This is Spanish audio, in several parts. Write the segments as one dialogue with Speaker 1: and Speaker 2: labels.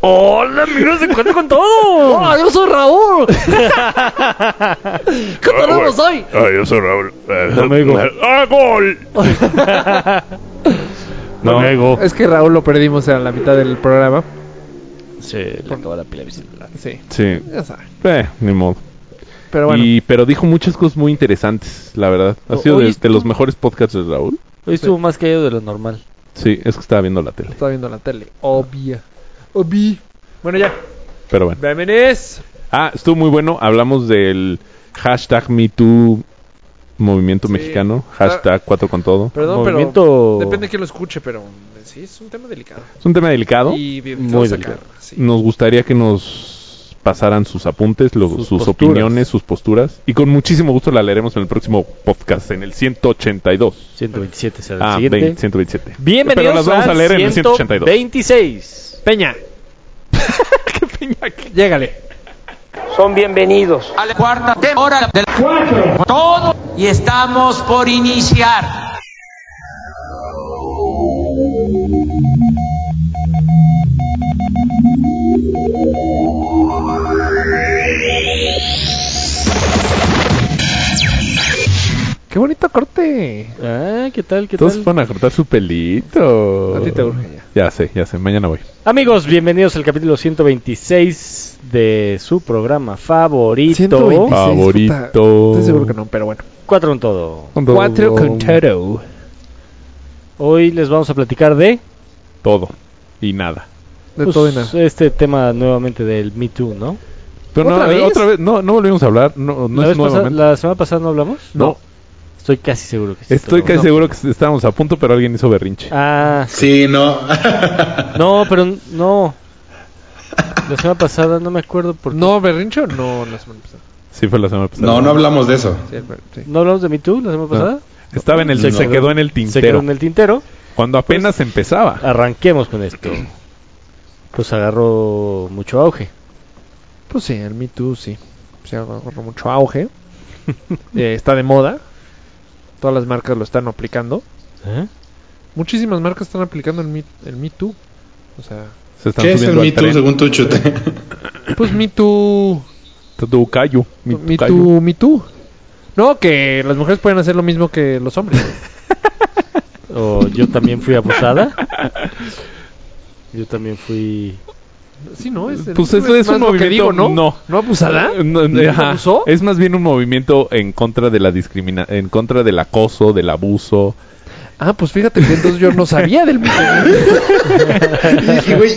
Speaker 1: ¡Hola, amigos! ¡Se encuentra con todo!
Speaker 2: Ah,
Speaker 3: ¡Hola, yo soy Raúl! ¿Qué tenemos hoy?
Speaker 4: Ah, yo soy Raúl.
Speaker 1: Amigo.
Speaker 4: ¡Ah, gol!
Speaker 1: No.
Speaker 2: Es que Raúl lo perdimos a la mitad del programa.
Speaker 1: Sí, le acabó la pila de mi celular.
Speaker 2: Sí,
Speaker 5: Sí.
Speaker 2: ya saben.
Speaker 5: Eh, ni modo.
Speaker 2: Pero bueno,
Speaker 5: Y, pero dijo muchas cosas muy interesantes, la verdad. Ha
Speaker 1: O-
Speaker 5: sido de,
Speaker 1: oíste
Speaker 5: de los
Speaker 1: tú.
Speaker 5: mejores podcasts de Raúl.
Speaker 1: Hoy estuvo más callado de lo normal.
Speaker 5: Sí, es que estaba viendo la tele.
Speaker 2: estaba viendo la tele. Obvia. Obvi. Bueno, ya.
Speaker 5: Pero bueno.
Speaker 2: Bienvenidos.
Speaker 5: Ah, estuvo muy bueno. Hablamos del hashtag MeToo Movimiento
Speaker 2: Sí. Ah.
Speaker 5: Mexicano. Hashtag Cuatro con Todo.
Speaker 2: Perdón,
Speaker 1: Movimiento-
Speaker 2: pero. Depende de quién lo escuche, pero mm, sí, es un tema delicado.
Speaker 5: Es un tema delicado.
Speaker 2: Y bien,
Speaker 1: Muy
Speaker 2: sacar,
Speaker 1: delicado.
Speaker 2: sí.
Speaker 5: Nos gustaría que nos pasaran sus apuntes, lo-
Speaker 1: Sus
Speaker 5: sus,
Speaker 1: posturas.
Speaker 5: opiniones, sus posturas. Y con muchísimo gusto la leeremos en el próximo podcast, en el 182.
Speaker 1: 127 será el
Speaker 5: Ah,
Speaker 1: siguiente.
Speaker 5: 20, 127.
Speaker 1: Bienvenidos
Speaker 5: Pero las vamos
Speaker 1: al
Speaker 5: a leer en el 182.
Speaker 1: 126.
Speaker 2: Peña. Llégale.
Speaker 6: son bienvenidos.
Speaker 7: a la cuarta temporada del cuatro. Todo y estamos por iniciar.
Speaker 2: Qué bonito corte.
Speaker 1: Ah, ¿qué tal? ¿Qué
Speaker 5: Todos
Speaker 1: tal?
Speaker 5: van a cortar su pelito.
Speaker 2: A ti te urge ya.
Speaker 5: Ya sé, ya sé. Mañana voy.
Speaker 1: Amigos, bienvenidos al capítulo 126 de su programa favorito.
Speaker 2: 126,
Speaker 5: Favorito.
Speaker 2: puta. Estoy seguro que no, pero bueno.
Speaker 1: Cuatro en todo.
Speaker 2: Cuatro con Toro.
Speaker 1: Hoy les vamos a platicar de,
Speaker 5: Todo. Y nada.
Speaker 2: De
Speaker 1: pues,
Speaker 2: todo y nada.
Speaker 1: este tema nuevamente del Me Too, ¿no?
Speaker 5: Pero
Speaker 2: ¿Otra
Speaker 5: no,
Speaker 2: vez?
Speaker 5: otra vez, no, no volvimos a hablar. No, no
Speaker 1: la,
Speaker 5: es
Speaker 1: vez pasa-
Speaker 5: nuevamente.
Speaker 1: la semana pasada no hablamos.
Speaker 5: No,
Speaker 1: Estoy casi seguro que sí.
Speaker 5: estoy casi
Speaker 1: hablamos.
Speaker 5: seguro que estábamos a punto, pero alguien hizo berrinche.
Speaker 1: Ah,
Speaker 8: Sí, no.
Speaker 1: no, pero n- no. La semana pasada no me acuerdo por qué.
Speaker 2: No, berrincho, no la semana pasada.
Speaker 5: Sí, fue la semana pasada.
Speaker 8: No, no hablamos de eso.
Speaker 2: Sí, el ber- sí.
Speaker 1: ¿No hablamos de Me Too la semana pasada?
Speaker 5: Estaba en el,
Speaker 1: Se
Speaker 5: se, quedó, en el
Speaker 1: Se
Speaker 5: tintero.
Speaker 1: quedó en el Pues, ah. tintero.
Speaker 5: Cuando apenas empezaba.
Speaker 1: Arranquemos con esto. Pues agarró mucho auge.
Speaker 2: Pues sí, el Me Too sí. Se agarró mucho auge. Eh, está de moda. Todas las marcas lo están aplicando. Muchísimas marcas están aplicando el Me, el Me Too. O sea,
Speaker 5: Se están
Speaker 8: ¿Qué es el
Speaker 5: subiendo
Speaker 8: Me
Speaker 5: al
Speaker 8: Too
Speaker 5: tren.
Speaker 8: según tu chute?
Speaker 2: pues Me Too.
Speaker 5: Tu callo, mi tu
Speaker 2: Me
Speaker 5: callo.
Speaker 2: Too, Me Too. No, que las mujeres pueden hacer lo mismo que los hombres.
Speaker 1: O yo también fui abusada. Yo también fui.
Speaker 2: Sí, ¿no? Es, el
Speaker 5: Pues
Speaker 2: Me Too
Speaker 5: eso es un
Speaker 2: más lo que
Speaker 5: movimiento-
Speaker 2: digo, ¿no?
Speaker 5: no.
Speaker 2: ¿No abusada?
Speaker 5: Ah,
Speaker 1: ¿Ah?
Speaker 5: No, no,
Speaker 2: ¿No
Speaker 5: ajá.
Speaker 2: abusó?
Speaker 5: Es más bien un movimiento en contra de la discrimina en contra del acoso, del abuso.
Speaker 2: Ah, pues fíjate que entonces yo no sabía del Me Too.
Speaker 8: y dije, güey,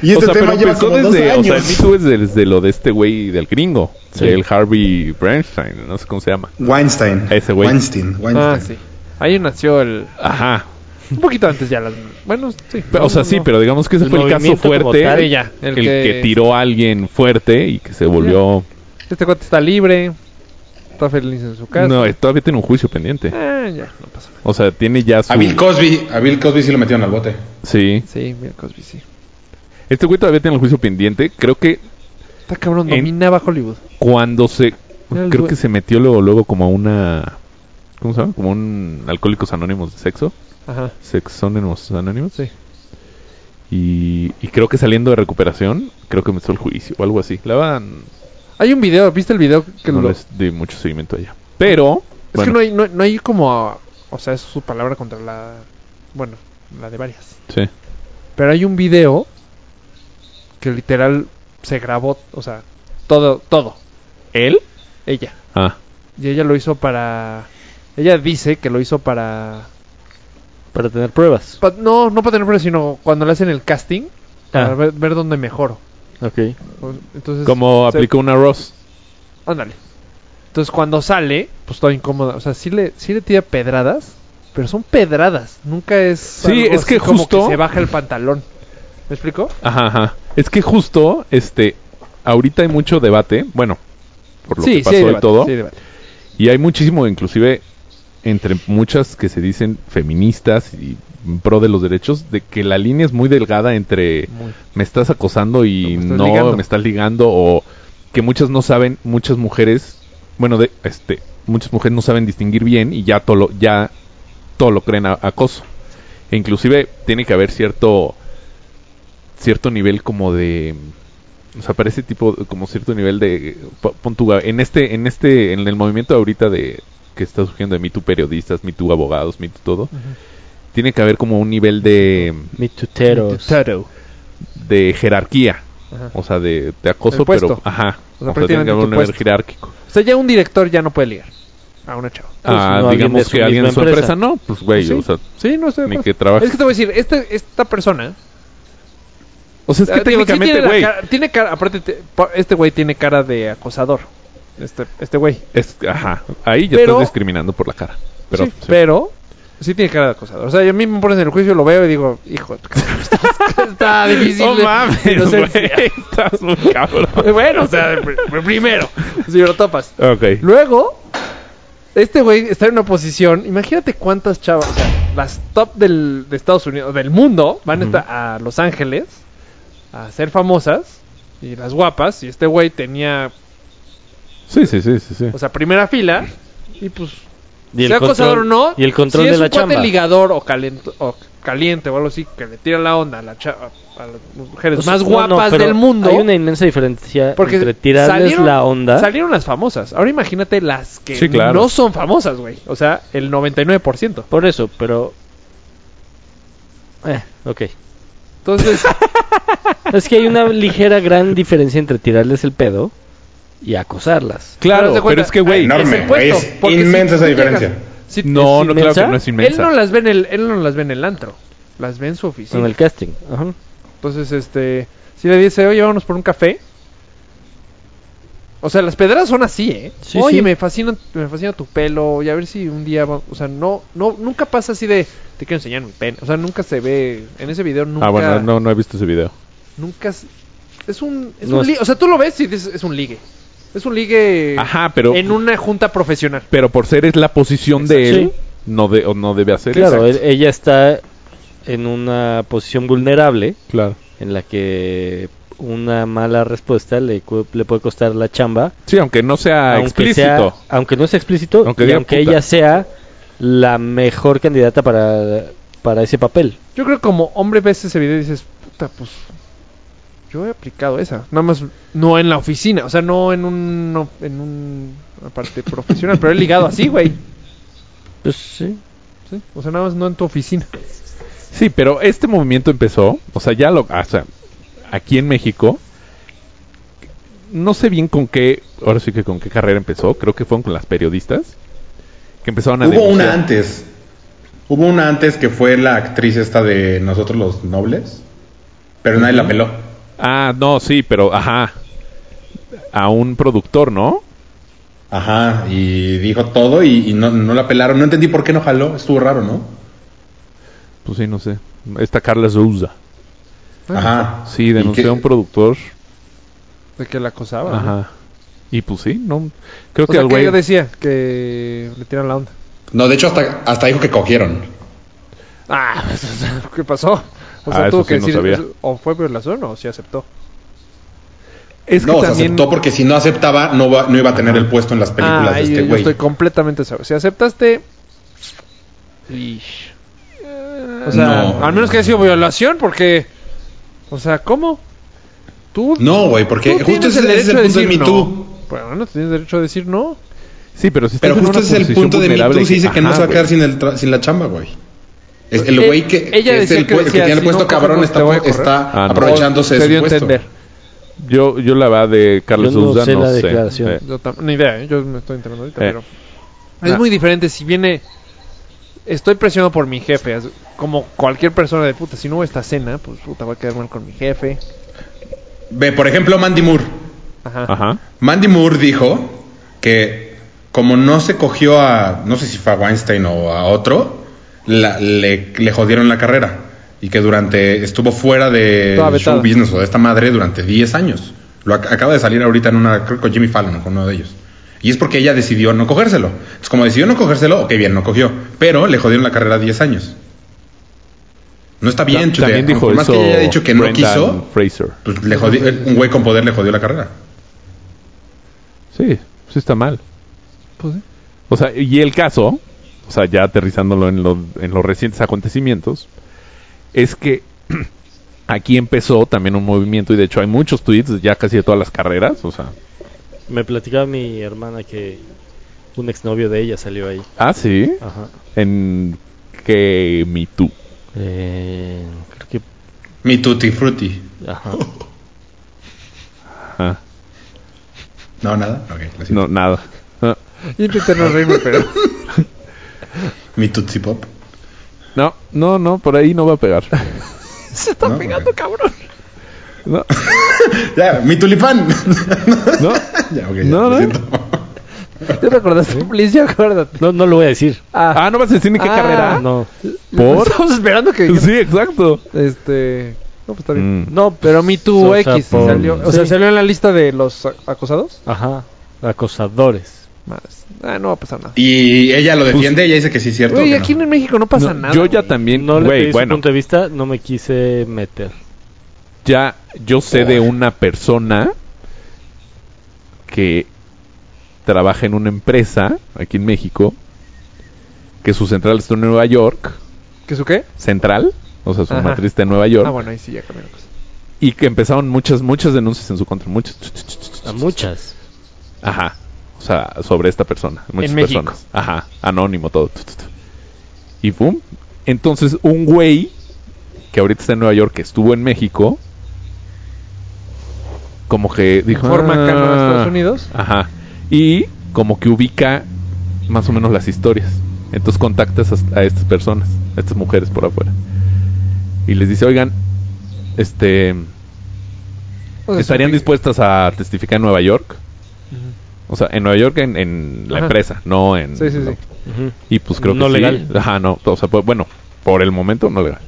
Speaker 8: y este
Speaker 5: o sea,
Speaker 8: tema
Speaker 5: pero
Speaker 8: lleva
Speaker 5: empezó
Speaker 8: como
Speaker 5: desde,
Speaker 8: dos
Speaker 5: o sea, el
Speaker 8: años.
Speaker 5: Me Too es desde, lo de este güey del gringo, del Harvey Bernstein, no sé cómo se llama.
Speaker 8: Weinstein.
Speaker 5: Ese güey.
Speaker 8: Weinstein. Weinstein.
Speaker 2: Ah, sí. Ahí nació el...
Speaker 5: Ajá.
Speaker 2: Un poquito antes ya las... Bueno, sí.
Speaker 5: Pero, o sea, sí, pero digamos que ese
Speaker 1: El
Speaker 5: fue el caso
Speaker 1: movimiento como
Speaker 5: fuerte,
Speaker 1: tal,
Speaker 5: el,
Speaker 2: ya, el
Speaker 5: que...
Speaker 2: que-
Speaker 5: tiró a alguien fuerte y que se volvió
Speaker 2: Este cuate está libre. Está feliz en su casa.
Speaker 5: No, eh, todavía tiene un juicio pendiente.
Speaker 2: Ah, ya, no pasa nada.
Speaker 5: O sea, tiene ya su
Speaker 8: A Bill Cosby. A Bill Cosby sí lo metieron al bote.
Speaker 5: Sí.
Speaker 2: Sí, mira Cosby, sí.
Speaker 5: Este güey todavía tiene el juicio pendiente. Creo que
Speaker 2: Está cabrón,
Speaker 5: En-
Speaker 2: dominaba Hollywood.
Speaker 5: cuando se
Speaker 2: Era el
Speaker 5: creo
Speaker 2: güey.
Speaker 5: que se metió luego luego como a una ¿cómo se llama? Como un alcohólicos anónimos de sexo,
Speaker 2: Ajá.
Speaker 5: sexónimos anónimos.
Speaker 2: Sí.
Speaker 5: Y, y creo que saliendo de recuperación, creo que empezó el juicio o algo así. La verdad,
Speaker 2: Hay un video, ¿viste el video? Que
Speaker 5: no
Speaker 2: lo-
Speaker 5: les di mucho seguimiento allá. Pero
Speaker 2: Es que
Speaker 5: bueno,
Speaker 2: no hay, no, no hay como... O sea, es su palabra contra la... Bueno, la de varias.
Speaker 5: sí.
Speaker 2: Pero hay un video que literal se grabó, o sea, todo, todo.
Speaker 5: ¿Él?
Speaker 2: Ella.
Speaker 5: Ah,
Speaker 2: Y ella lo hizo para... Ella dice que lo hizo para...
Speaker 1: Para tener pruebas.
Speaker 2: pa- no, no para tener pruebas, sino cuando le hacen el casting, para
Speaker 5: Ah.
Speaker 1: Ah.
Speaker 2: ver, ver dónde mejoro.
Speaker 1: ok.
Speaker 2: Entonces,
Speaker 5: como
Speaker 2: se-
Speaker 5: aplicó una Ross.
Speaker 2: Ándale. Entonces cuando sale, pues toda incómoda. O sea, sí le, sí le tira pedradas, pero son pedradas. Nunca es.
Speaker 5: Sí,
Speaker 2: algo
Speaker 5: es que
Speaker 2: así como
Speaker 5: justo-
Speaker 2: se baja el pantalón. ¿Me explico?
Speaker 5: Ajá, ajá. Es que justo este ahorita hay mucho debate, bueno, por lo
Speaker 2: sí,
Speaker 5: que pasó
Speaker 2: sí, hay
Speaker 5: y
Speaker 2: debate,
Speaker 5: todo.
Speaker 2: sí hay debate.
Speaker 5: Y hay muchísimo, inclusive entre muchas que se dicen feministas y en pro de los derechos, de que la línea es muy delgada entre
Speaker 2: Muy.
Speaker 5: me estás acosando y
Speaker 2: O me estás
Speaker 5: no
Speaker 2: ligando.
Speaker 5: me estás ligando o que muchas no saben, muchas mujeres, bueno, de este, muchas mujeres no saben distinguir bien y ya todo lo, ya todo lo creen a- acoso. E inclusive tiene que haber cierto cierto nivel como de O sea, para ese tipo, como cierto nivel de... po- pon tú, en este, en este, en el movimiento ahorita de que está surgiendo de Me Too periodistas, Me Too abogados, Me Too todo, tiene que haber como un nivel de,
Speaker 1: Mituteros.
Speaker 2: Taro.
Speaker 5: de jerarquía.
Speaker 2: Ajá.
Speaker 5: O sea, de, de acoso,
Speaker 2: El puesto.
Speaker 5: pero... Ajá.
Speaker 2: O sea,
Speaker 5: O sea, tiene que
Speaker 2: prácticamente
Speaker 5: haber
Speaker 2: tu
Speaker 5: un nivel
Speaker 2: puesto. Ah,
Speaker 5: jerárquico.
Speaker 2: O sea, ya un director ya no puede ligar a una chava.
Speaker 5: ah,
Speaker 1: no, alguien
Speaker 5: digamos
Speaker 1: de su
Speaker 5: que alguien de su
Speaker 1: misma
Speaker 5: empresa,
Speaker 1: empresa.
Speaker 5: no, pues güey,
Speaker 2: Sí.
Speaker 5: o sea...
Speaker 2: Sí, no estoy de
Speaker 5: Ni
Speaker 2: acuerdo.
Speaker 5: que trabaje.
Speaker 2: Es que te voy a decir, este- esta persona...
Speaker 5: O sea, es que
Speaker 2: Ah, digo, sí
Speaker 5: técnicamente,
Speaker 2: tiene la
Speaker 5: güey,
Speaker 2: cara- tiene cara, aparte, te- pa- este güey tiene cara de acosador. Este este güey.
Speaker 5: es- ajá, ahí ya
Speaker 2: Pero-
Speaker 5: estás discriminando por la cara. Pero,
Speaker 2: sí,
Speaker 5: sí.
Speaker 2: pero sí tiene cara de acosador. O sea, yo mismo me pones en el juicio, lo veo y digo, hijo, está, está difícil.
Speaker 5: No
Speaker 2: de-
Speaker 5: mames,
Speaker 2: de
Speaker 5: güey,
Speaker 2: inocencia".
Speaker 5: estás muy cabrón.
Speaker 2: Bueno, o sea, pr- primero, si lo topas.
Speaker 5: Ok.
Speaker 2: Luego, este güey está en una posición, imagínate cuántas chavas, o sea, las top del, de Estados Unidos, del mundo, van a, estar a Los Ángeles a ser famosas y las guapas, y este güey tenía,
Speaker 5: Sí, sí, sí, sí, sí.
Speaker 2: o sea, primera fila, y pues,
Speaker 1: Y el
Speaker 2: sea
Speaker 1: control-
Speaker 2: acosador o no,
Speaker 1: Y el control
Speaker 2: si
Speaker 1: de
Speaker 2: es
Speaker 1: la
Speaker 2: un cuate
Speaker 1: chamba.
Speaker 2: ligador o, calent- o caliente o algo así, que le tira la onda a, la cha- a las mujeres
Speaker 1: O sea,
Speaker 2: más
Speaker 1: Pues, no, no,
Speaker 2: guapas
Speaker 1: pero
Speaker 2: del mundo.
Speaker 1: Hay una inmensa diferencia
Speaker 2: Porque
Speaker 1: entre tirarles
Speaker 2: salieron-
Speaker 1: la onda.
Speaker 2: Salieron las famosas. Ahora imagínate las que
Speaker 5: Sí, claro.
Speaker 2: no son famosas, güey. O sea, el 99%.
Speaker 1: Por eso, pero. Eh, ok.
Speaker 2: Entonces,
Speaker 1: Es que hay una ligera gran diferencia entre tirarles el pedo y acosarlas.
Speaker 2: Pero
Speaker 5: Claro,
Speaker 2: haz de
Speaker 5: pero,
Speaker 2: cuenta-
Speaker 5: es que, güey,
Speaker 2: Ay,
Speaker 5: no,
Speaker 2: es
Speaker 8: Enorme,
Speaker 2: el puesto,
Speaker 8: es
Speaker 2: porque
Speaker 8: inmensa
Speaker 2: si
Speaker 8: esa
Speaker 2: tú
Speaker 8: diferencia.
Speaker 2: llegas- si-
Speaker 5: no,
Speaker 1: ¿es
Speaker 5: claro
Speaker 1: inmensa?
Speaker 5: que no es inmensa.
Speaker 2: él no las ve en el, él no las ve en el antro. Las ve en su
Speaker 1: En
Speaker 2: oficina.
Speaker 1: el casting. Ajá.
Speaker 2: Entonces, este, si le dice, oye, vámonos por un café. O sea, las pedradas son así, ¿eh?
Speaker 1: Sí,
Speaker 2: oye,
Speaker 1: sí.
Speaker 2: me fascina, me fascina tu pelo, y a ver si un día, va- o sea, no, no, nunca pasa así de, te quiero enseñar mi pene. O sea, nunca se ve, en ese video nunca.
Speaker 5: Ah, bueno, no, no he visto ese video.
Speaker 2: Nunca es, es un, es
Speaker 1: No
Speaker 2: un
Speaker 1: es-
Speaker 2: ligue. O sea, tú lo ves y dices, es un ligue. Es un ligue
Speaker 5: Ajá, pero,
Speaker 2: en una junta profesional.
Speaker 5: pero por ser es la posición de él,
Speaker 1: Exacto.
Speaker 5: no, de, o no debe hacer
Speaker 1: Claro,
Speaker 5: eso.
Speaker 1: él- ella está en una posición vulnerable
Speaker 5: Claro.
Speaker 1: en la que una mala respuesta le, cu- le puede costar la chamba.
Speaker 5: Sí, aunque no sea
Speaker 1: aunque, sea-
Speaker 5: explícito.
Speaker 1: aunque no sea explícito,
Speaker 5: Aunque
Speaker 1: y
Speaker 5: diga
Speaker 1: Ah, aunque
Speaker 5: puta.
Speaker 1: ella sea la mejor candidata para, para ese papel.
Speaker 2: Yo creo que como hombre ves ese video y dices, puta, pues yo he aplicado esa. Nada más no en la oficina, o sea, no en un no, en un- una parte profesional, pero he ligado así, güey.
Speaker 1: Pues sí.
Speaker 2: Sí, O sea, nada más no en tu oficina.
Speaker 5: Sí, pero este movimiento empezó, o sea, ya lo, ah, o sea, aquí en México, no sé bien con qué, ahora sí que con qué carrera empezó, creo que fueron con las periodistas, que empezaron a
Speaker 8: Hubo una
Speaker 5: denunciar.
Speaker 8: antes. Hubo una antes que fue la actriz esta de Nosotros los Nobles. Pero nadie la peló.
Speaker 5: Ah, no, sí, pero, ajá, a un productor, ¿no?
Speaker 8: Ajá, y dijo todo y, y no, no la pelaron. No entendí por qué no jaló. Estuvo raro, ¿no?
Speaker 5: Pues sí, no sé, esta Carla Souza.
Speaker 8: Ajá.
Speaker 5: Ah. Sí,
Speaker 8: ¿Y qué? Ah.
Speaker 5: denunció a un productor,
Speaker 2: De que la acosaba. ¿no?
Speaker 5: ajá, y pues sí, no, creo
Speaker 2: O
Speaker 5: que
Speaker 2: sea,
Speaker 5: al güey...
Speaker 2: que decía que le tiran la onda.
Speaker 8: No, de hecho, hasta, hasta dijo que cogieron.
Speaker 2: Ah, pues, o sea, ¿qué pasó? O sea,
Speaker 5: Ah,
Speaker 2: tuvo
Speaker 5: eso
Speaker 2: que
Speaker 5: sí no
Speaker 2: decir
Speaker 5: sabía.
Speaker 2: o fue violación o sí aceptó.
Speaker 5: Es que
Speaker 8: no, se
Speaker 5: también-
Speaker 8: aceptó porque si no aceptaba, no, va- no iba a tener el puesto en las películas
Speaker 2: Ah,
Speaker 8: de
Speaker 2: yo-
Speaker 8: este
Speaker 2: yo,
Speaker 8: güey.
Speaker 2: estoy completamente seguro. Si aceptaste. O sea,
Speaker 8: No.
Speaker 2: al menos que haya sido violación, porque. O sea, ¿cómo? Tú.
Speaker 8: No, güey, porque
Speaker 2: tú
Speaker 8: justo
Speaker 2: tienes
Speaker 8: ese, ese es el punto de Me
Speaker 2: decir
Speaker 8: Too.
Speaker 2: no. Bueno, no tienes derecho a decir no.
Speaker 5: Sí, pero si
Speaker 8: Pero
Speaker 5: estás en
Speaker 8: justo
Speaker 5: una
Speaker 8: ese es el
Speaker 5: posición
Speaker 8: punto de Me
Speaker 5: vulnerable
Speaker 8: Too.
Speaker 5: de
Speaker 8: Se dice que no se va a
Speaker 5: ajá,
Speaker 8: quedar
Speaker 5: güey.
Speaker 8: sin, el tra- sin la chamba, güey. Es el
Speaker 2: Eh,
Speaker 8: güey que,
Speaker 2: ella
Speaker 8: que es
Speaker 2: decía
Speaker 8: el,
Speaker 2: que
Speaker 8: pu- el
Speaker 2: decía,
Speaker 8: tiene el
Speaker 2: si
Speaker 8: puesto
Speaker 2: no cojo,
Speaker 8: cabrón
Speaker 2: pues te
Speaker 8: está,
Speaker 2: voy a correr.
Speaker 8: está
Speaker 5: Ah, no.
Speaker 8: aprovechándose
Speaker 2: se
Speaker 8: de
Speaker 2: dio
Speaker 8: su
Speaker 2: a
Speaker 8: puesto.
Speaker 2: entender.
Speaker 5: Yo, yo la verdad de Carlos
Speaker 1: Yo no
Speaker 5: Sousa
Speaker 1: sé
Speaker 5: no
Speaker 1: la
Speaker 5: sé.
Speaker 1: declaración.
Speaker 5: Eh,
Speaker 2: Yo tam- ni idea, ¿eh? yo me estoy enterando ahorita,
Speaker 5: Eh.
Speaker 2: pero. Es
Speaker 5: Ah.
Speaker 2: muy diferente si viene. Estoy presionado por mi jefe. as- Como cualquier persona de puta, si no hubo esta cena, pues puta, voy a quedar mal con mi jefe.
Speaker 8: Ve, por ejemplo, Mandy Moore.
Speaker 2: Ajá.
Speaker 5: Ajá.
Speaker 8: Mandy Moore dijo que como no se cogió a, no sé si fue a Weinstein o a otro, la- le, le jodieron la carrera. Y que durante, estuvo fuera de
Speaker 2: Toda vetada.
Speaker 8: show business o de esta madre durante 10 años. Lo ac- acaba de salir ahorita en una, creo que con Jimmy Fallon, con uno de ellos. Y es porque ella decidió no cogérselo. Entonces, como decidió no cogérselo, ok, bien, no cogió. Pero le jodieron la carrera 10 años. No está bien,
Speaker 5: Ta-
Speaker 8: chute.
Speaker 5: También dijo
Speaker 8: Por más
Speaker 5: eso
Speaker 8: que ella haya dicho que no
Speaker 5: Brendan
Speaker 8: quiso,
Speaker 5: Fraser.
Speaker 8: pues le jodi- un güey con poder le jodió la carrera.
Speaker 5: Sí, sí está mal.
Speaker 2: Pues sí.
Speaker 5: O sea, y el caso, o sea, ya aterrizándolo en, lo- en los recientes acontecimientos, es que Aquí empezó también un movimiento y de hecho hay muchos tweets ya casi de todas las carreras, o sea,
Speaker 1: Me platicaba mi hermana que un exnovio de ella salió ahí.
Speaker 5: ah, sí,
Speaker 1: Ajá.
Speaker 5: en que Me Too.
Speaker 1: Eh, creo que.
Speaker 8: Mi tutti frutti.
Speaker 1: Ajá.
Speaker 5: Ajá.
Speaker 8: No, nada. Ok, lo siento.
Speaker 5: Ah, No, nada. Ah,
Speaker 2: Yo intenté no reírme, pero.
Speaker 8: Mi tutti pop.
Speaker 5: No, no, no, por ahí no va a pegar.
Speaker 2: Se está
Speaker 8: No,
Speaker 2: pegando,
Speaker 8: pegando,
Speaker 2: cabrón.
Speaker 5: No,
Speaker 8: Ya, mi tulipán.
Speaker 5: no,
Speaker 8: ya, ok, ya,
Speaker 5: No,
Speaker 8: lo
Speaker 5: no.
Speaker 8: siento.
Speaker 2: ¿Te recordaste? Please, ya acuérdate.
Speaker 1: No, no lo voy a decir.
Speaker 5: Ah, no vas a decir ni qué
Speaker 2: Ah.
Speaker 5: carrera.
Speaker 1: No.
Speaker 5: ¿Por?
Speaker 2: Estamos esperando que.
Speaker 5: Sí, exacto.
Speaker 2: Este. No, pues está bien.
Speaker 5: Mm.
Speaker 2: No, pero Me Too
Speaker 1: Sosa
Speaker 2: X
Speaker 1: Paul.
Speaker 2: salió. O sea,
Speaker 1: Sí.
Speaker 2: salió en la lista de los a- acosados.
Speaker 1: Ajá. Acosadores.
Speaker 2: Madres. Ah, no va a pasar nada.
Speaker 8: Y ella lo defiende, ella dice que sí es cierto.
Speaker 2: Güey,
Speaker 8: que no.
Speaker 2: aquí en México no pasa
Speaker 5: No,
Speaker 2: nada.
Speaker 5: yo ya
Speaker 2: güey.
Speaker 5: también,
Speaker 1: No le pedí
Speaker 5: güey,
Speaker 1: su
Speaker 5: bueno,
Speaker 1: punto de vista, no me quise meter.
Speaker 5: ya yo sé de una persona que trabaja en una empresa aquí en México que su central está en Nueva York,
Speaker 2: ¿Que su qué?
Speaker 5: central, o sea, su
Speaker 2: Ajá.
Speaker 5: matriz está en Nueva York
Speaker 2: Ah, bueno, ahí sí ya cambió la cosa.
Speaker 5: y que empezaron muchas muchas denuncias en su contra, muchas. ch- ch- ch- ch-
Speaker 1: A muchas.
Speaker 5: Ajá. O sea, sobre esta persona. Muchas
Speaker 2: En México.
Speaker 5: personas. Ajá. Anónimo, todo. tu, tu, tu. Y pum. Entonces, un güey que ahorita está en Nueva York, que estuvo en México, como que dijo.
Speaker 2: Informa acá en
Speaker 5: "Ah".
Speaker 2: Estados Unidos.
Speaker 5: Ajá. Y como que ubica más o menos las historias. Entonces contactas a, a estas personas, a estas mujeres por afuera. Y les dice, oigan, este.
Speaker 2: O sea,
Speaker 5: ¿Estarían
Speaker 2: su-
Speaker 5: dispuestas a testificar en Nueva York? O sea, en Nueva York, en, en la
Speaker 2: Ajá.
Speaker 5: empresa, no en...
Speaker 2: Sí, sí, sí.
Speaker 1: Ujú.
Speaker 5: Y pues creo que
Speaker 1: No
Speaker 5: sí.
Speaker 1: legal.
Speaker 5: Ajá, no. O sea, pues, bueno, por el momento no legal.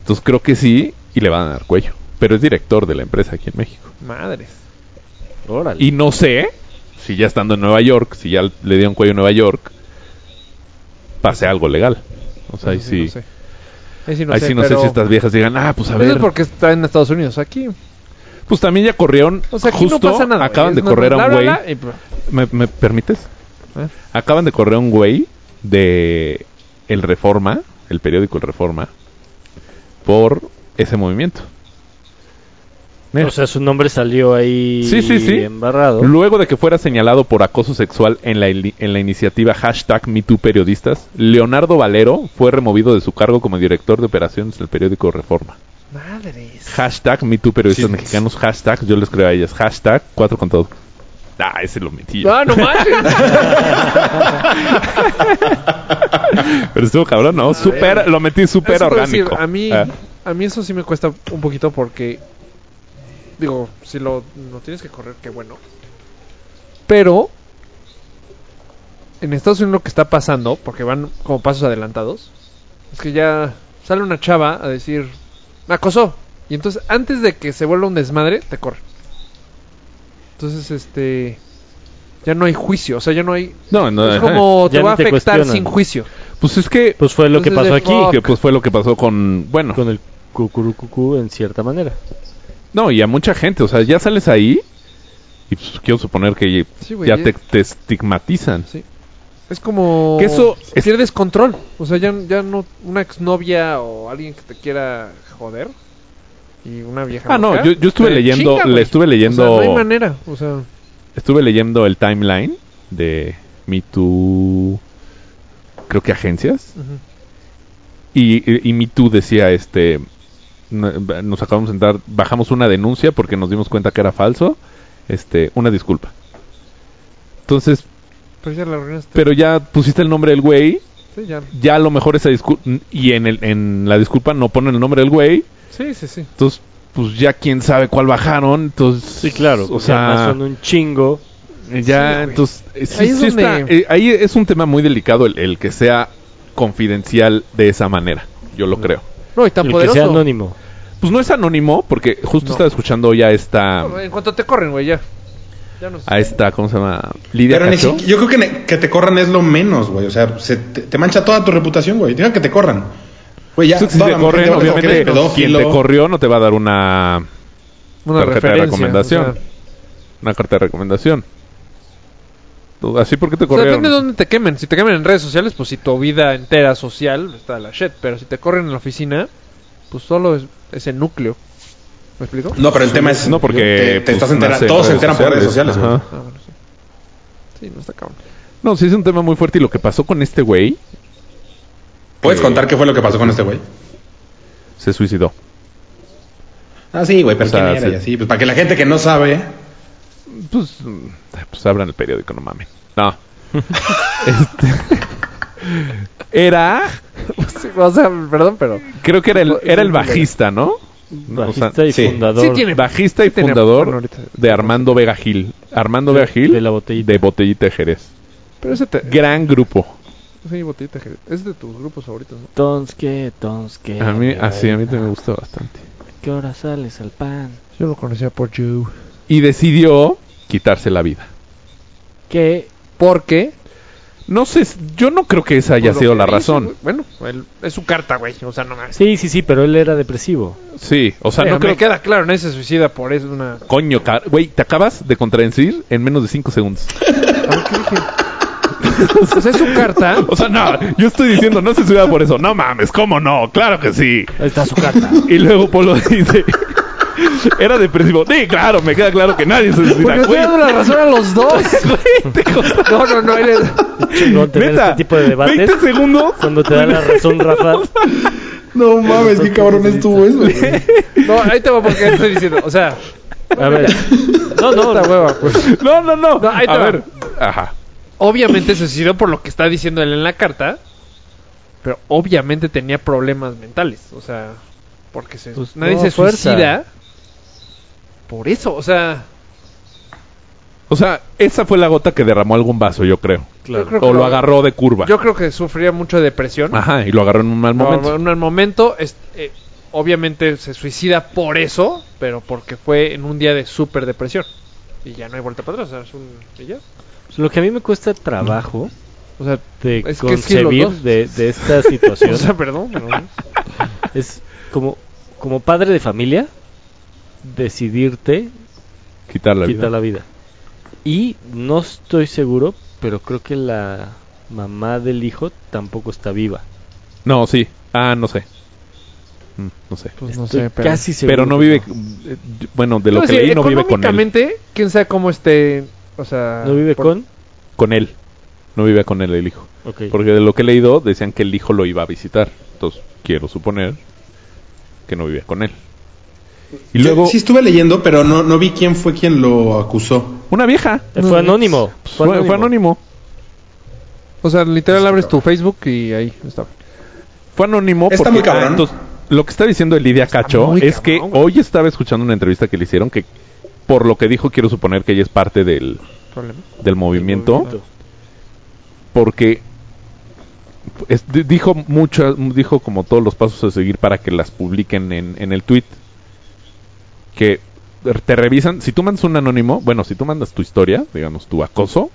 Speaker 5: Entonces creo que sí y le van a dar cuello. Pero es director de la empresa aquí en México.
Speaker 2: Madres.
Speaker 1: Órale.
Speaker 5: Y no sé si ya estando en Nueva York, si ya le dieron cuello en Nueva York, pase algo legal. O sea, ahí
Speaker 2: Eso sí
Speaker 5: sí.
Speaker 2: no sé. Ahí sí no
Speaker 5: ahí
Speaker 2: sé.
Speaker 5: sí no
Speaker 2: pero-
Speaker 5: sé si estas viejas digan, ah, pues a
Speaker 2: Eso
Speaker 5: ver.
Speaker 2: es porque está en Estados Unidos. Aquí.
Speaker 5: Pues también ya corrieron.
Speaker 2: O sea, aquí
Speaker 5: justo
Speaker 2: no pasa nada. güey.
Speaker 5: acaban de
Speaker 2: Es no-
Speaker 5: correr a
Speaker 2: bla,
Speaker 5: un
Speaker 2: bla,
Speaker 5: güey.
Speaker 2: bla, y bla.
Speaker 5: ¿Me, me permites?
Speaker 2: Ah.
Speaker 5: Acaban de correr un güey de El Reforma, el periódico El Reforma, por ese movimiento. Mira.
Speaker 1: O sea, su nombre salió ahí
Speaker 5: Sí, sí, sí.
Speaker 1: embarrado.
Speaker 5: Luego de que fuera señalado por acoso sexual en la, ili- en la iniciativa hashtag MeTooPeriodistas, Leonardo Valero fue removido de su cargo como director de operaciones del periódico Reforma.
Speaker 2: Madres.
Speaker 5: Hashtag MeTooPeriodistas
Speaker 8: Sí.
Speaker 5: mexicanos, hashtag, yo les creo a ellas, hashtag cuatro con todo. Ah, ese lo metí. yo.
Speaker 2: Ah, no manches.
Speaker 5: Pero estuvo cabrón, ¿no? Súper- lo metí súper
Speaker 2: Eso te iba a decir,
Speaker 5: orgánico.
Speaker 2: a mí,
Speaker 5: Ah.
Speaker 2: a mí eso sí me cuesta un poquito porque, digo, si lo, lo tienes que correr, qué bueno. Pero, en Estados Unidos lo que está pasando, porque van como pasos adelantados, es que ya sale una chava a decir, me acosó. Y entonces, antes de que se vuelva un desmadre, te corre. Entonces, este... Ya no hay juicio, o sea, ya no hay...
Speaker 5: No, no,
Speaker 2: Es
Speaker 5: ajá.
Speaker 2: como
Speaker 1: Ya
Speaker 2: te
Speaker 1: ni
Speaker 2: va a
Speaker 1: te
Speaker 2: afectar
Speaker 1: cuestionan.
Speaker 2: sin juicio.
Speaker 5: Pues es que,
Speaker 1: Pues fue lo que
Speaker 2: Entonces,
Speaker 1: pasó
Speaker 2: de
Speaker 1: aquí.
Speaker 2: fuck.
Speaker 5: que pues fue lo que pasó con, bueno,
Speaker 1: Con el cucurucucú en cierta manera.
Speaker 5: no, y a mucha gente, o sea, ya sales ahí y pues, quiero suponer que
Speaker 2: Sí, güey,
Speaker 5: ya
Speaker 2: ya-
Speaker 5: te, te estigmatizan.
Speaker 2: Sí. Es como.
Speaker 5: Que eso
Speaker 2: Es...
Speaker 5: es-
Speaker 2: Pierdes control. O sea, ya, ya no. Una exnovia o alguien que te quiera joder. Y una vieja.
Speaker 5: Ah, no,
Speaker 2: loca,
Speaker 5: yo- yo estuve
Speaker 2: te
Speaker 5: leyendo- le
Speaker 2: güey.
Speaker 5: estuve leyendo-
Speaker 2: O sea, no hay manera. O sea,
Speaker 5: Estuve leyendo el timeline de Me Too, creo que agencias,
Speaker 2: ujú.
Speaker 5: y, y, y Me Too decía, este, n- nos acabamos de sentar, bajamos una denuncia porque nos dimos cuenta que era falso, este, una disculpa. Entonces,
Speaker 2: Pero Pues ya la arruinaste.
Speaker 5: pero ya pusiste el nombre del güey
Speaker 2: Sí, ya.
Speaker 5: ya a lo mejor esa disculpa y en, el, en la disculpa no ponen el nombre del güey,
Speaker 2: Sí, sí, sí.
Speaker 5: entonces pues ya quién sabe cuál bajaron, entonces
Speaker 1: Sí, claro.
Speaker 5: o
Speaker 1: pues además
Speaker 5: sea,
Speaker 1: son un chingo.
Speaker 5: ya
Speaker 2: güey.
Speaker 5: entonces eh, sí,
Speaker 2: Ahí es
Speaker 5: sí
Speaker 2: donde-
Speaker 5: está, eh, ahí es un tema muy delicado el, el que sea confidencial de esa manera, yo lo creo.
Speaker 2: No, y tan
Speaker 1: El que
Speaker 2: poderoso.
Speaker 1: sea anónimo.
Speaker 5: Pues no es anónimo porque justo
Speaker 2: No.
Speaker 5: estaba escuchando ya esta
Speaker 2: En cuanto te corren, güey, ya. Ya no sé.
Speaker 5: a esta ¿cómo se llama? Lidia
Speaker 8: Pero ni
Speaker 5: Cacho.
Speaker 8: si- yo creo que, ne- que te corran es lo menos, güey. O sea, se te, te mancha toda tu reputación, güey. Digan que te corran. Güey, ya.
Speaker 5: Entonces, Si
Speaker 8: toda
Speaker 5: te
Speaker 8: la mujer
Speaker 5: corren,
Speaker 8: te va a decir que
Speaker 5: obviamente,
Speaker 8: eres
Speaker 5: quien
Speaker 8: pedófilo.
Speaker 5: te corrió no te va a dar una,
Speaker 2: Una
Speaker 5: tarjeta de
Speaker 2: referencia,
Speaker 5: recomendación.
Speaker 2: o sea,
Speaker 5: una carta de recomendación. Tú, Así porque te
Speaker 2: O sea,
Speaker 5: corrieron.
Speaker 2: depende de dónde te quemen. Si te quemen en redes sociales, pues si tu vida entera social está de la shit. Pero si te corren en la oficina, pues solo es, es el núcleo. ¿Me explico?
Speaker 8: No, pero el tema es.
Speaker 5: No, porque
Speaker 8: Te, te
Speaker 5: pues,
Speaker 8: estás entera-
Speaker 5: nace en
Speaker 8: todos se enteran por redes sociales.
Speaker 5: Ajá.
Speaker 8: güey.
Speaker 2: Ah, bueno, sí. Sí, no está cabrón.
Speaker 5: No, sí es un tema muy fuerte y lo que pasó con este güey
Speaker 8: ¿Puedes contar qué fue lo que pasó con este güey?
Speaker 5: se suicidó.
Speaker 8: Ah, sí, güey, pero
Speaker 5: O sea,
Speaker 8: ¿quién era?
Speaker 5: sí.
Speaker 8: Y así, pues, para que la gente que no sabe.
Speaker 5: Pues, mm, pues abran el periódico, no mamen. No. Este, era,
Speaker 2: o sea, perdón, pero.
Speaker 5: creo que era el, era el bajista, ¿no? O sea,
Speaker 1: Bajista y
Speaker 8: sí.
Speaker 1: fundador.
Speaker 2: Sí tiene-
Speaker 5: Bajista y
Speaker 2: Tenía-
Speaker 5: fundador
Speaker 2: bueno, ahorita-
Speaker 5: de Armando Vega Gil. Armando Vega Gil
Speaker 1: de la botellita.
Speaker 5: de Botellita de Jerez.
Speaker 2: Pero ese te.
Speaker 5: Gran grupo.
Speaker 2: Sí, botellita de Jerez. Es de tus grupos favoritos, ¿no?
Speaker 1: Tonske, Tonske.
Speaker 5: A mí, así, a mí también me gusta bastante.
Speaker 1: ¿Qué hora sales al pan?
Speaker 2: Yo lo conocía por You.
Speaker 5: Y decidió quitarse la vida.
Speaker 1: ¿Qué?
Speaker 2: ¿Por qué?
Speaker 5: No sé, yo no creo que esa haya
Speaker 2: Por lo
Speaker 5: sido
Speaker 2: que
Speaker 5: la
Speaker 2: dice,
Speaker 5: razón.
Speaker 2: güey. Bueno, él- es su carta, güey. O sea, no me.
Speaker 1: Sí, sí, sí, pero él era depresivo.
Speaker 5: Sí, o sea,
Speaker 2: Pero
Speaker 5: no
Speaker 2: Eh, me
Speaker 5: creo que...
Speaker 2: queda claro, nadie se suicida por eso. Una...
Speaker 5: Coño, car- güey, te acabas de contradecir en menos de 5 segundos.
Speaker 2: O sea, es su carta.
Speaker 5: O sea, no, yo estoy diciendo, no se suicida por eso. No mames, ¿cómo no? Claro que sí.
Speaker 1: Ahí está su carta.
Speaker 5: Y luego Polo dice, era depresivo. Sí, claro, me queda claro que nadie se suicida.
Speaker 2: Porque estoy
Speaker 5: güey.
Speaker 2: dando la razón a los dos.
Speaker 5: Güey, te costó-
Speaker 2: No, no, no. Eres...
Speaker 1: Chingón tener
Speaker 5: Neta,
Speaker 1: este tipo de debates
Speaker 5: 20 segundos.
Speaker 1: cuando te da la razón, Rafa.
Speaker 8: No mames, qué cabrón estuvo eso, güey.
Speaker 2: No, ahí te va porque estoy diciendo. O sea,
Speaker 1: A ver. No, no,
Speaker 2: esta hueva, pues.
Speaker 5: No, no, no.
Speaker 2: No, ahí te
Speaker 5: a
Speaker 2: va.
Speaker 5: ver. Ajá.
Speaker 2: obviamente se suicidó por lo que está diciendo él en la carta, pero obviamente tenía problemas mentales, o sea, porque se,
Speaker 1: Pues
Speaker 2: nadie
Speaker 1: no,
Speaker 2: se
Speaker 1: fuerza.
Speaker 2: suicida por eso, o sea,
Speaker 5: O sea, esa fue la gota que derramó algún vaso, yo creo.
Speaker 2: yo, creo que
Speaker 5: O lo agarró de curva.
Speaker 2: yo creo que sufría mucho de depresión.
Speaker 5: Ajá, y lo agarró en un mal
Speaker 2: No,
Speaker 5: momento.
Speaker 2: En el momento, es- eh, obviamente se suicida por eso, pero porque fue en un día de super depresión. Y ya no hay vuelta para atrás, o sea, es un... y ya.
Speaker 1: Lo que a mí me cuesta trabajo
Speaker 2: O sea,
Speaker 1: de
Speaker 2: Es que sí, los
Speaker 1: concebir
Speaker 2: dos.
Speaker 1: de, de esta situación
Speaker 2: o sea, perdón, pero-
Speaker 1: es como, como padre de familia decidirte
Speaker 5: Quitar la vida.
Speaker 1: quitar la vida. Y no estoy seguro, pero creo que la mamá del hijo tampoco está viva.
Speaker 5: No, sí. Ah, no sé. Mm, No sé.
Speaker 2: pues no
Speaker 1: Estoy
Speaker 2: sé, pero...
Speaker 1: casi seguro.
Speaker 5: Pero no
Speaker 1: que
Speaker 5: vive. eh, Bueno, de lo
Speaker 2: No,
Speaker 5: que
Speaker 2: sí,
Speaker 5: leí, no vive con él.
Speaker 2: económicamente, quién sabe cómo esté, o sea,
Speaker 1: no. ¿No vive
Speaker 2: por-
Speaker 1: con?
Speaker 5: Con él. No vive con él el hijo.
Speaker 1: Ok.
Speaker 5: Porque de lo que he leído, decían que el hijo lo iba a visitar. Entonces, quiero suponer que no vivía con él. Y luego,
Speaker 8: Sí, estuve leyendo, pero no, no vi quién fue quien lo acusó.
Speaker 5: una vieja.
Speaker 1: Eh, fue anónimo.
Speaker 5: Fue, fue anónimo.
Speaker 2: O sea, literal abres tu Facebook y ahí está.
Speaker 5: Fue anónimo ah,
Speaker 8: Está muy cabrón.
Speaker 5: lo que está diciendo Lidia Cacho
Speaker 2: muy
Speaker 5: es
Speaker 2: cabrón,
Speaker 5: que hoy estaba escuchando una entrevista que le hicieron que, por lo que dijo, quiero suponer que ella es parte del,
Speaker 2: Problema.
Speaker 5: del movimiento, porque es- di- dijo muchas, dijo como todos los pasos a seguir para que las publiquen en, en el tweet, que te revisan, si tú mandas un anónimo, bueno, si tú mandas tu historia, digamos tu acoso,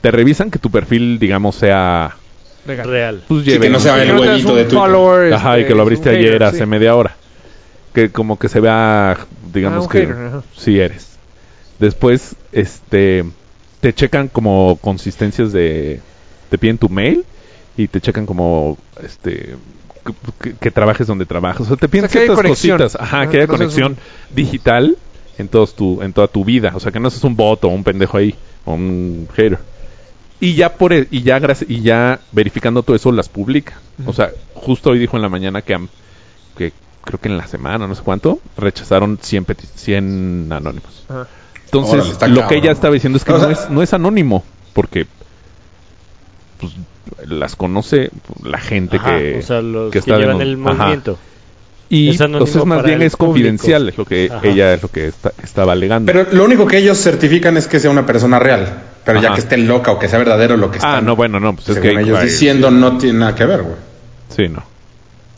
Speaker 5: te revisan que tu perfil, digamos, sea...
Speaker 2: Legal.
Speaker 1: Real.
Speaker 5: Pues,
Speaker 8: Sí, que
Speaker 5: lleve-
Speaker 8: no sea
Speaker 2: Que
Speaker 8: el
Speaker 2: no seas
Speaker 8: huevito
Speaker 2: un
Speaker 8: de Twitter.
Speaker 2: follower,
Speaker 5: Ajá, y
Speaker 2: este,
Speaker 5: que lo abriste
Speaker 2: un
Speaker 5: ayer
Speaker 2: hater,
Speaker 5: hace
Speaker 2: sí.
Speaker 5: media hora. Que como que se vea, digamos
Speaker 2: Ah, un
Speaker 5: que
Speaker 2: hater, ajá.
Speaker 5: sí eres. Después, este, te checan como consistencias de, te piden tu mail y te checan como, este, que, que- que trabajes donde trabajas. O sea, te piden
Speaker 2: que haya
Speaker 5: ciertas
Speaker 2: conexión.
Speaker 5: cositas. Ajá,
Speaker 2: Ah,
Speaker 5: que haya
Speaker 2: no seas
Speaker 5: conexión digital en todos tu, en toda tu vida. O sea, que no seas un bot o un pendejo ahí o un hater. Y ya por e- y ya gracias- y ya verificando todo eso las publica. O sea, justo hoy dijo en la mañana que, am- que creo que en la semana, no sé cuánto, rechazaron 100, peti- 100 anónimos.
Speaker 2: Ajá.
Speaker 5: Entonces,
Speaker 8: Órale, está
Speaker 5: lo que
Speaker 8: cabrón.
Speaker 5: ella estaba diciendo es que
Speaker 8: O
Speaker 5: no,
Speaker 8: sea-
Speaker 5: es, no es anónimo, porque pues, las conoce la gente
Speaker 1: Ajá,
Speaker 5: que,
Speaker 1: o sea, los
Speaker 5: que
Speaker 1: que,
Speaker 5: está
Speaker 1: llevan
Speaker 5: demo-
Speaker 1: el
Speaker 5: Ajá.
Speaker 1: movimiento.
Speaker 5: Y
Speaker 1: Es anónimo
Speaker 5: entonces más
Speaker 1: para
Speaker 5: bien
Speaker 1: el
Speaker 5: es confidencial,
Speaker 1: público.
Speaker 5: es lo que
Speaker 1: Ajá.
Speaker 5: ella es lo que está- estaba alegando.
Speaker 8: Pero lo único que ellos certifican es que sea una persona real. Pero ya
Speaker 5: Ajá.
Speaker 8: que esté loca o que sea verdadero lo que
Speaker 5: ah,
Speaker 8: están,
Speaker 5: no, bueno, no, pues es que
Speaker 8: según ellos
Speaker 5: hay-
Speaker 8: diciendo no tiene nada que ver, güey.
Speaker 5: Sí, no.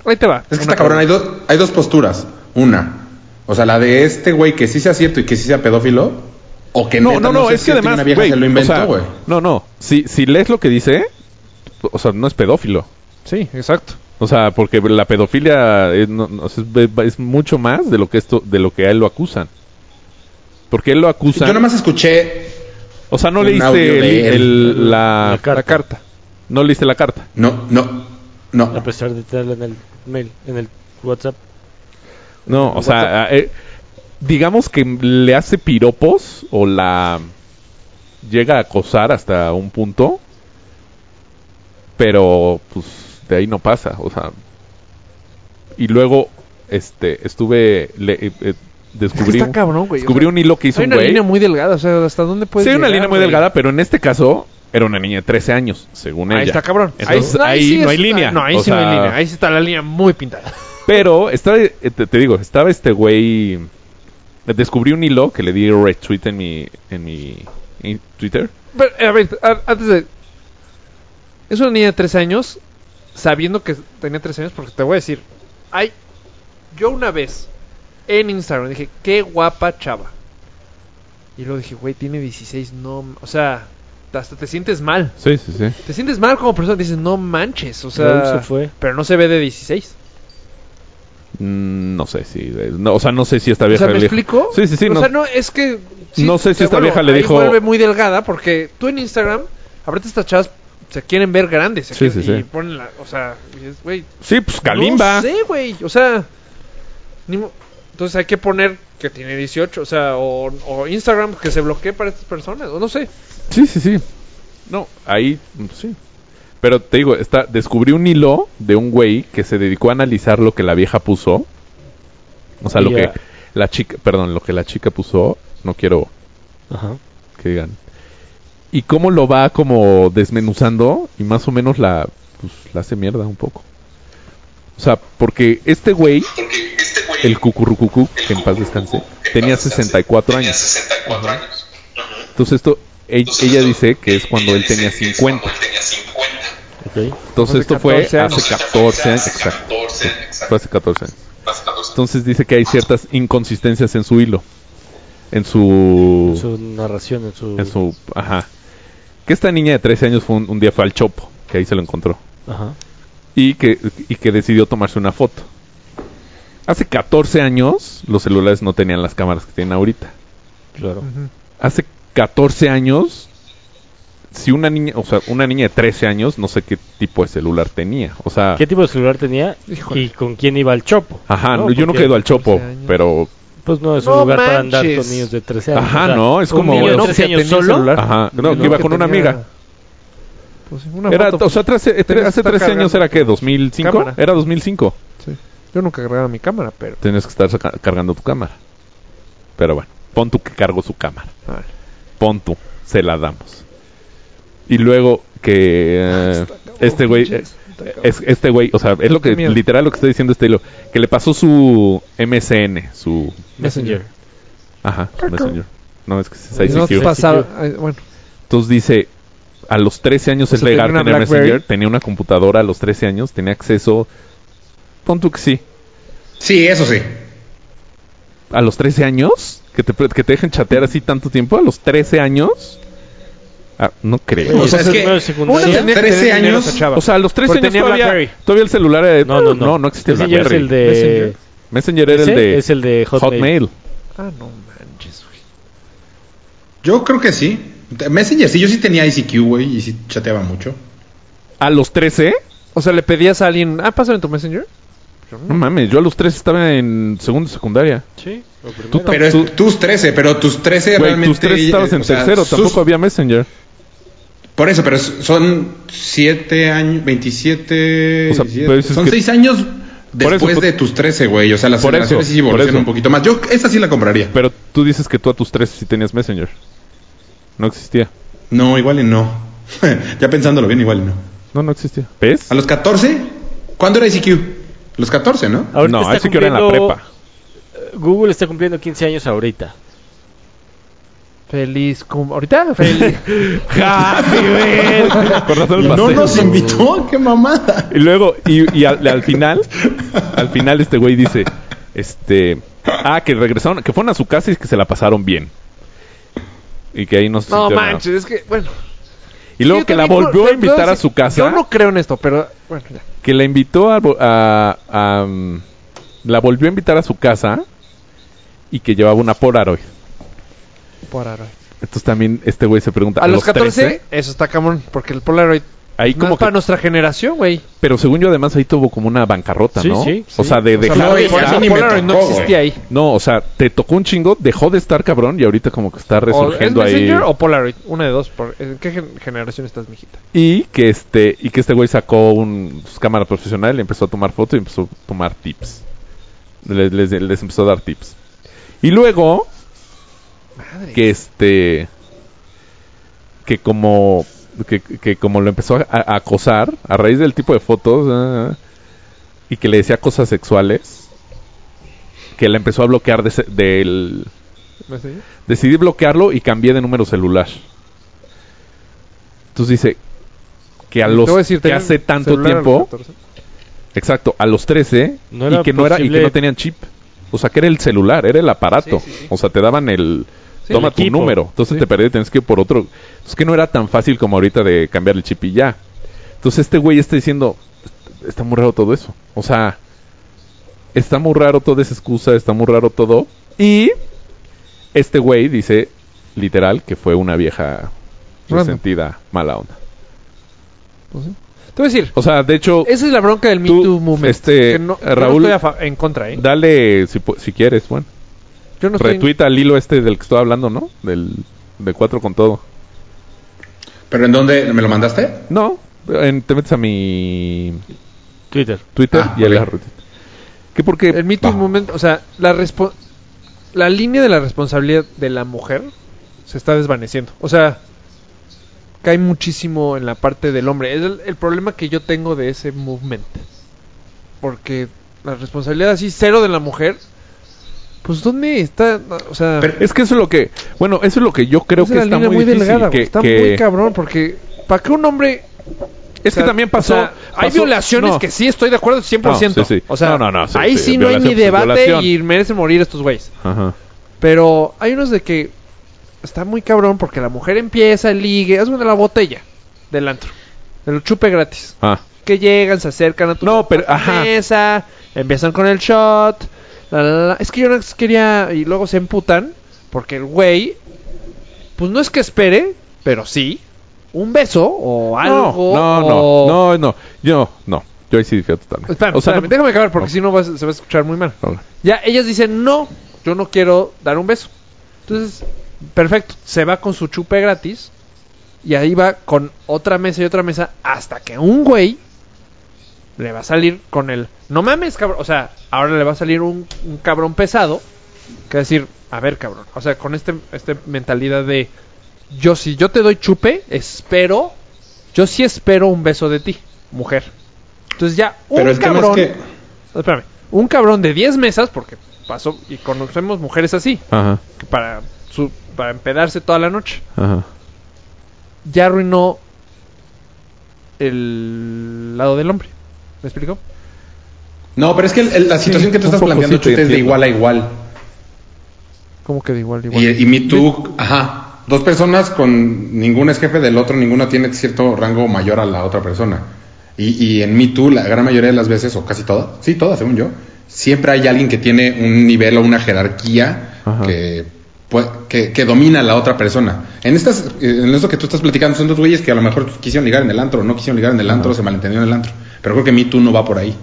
Speaker 2: Ahí te va.
Speaker 8: Es
Speaker 2: Una
Speaker 8: que está cabrón, hay, dos hay dos posturas. Una, o sea, la de este güey que sí sea cierto y que sí sea pedófilo, o que
Speaker 5: No,
Speaker 8: neta
Speaker 5: no, no,
Speaker 8: sea
Speaker 5: es que
Speaker 8: cierto y
Speaker 5: además,
Speaker 8: una vieja
Speaker 5: güey,
Speaker 8: se lo
Speaker 5: o
Speaker 8: inventó,
Speaker 5: sea,
Speaker 8: güey.
Speaker 5: no, no, si, si lees lo que dice, o sea, no es pedófilo.
Speaker 2: Sí, exacto.
Speaker 5: O sea, porque la pedofilia es, no- no, es- es mucho más de lo que esto, de lo que a él lo acusan. Porque él lo
Speaker 8: Yo
Speaker 5: acusa.
Speaker 8: nada más escuché,
Speaker 5: o sea, no
Speaker 8: un audio
Speaker 5: leíste el-
Speaker 8: de él.
Speaker 5: el- la,
Speaker 1: La carta.
Speaker 5: la carta. No leíste la carta.
Speaker 8: no, no, no.
Speaker 1: pues, A pesar de tenerlo en el mail, en el WhatsApp.
Speaker 5: No, o sea, eh, digamos que le hace piropos o la llega a acosar hasta un punto, pero pues de ahí no pasa, o sea. Y luego este estuve le- eh, eh, descubrí
Speaker 2: está
Speaker 5: un-
Speaker 2: cabrón, güey, o
Speaker 5: descubrí
Speaker 2: sea,
Speaker 5: un hilo que hizo
Speaker 2: Hay
Speaker 5: un
Speaker 2: una
Speaker 5: güey.
Speaker 2: línea muy delgada, o sea, ¿hasta dónde puede
Speaker 5: Sí, hay una línea muy delgada, pero en este caso era una niña de 13 años, según
Speaker 2: Ahí
Speaker 5: ella.
Speaker 2: está cabrón.
Speaker 5: Entonces, ahí,
Speaker 2: sí
Speaker 5: no hay
Speaker 2: está-
Speaker 5: línea.
Speaker 2: No, ahí
Speaker 5: O
Speaker 2: sí no
Speaker 5: sea,
Speaker 2: hay línea. Ahí sí está la línea muy pintada.
Speaker 5: Pero, está, eh, te, te digo, estaba este güey. eh, Descubrí un hilo que le di retweet en mi, en mi en Twitter.
Speaker 2: Pero, eh, a ver, a- antes de... Es una niña de 13 años, sabiendo que tenía 13 años, porque te voy a decir, hay... Yo una vez en Instagram dije, qué guapa chava. Y luego dije, güey, tiene 16, no... O sea, hasta te sientes mal.
Speaker 5: Sí, sí, sí.
Speaker 2: Te sientes mal como persona, dices, no manches, o
Speaker 1: Raúl se
Speaker 2: sea...
Speaker 1: fue.
Speaker 2: Pero no se ve de 16.
Speaker 5: Mm, No sé si. eh, no, o sea, no sé si esta
Speaker 2: O
Speaker 5: vieja.
Speaker 2: sea, ¿me
Speaker 5: le dijo-
Speaker 2: explico?
Speaker 5: Sí, sí, sí.
Speaker 2: O
Speaker 5: no-
Speaker 2: sea, no, es que...
Speaker 5: No sé si
Speaker 2: te-
Speaker 5: esta vieja le
Speaker 2: ahí
Speaker 5: dijo-
Speaker 2: vuelve muy delgada porque tú en Instagram, ahorita estas chavas se quieren ver grandes. se
Speaker 5: Sí,
Speaker 2: quieren-
Speaker 5: sí, sí.
Speaker 2: Y ponen la... O sea, y es, güey...
Speaker 5: Sí, pues Kalimba.
Speaker 2: No sé, güey. O sea... ni mo- entonces hay que poner que tiene 18. O sea, o, o Instagram que se bloquee para estas personas. O no sé.
Speaker 5: Sí, sí, sí. No, ahí mm, sí. Pero te digo, está, descubrí un hilo de un güey que se dedicó a analizar lo que la vieja puso. O sea, lo
Speaker 1: Ya.
Speaker 5: que la chica, perdón, lo que la chica puso, no quiero
Speaker 1: Ajá.
Speaker 5: que digan. Y cómo lo va como desmenuzando y más o menos la, pues, la hace mierda un poco. O sea, porque este güey, el cucurrucucú, que en paz descanse, tenía 64 años. Entonces esto, e- ella dice que es cuando él tenía 50.
Speaker 1: Ok.
Speaker 5: Entonces esto fue hace
Speaker 2: 14 años.
Speaker 5: 14 años. Exacto. Fue hace 14 años. Entonces dice que hay ciertas inconsistencias en su hilo. En su...
Speaker 1: Su narración en su.
Speaker 5: En su... Ajá. Que esta niña de 13 años fue un, un día fue al Chopo, que ahí se lo encontró.
Speaker 1: Ajá.
Speaker 5: Y que, y que decidió tomarse una foto. Hace 14 años los celulares no tenían las cámaras que tienen ahorita.
Speaker 1: Claro.
Speaker 5: hace 14 años, si una niña, o sea, una niña de 13 años, no sé qué tipo de celular tenía. O sea,
Speaker 1: ¿Qué tipo de celular tenía
Speaker 2: Híjole.
Speaker 1: y con quién iba al chopo?
Speaker 5: ajá,
Speaker 1: No,
Speaker 5: no, yo no
Speaker 1: porque
Speaker 5: quedo al chopo,
Speaker 2: 14 años.
Speaker 5: pero,
Speaker 1: Pues no es un
Speaker 2: No
Speaker 1: lugar para andar
Speaker 2: manches.
Speaker 1: con niños de 13 años.
Speaker 5: Ajá, no, es como-
Speaker 1: Un niño de
Speaker 5: No,
Speaker 1: 13
Speaker 2: que
Speaker 1: años
Speaker 2: tenía
Speaker 1: solo.
Speaker 2: celular.
Speaker 5: ajá, no, que iba con una amiga.
Speaker 2: Pues, una
Speaker 5: Era,
Speaker 2: foto.
Speaker 5: o sea, tras- eh, tre-
Speaker 2: que
Speaker 5: hace
Speaker 2: estar
Speaker 5: 13 años
Speaker 2: cargando.
Speaker 5: era que, 2005,
Speaker 2: Cámara.
Speaker 5: era 2005.
Speaker 2: Sí. Yo nunca cargaba mi cámara, pero...
Speaker 5: Tenías que estar saca- cargando tu cámara. Pero bueno, pon tú que cargo su cámara.
Speaker 2: Ay.
Speaker 5: Pon tú, se la damos. Y luego que eh, este güey eh,
Speaker 2: pinches, está cabrón.
Speaker 5: es, este güey, o sea, es lo que
Speaker 2: Qué miedo.
Speaker 5: literal lo que está diciendo este hilo, que le pasó su MSN, su
Speaker 1: Messenger.
Speaker 5: ajá, su Messenger. No es que es 6
Speaker 2: No
Speaker 1: secure.
Speaker 2: pasaba... ay, Bueno,
Speaker 5: Entonces dice, a los 13 años
Speaker 2: O
Speaker 5: el
Speaker 2: sea, tenía
Speaker 5: legal
Speaker 2: una
Speaker 5: tenía
Speaker 2: Blackberry.
Speaker 5: Messenger, tenía una computadora a los 13 años, tenía acceso pon tú que sí,
Speaker 8: Sí, eso sí.
Speaker 5: a los 13 años, que te, que te dejen chatear así tanto tiempo, a los 13 años. Ah, no creo.
Speaker 8: O sea,
Speaker 1: Entonces,
Speaker 8: es que
Speaker 1: primero de
Speaker 8: Una
Speaker 1: secundaria.
Speaker 8: tenía- 13 años,
Speaker 5: O sea, a los 13
Speaker 2: Porque
Speaker 5: años
Speaker 2: tenía
Speaker 5: todavía,
Speaker 2: Blackberry.
Speaker 5: todavía el celular era de-
Speaker 1: No, no, no.
Speaker 5: existe
Speaker 1: Ese ya es el
Speaker 5: Blackberry.
Speaker 1: de.
Speaker 5: Messenger era el
Speaker 1: ese
Speaker 5: de
Speaker 1: es el de Hotmail.
Speaker 5: Hotmail.
Speaker 2: ah, no manches, güey.
Speaker 8: Yo creo que sí. Messenger, sí, yo sí tenía ICQ, güey, y sí chateaba mucho.
Speaker 5: A los 13,
Speaker 2: O sea, le pedías a alguien, ah, pásame tu Messenger.
Speaker 5: no mames, yo a los 13 estaba en segundo de secundaria.
Speaker 1: Sí, o primero.
Speaker 5: Tú
Speaker 8: Pero es
Speaker 5: tú-
Speaker 8: tus 13, pero tus 13
Speaker 5: Güey,
Speaker 8: realmente. eh,
Speaker 5: tus 13 estabas en
Speaker 8: o sea,
Speaker 5: tercero,
Speaker 8: sus-
Speaker 5: tampoco había Messenger.
Speaker 8: Por eso, pero es- son 7 años, 27.
Speaker 5: O sea,
Speaker 8: 17,
Speaker 5: pero es
Speaker 8: son
Speaker 5: que-
Speaker 8: 6 años
Speaker 5: Por eso,
Speaker 8: después
Speaker 5: por-
Speaker 8: de tus 13, güey. O sea, las
Speaker 5: Por eso,
Speaker 8: generaciones sí
Speaker 5: por
Speaker 8: evolucionan
Speaker 5: eso.
Speaker 8: un poquito más. Yo esa sí la compraría.
Speaker 5: Pero tú dices que tú a tus 13 sí tenías Messenger. No existía.
Speaker 8: No, igual y no. ya pensándolo bien, igual y no.
Speaker 5: No, no existía. ¿Ves?
Speaker 8: ¿A los 14? ¿Cuándo era ICQ? A los 14, ¿no?
Speaker 1: Ahorita
Speaker 5: no,
Speaker 1: está
Speaker 5: así que era en la
Speaker 1: cumpliendo-
Speaker 5: prepa.
Speaker 1: Google está cumpliendo 15 años ahorita.
Speaker 2: Feliz cum... Ahorita, feliz.
Speaker 5: Con razón me
Speaker 8: No
Speaker 5: pasé.
Speaker 8: nos invitó, qué mamada.
Speaker 5: Y luego, y, y al, al final, al final este güey dice, este, ah, que regresaron, que fueron a su casa y que se la pasaron bien. Y que ahí no se
Speaker 2: no
Speaker 5: sintió nada.
Speaker 2: manches, es que, bueno.
Speaker 5: Y luego
Speaker 2: yo
Speaker 5: que la
Speaker 2: también
Speaker 5: volvió
Speaker 2: creo-
Speaker 5: a invitar
Speaker 2: creo-
Speaker 5: a su casa,
Speaker 2: Yo no creo en esto, pero, bueno, ya.
Speaker 5: que la invitó a, vo- a- a, mm, la volvió a invitar a su casa y que llevaba una Polaroid.
Speaker 2: Por ahora.
Speaker 5: Entonces también este güey se pregunta,
Speaker 2: A los 14,
Speaker 5: 13?
Speaker 2: eso está camón, porque el Polaroid
Speaker 5: ahí como
Speaker 2: Más
Speaker 5: que,
Speaker 2: para nuestra generación, güey.
Speaker 5: pero según yo además ahí tuvo como una bancarrota,
Speaker 1: Sí,
Speaker 5: ¿no?
Speaker 1: sí,
Speaker 5: O
Speaker 1: sí.
Speaker 5: sea, de
Speaker 8: O sea,
Speaker 5: dejar
Speaker 8: no,
Speaker 5: de
Speaker 8: y por
Speaker 5: estar-
Speaker 8: eso ni me
Speaker 2: Polaroid no
Speaker 8: tocó,
Speaker 2: existía
Speaker 8: güey.
Speaker 2: ahí.
Speaker 5: No, o sea, te tocó un chingo, dejó de estar cabrón y ahorita como que está
Speaker 2: O ¿Es
Speaker 5: resurgiendo ahí.
Speaker 2: Messenger o Polaroid? Una de dos. por- ¿En qué gen- generación estás, mijita?
Speaker 5: Y que este y que este güey sacó un pues, cámara profesional y empezó a tomar fotos y empezó a tomar tips. Les, les- les empezó a dar tips. Y luego que este que como que, que como lo empezó a, a acosar a raíz del tipo de fotos ah, y que le decía cosas sexuales que la empezó a bloquear de se- del
Speaker 2: ¿Messenger?
Speaker 5: Decidí bloquearlo y cambié de número celular. Entonces dice que a
Speaker 2: Te
Speaker 5: los
Speaker 2: voy a decir,
Speaker 5: que
Speaker 2: tenía
Speaker 5: hace tanto
Speaker 2: celular a los
Speaker 5: tiempo,
Speaker 2: 14.
Speaker 5: exacto, a los 13
Speaker 1: No
Speaker 5: y
Speaker 1: era
Speaker 5: que no era y que
Speaker 1: posible-
Speaker 5: no tenían chip. O sea, que era el celular, era el aparato. O sea, te daban el
Speaker 2: Sí,
Speaker 5: toma
Speaker 1: el
Speaker 5: tu
Speaker 1: equipo.
Speaker 5: número. Entonces te perdí, tenés que ir por otro. Es que no era tan fácil como ahorita de cambiar el chip y ya. Entonces este güey está diciendo, está muy raro todo eso. O sea, está muy raro toda esa excusa, está muy raro todo. Y este güey dice, literal, que fue una vieja
Speaker 2: Random.
Speaker 5: resentida, mala onda.
Speaker 2: Te voy a decir,
Speaker 5: O sea, de hecho,
Speaker 2: esa es la bronca del Me
Speaker 5: Tú,
Speaker 2: Too Movement.
Speaker 5: este,
Speaker 2: que no, yo no
Speaker 5: Raúl-
Speaker 2: estoy a fa- en contra, ¿eh?
Speaker 5: dale si, pu- si quieres, bueno.
Speaker 2: Yo no estoy...
Speaker 5: Retuita al hilo este del que estoy hablando, ¿no? Del de cuatro con todo.
Speaker 8: ¿Pero en dónde? ¿Me lo mandaste?
Speaker 5: No, en- te metes a mi
Speaker 1: Twitter.
Speaker 5: Twitter
Speaker 8: Ah,
Speaker 5: y a la
Speaker 8: ok.
Speaker 5: retuita. ¿Qué porque
Speaker 2: El Me Too
Speaker 5: Va.
Speaker 2: Movement, o sea, la, respo- la línea de la responsabilidad de la mujer se está desvaneciendo. O sea, cae muchísimo en la parte del hombre. Es el, el problema que yo tengo de ese movement. Porque la responsabilidad así cero de la mujer, pues ¿dónde está? O sea,
Speaker 8: Pero
Speaker 5: Es que eso es lo que, bueno, eso es lo que yo creo
Speaker 2: esa
Speaker 5: que
Speaker 2: es la
Speaker 5: está
Speaker 2: línea
Speaker 5: muy, difícil,
Speaker 2: delgada,
Speaker 5: que-
Speaker 2: güey. está
Speaker 5: que-
Speaker 2: muy cabrón porque para que un hombre
Speaker 5: es que
Speaker 2: o sea,
Speaker 5: también pasó,
Speaker 2: o sea, hay
Speaker 5: pasó-
Speaker 2: violaciones
Speaker 5: no.
Speaker 2: que sí estoy de acuerdo 100%.
Speaker 5: No, sí, sí.
Speaker 2: O sea,
Speaker 5: No, no, no, sí,
Speaker 2: ahí
Speaker 5: sí,
Speaker 2: sí no hay ni
Speaker 5: violación, pues,
Speaker 2: debate
Speaker 5: violación.
Speaker 2: y merecen morir estos güeyes.
Speaker 5: Ajá.
Speaker 2: Pero hay unos de que está muy cabrón porque la mujer empieza el ligue, hazme de la botella del antro, del chupe gratis.
Speaker 5: Ah.
Speaker 2: Que llegan, se acercan a tu,
Speaker 5: No, pero-
Speaker 2: a tu
Speaker 5: ajá.
Speaker 2: mesa, empiezan con el shot. la, la, la. Es que yo no quería. Y luego se emputan porque el güey, pues no es que espere, pero sí, un beso o algo.
Speaker 5: No, no,
Speaker 2: o-
Speaker 5: no, no, no, yo no, yo ahí sí difiero totalmente.
Speaker 2: Espérame,
Speaker 5: o sea,
Speaker 2: espérame, déjame acabar porque si no vas- se va a escuchar muy mal.
Speaker 5: no- no.
Speaker 2: Ya, ellas dicen, no, yo no quiero dar un beso. Entonces, perfecto, se va con su chupe gratis y ahí va con otra mesa y otra mesa hasta que un güey le va a salir con el, no mames, cabrón, o sea, ahora le va a salir un, un cabrón pesado que va a decir, a ver, cabrón, o sea, con este, este mentalidad de, yo si yo te doy chupe, espero, yo sí espero un beso de ti, mujer. Entonces ya, un
Speaker 8: Pero el
Speaker 2: cabrón...
Speaker 8: tema es que...
Speaker 2: Espérame. Un cabrón de 10 mesas, porque pasó y conocemos mujeres así,
Speaker 5: Ajá,
Speaker 2: que para, su, para empedarse toda la noche.
Speaker 5: ajá.
Speaker 2: Ya arruinó el lado del hombre. ¿Me explico?
Speaker 8: No, pero es que el- el- la situación que tú
Speaker 5: un
Speaker 8: estás
Speaker 5: poco
Speaker 8: planteando,
Speaker 5: sí te
Speaker 8: Chute, es de
Speaker 5: entiendo.
Speaker 8: igual a igual.
Speaker 2: ¿Cómo que de igual, de igual?
Speaker 8: Y, y Me Too, ajá. Dos personas con ninguna es jefe del otro, ninguna tiene cierto rango mayor a la otra persona. Y, y en Me Too, la gran mayoría de las veces, o casi todas, sí, todas, según yo, siempre hay alguien que tiene un nivel o una jerarquía
Speaker 5: Ajá.
Speaker 8: que, pue- que, que domina a la otra persona. En estas eh, en esto que tú estás platicando, son dos güeyes que a lo mejor quisieron ligar en el antro, no quisieron ligar en el antro, se malentendieron en el antro. Pero creo que Me Too no va por ahí.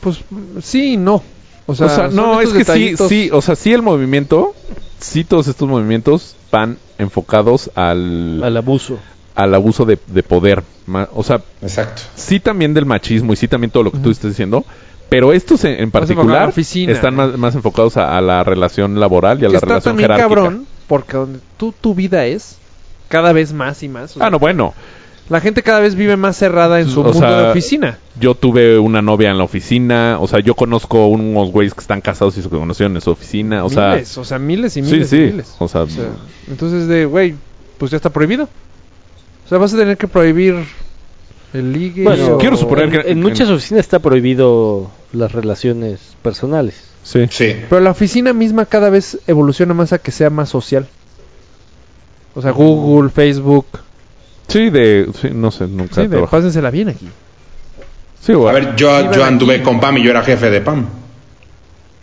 Speaker 2: Pues mm, sí y no. O sea,
Speaker 5: O sea,
Speaker 2: son
Speaker 5: no, es
Speaker 2: estos
Speaker 5: que sí,
Speaker 2: detallitos-
Speaker 5: sí, o sea, sí el movimiento, sí todos estos movimientos van enfocados al,
Speaker 1: Al abuso.
Speaker 5: al abuso de, de poder. ma- O sea,
Speaker 8: Exacto.
Speaker 5: sí también del machismo y sí también todo lo que tú estás diciendo, pero estos en, en
Speaker 2: enfocado a
Speaker 5: particular
Speaker 2: la oficina.
Speaker 5: están más, más enfocados a, a la relación laboral y a
Speaker 2: Que
Speaker 5: la
Speaker 2: está
Speaker 5: relación
Speaker 2: también
Speaker 5: jerárquica.
Speaker 2: cabrón, porque donde tú, tu vida es cada vez más y más. o sea,
Speaker 5: Ah, no, bueno,
Speaker 2: La gente cada vez vive más cerrada en su
Speaker 5: O
Speaker 2: mundo
Speaker 5: sea,
Speaker 2: de oficina.
Speaker 5: yo tuve una novia en la oficina, o sea, yo conozco unos güeyes que están casados y se conocieron en su oficina, o sea,
Speaker 2: miles, o sea, miles y
Speaker 5: sí,
Speaker 2: miles
Speaker 5: sí,
Speaker 2: y miles.
Speaker 5: o sea,
Speaker 2: O sea, entonces de, güey, pues ya está prohibido. O sea, vas a tener que prohibir el ligue.
Speaker 1: Bueno,
Speaker 2: o-
Speaker 5: quiero suponer
Speaker 1: en,
Speaker 5: que-
Speaker 1: en muchas oficinas está prohibido las relaciones personales.
Speaker 5: sí.
Speaker 8: Sí.
Speaker 2: Pero la oficina misma cada vez evoluciona más a que sea más social. O sea, Google, Facebook.
Speaker 5: Sí, de, sí, no sé, nunca
Speaker 2: Sí, de,
Speaker 5: trabajé.
Speaker 2: pásensela bien aquí.
Speaker 5: Sí, güey.
Speaker 8: A ver, yo, yo anduve con Pam y yo era jefe de Pam.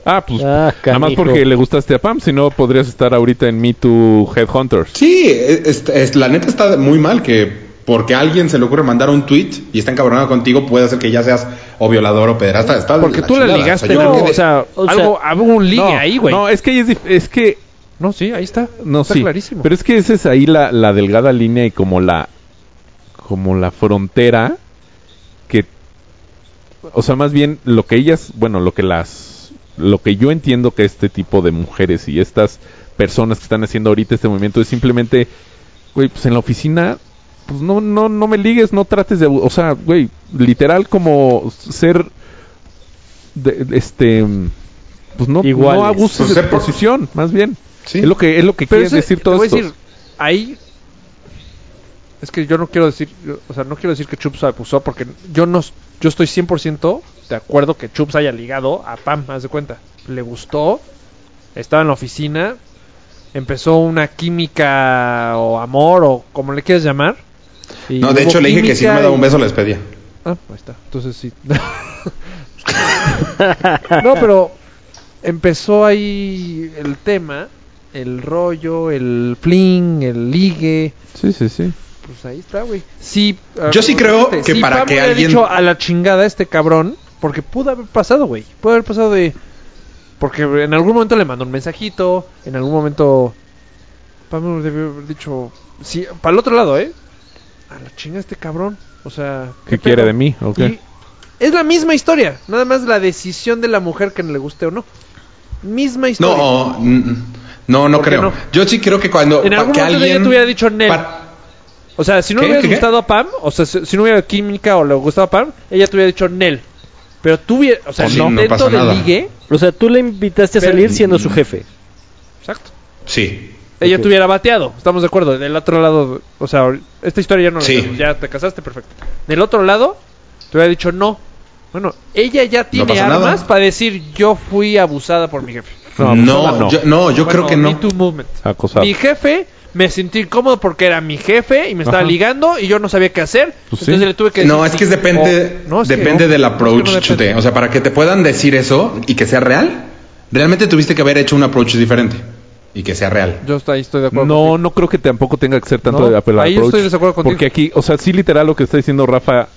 Speaker 5: ah, pues,
Speaker 1: Ah,
Speaker 5: nada más
Speaker 1: canijo.
Speaker 5: porque le gustaste a Pam, si no podrías estar ahorita en Me Too Headhunters.
Speaker 8: Sí, es, es- la neta está muy mal que porque a alguien se le ocurre mandar un tweet y está encabronado contigo, puede hacer que ya seas o violador o pederasta. Está de
Speaker 2: Porque tú la
Speaker 8: chingada.
Speaker 2: ligaste,
Speaker 8: yo
Speaker 2: ¿no?
Speaker 8: creo que
Speaker 2: o,
Speaker 8: de-
Speaker 2: sea,
Speaker 1: o sea,
Speaker 2: algo, hubo un ligue
Speaker 5: no,
Speaker 2: ahí, güey.
Speaker 5: No, es que ahí es, dif- es que
Speaker 2: No, sí, ahí está.
Speaker 5: no
Speaker 2: está
Speaker 5: sí,
Speaker 2: clarísimo.
Speaker 5: Pero es que esa es ahí la, la delgada línea y como la como la frontera que o sea, más bien lo que ellas, bueno, lo que las lo que yo entiendo que este tipo de mujeres y estas personas que están haciendo ahorita este movimiento es simplemente güey, pues en la oficina pues no no no me ligues, no trates de, abu- o sea, güey, literal como ser de- este pues no,
Speaker 1: Iguales.
Speaker 5: no abuses
Speaker 8: Pues
Speaker 5: de
Speaker 8: ser
Speaker 5: tu
Speaker 8: pro-
Speaker 5: posición, más bien.
Speaker 8: Sí.
Speaker 5: Es lo que es lo que
Speaker 2: Pero
Speaker 5: quiere
Speaker 2: ese-
Speaker 5: decir
Speaker 2: te
Speaker 5: todo
Speaker 2: voy a
Speaker 5: esto.
Speaker 2: decir, ahí es que yo no quiero decir, yo- o sea, no quiero decir que Chups abusó porque yo no yo estoy 100% de acuerdo que Chups haya ligado a Pam, haz de cuenta. Le gustó, estaba en la oficina, empezó una química o amor o como le quieras llamar. y
Speaker 8: No, de
Speaker 2: hubo
Speaker 8: hecho le dije que si no me
Speaker 2: química
Speaker 8: daba un
Speaker 2: y-
Speaker 8: beso le despedía.
Speaker 2: Ah, ahí está. Entonces sí. no, pero empezó ahí el tema, el rollo, el fling, el ligue.
Speaker 5: Sí, sí, sí.
Speaker 2: Pues ahí está, güey. Sí. ah,
Speaker 8: Yo sí creo que
Speaker 2: sí,
Speaker 8: para
Speaker 2: Pablo
Speaker 8: que
Speaker 2: le ha
Speaker 8: alguien-
Speaker 2: dicho a la chingada a este cabrón, porque pudo haber pasado, güey. Pudo haber pasado de... Porque en algún momento le mandó un mensajito, en algún momento... Pablo debió haber dicho... Sí, para el otro lado, ¿eh? A la chingada este cabrón. O sea...
Speaker 5: ¿Qué
Speaker 2: pedo?
Speaker 5: quiere de mí? Ok.
Speaker 2: Y es la misma historia, nada más la decisión de la mujer que le guste o no. Misma historia.
Speaker 8: No, mm, no, no
Speaker 2: ¿Por qué
Speaker 8: creo.
Speaker 2: no?
Speaker 8: Yo sí creo que cuando
Speaker 2: En
Speaker 8: pa-
Speaker 2: algún
Speaker 8: que
Speaker 2: momento de ella te hubiera dicho Nel.
Speaker 8: pa-
Speaker 2: O sea, si no
Speaker 8: ¿Qué?
Speaker 2: le hubiera
Speaker 8: ¿Qué, qué?
Speaker 2: gustado a Pam, o sea, si, si no hubiera química o le gustaba a Pam, ella te hubiera dicho Nel. Pero tú hubiera, o sea, el
Speaker 8: Pues sí, no
Speaker 2: intento
Speaker 8: pasa
Speaker 2: de
Speaker 8: nada.
Speaker 2: ligue,
Speaker 1: O sea, tú le invitaste a
Speaker 2: Pero-
Speaker 1: salir siendo su jefe.
Speaker 2: exacto.
Speaker 8: Sí.
Speaker 2: Ella
Speaker 1: Ok.
Speaker 2: te hubiera bateado, estamos de acuerdo. Del otro lado, o sea, ahor- esta historia ya no la
Speaker 8: Sí.
Speaker 2: tenemos, ya te casaste, perfecto. Del otro lado, te hubiera dicho no. Bueno, ella ya tiene
Speaker 8: pasa nada.
Speaker 2: armas para decir yo fui abusada por mi jefe.
Speaker 8: No,
Speaker 5: abusada
Speaker 8: yo, no, yo creo
Speaker 2: pues Bueno,
Speaker 8: que no.
Speaker 2: Me Too Movement.
Speaker 5: Acosada.
Speaker 2: Mi jefe me sentí incómodo porque era mi jefe y me estaba
Speaker 5: Ajá.
Speaker 2: ligando y yo no sabía qué hacer.
Speaker 5: Pues sí.
Speaker 2: entonces le tuve que decir
Speaker 8: No, es
Speaker 2: sí.
Speaker 8: que depende,
Speaker 2: O- no, es que
Speaker 8: depende
Speaker 2: no.
Speaker 8: del
Speaker 2: No, es que no
Speaker 8: approach,
Speaker 2: depende.
Speaker 8: chute. O sea, para que te puedan decir eso y que sea real, realmente tuviste que haber hecho un approach diferente y que sea real.
Speaker 2: Yo estoy, ahí estoy de acuerdo.
Speaker 5: No, no creo que tampoco tenga que ser tanto
Speaker 2: No,
Speaker 5: de apel-
Speaker 2: ahí
Speaker 5: approach,
Speaker 2: estoy de desacuerdo contigo.
Speaker 5: Porque aquí, o sea, sí literal lo que está diciendo Rafa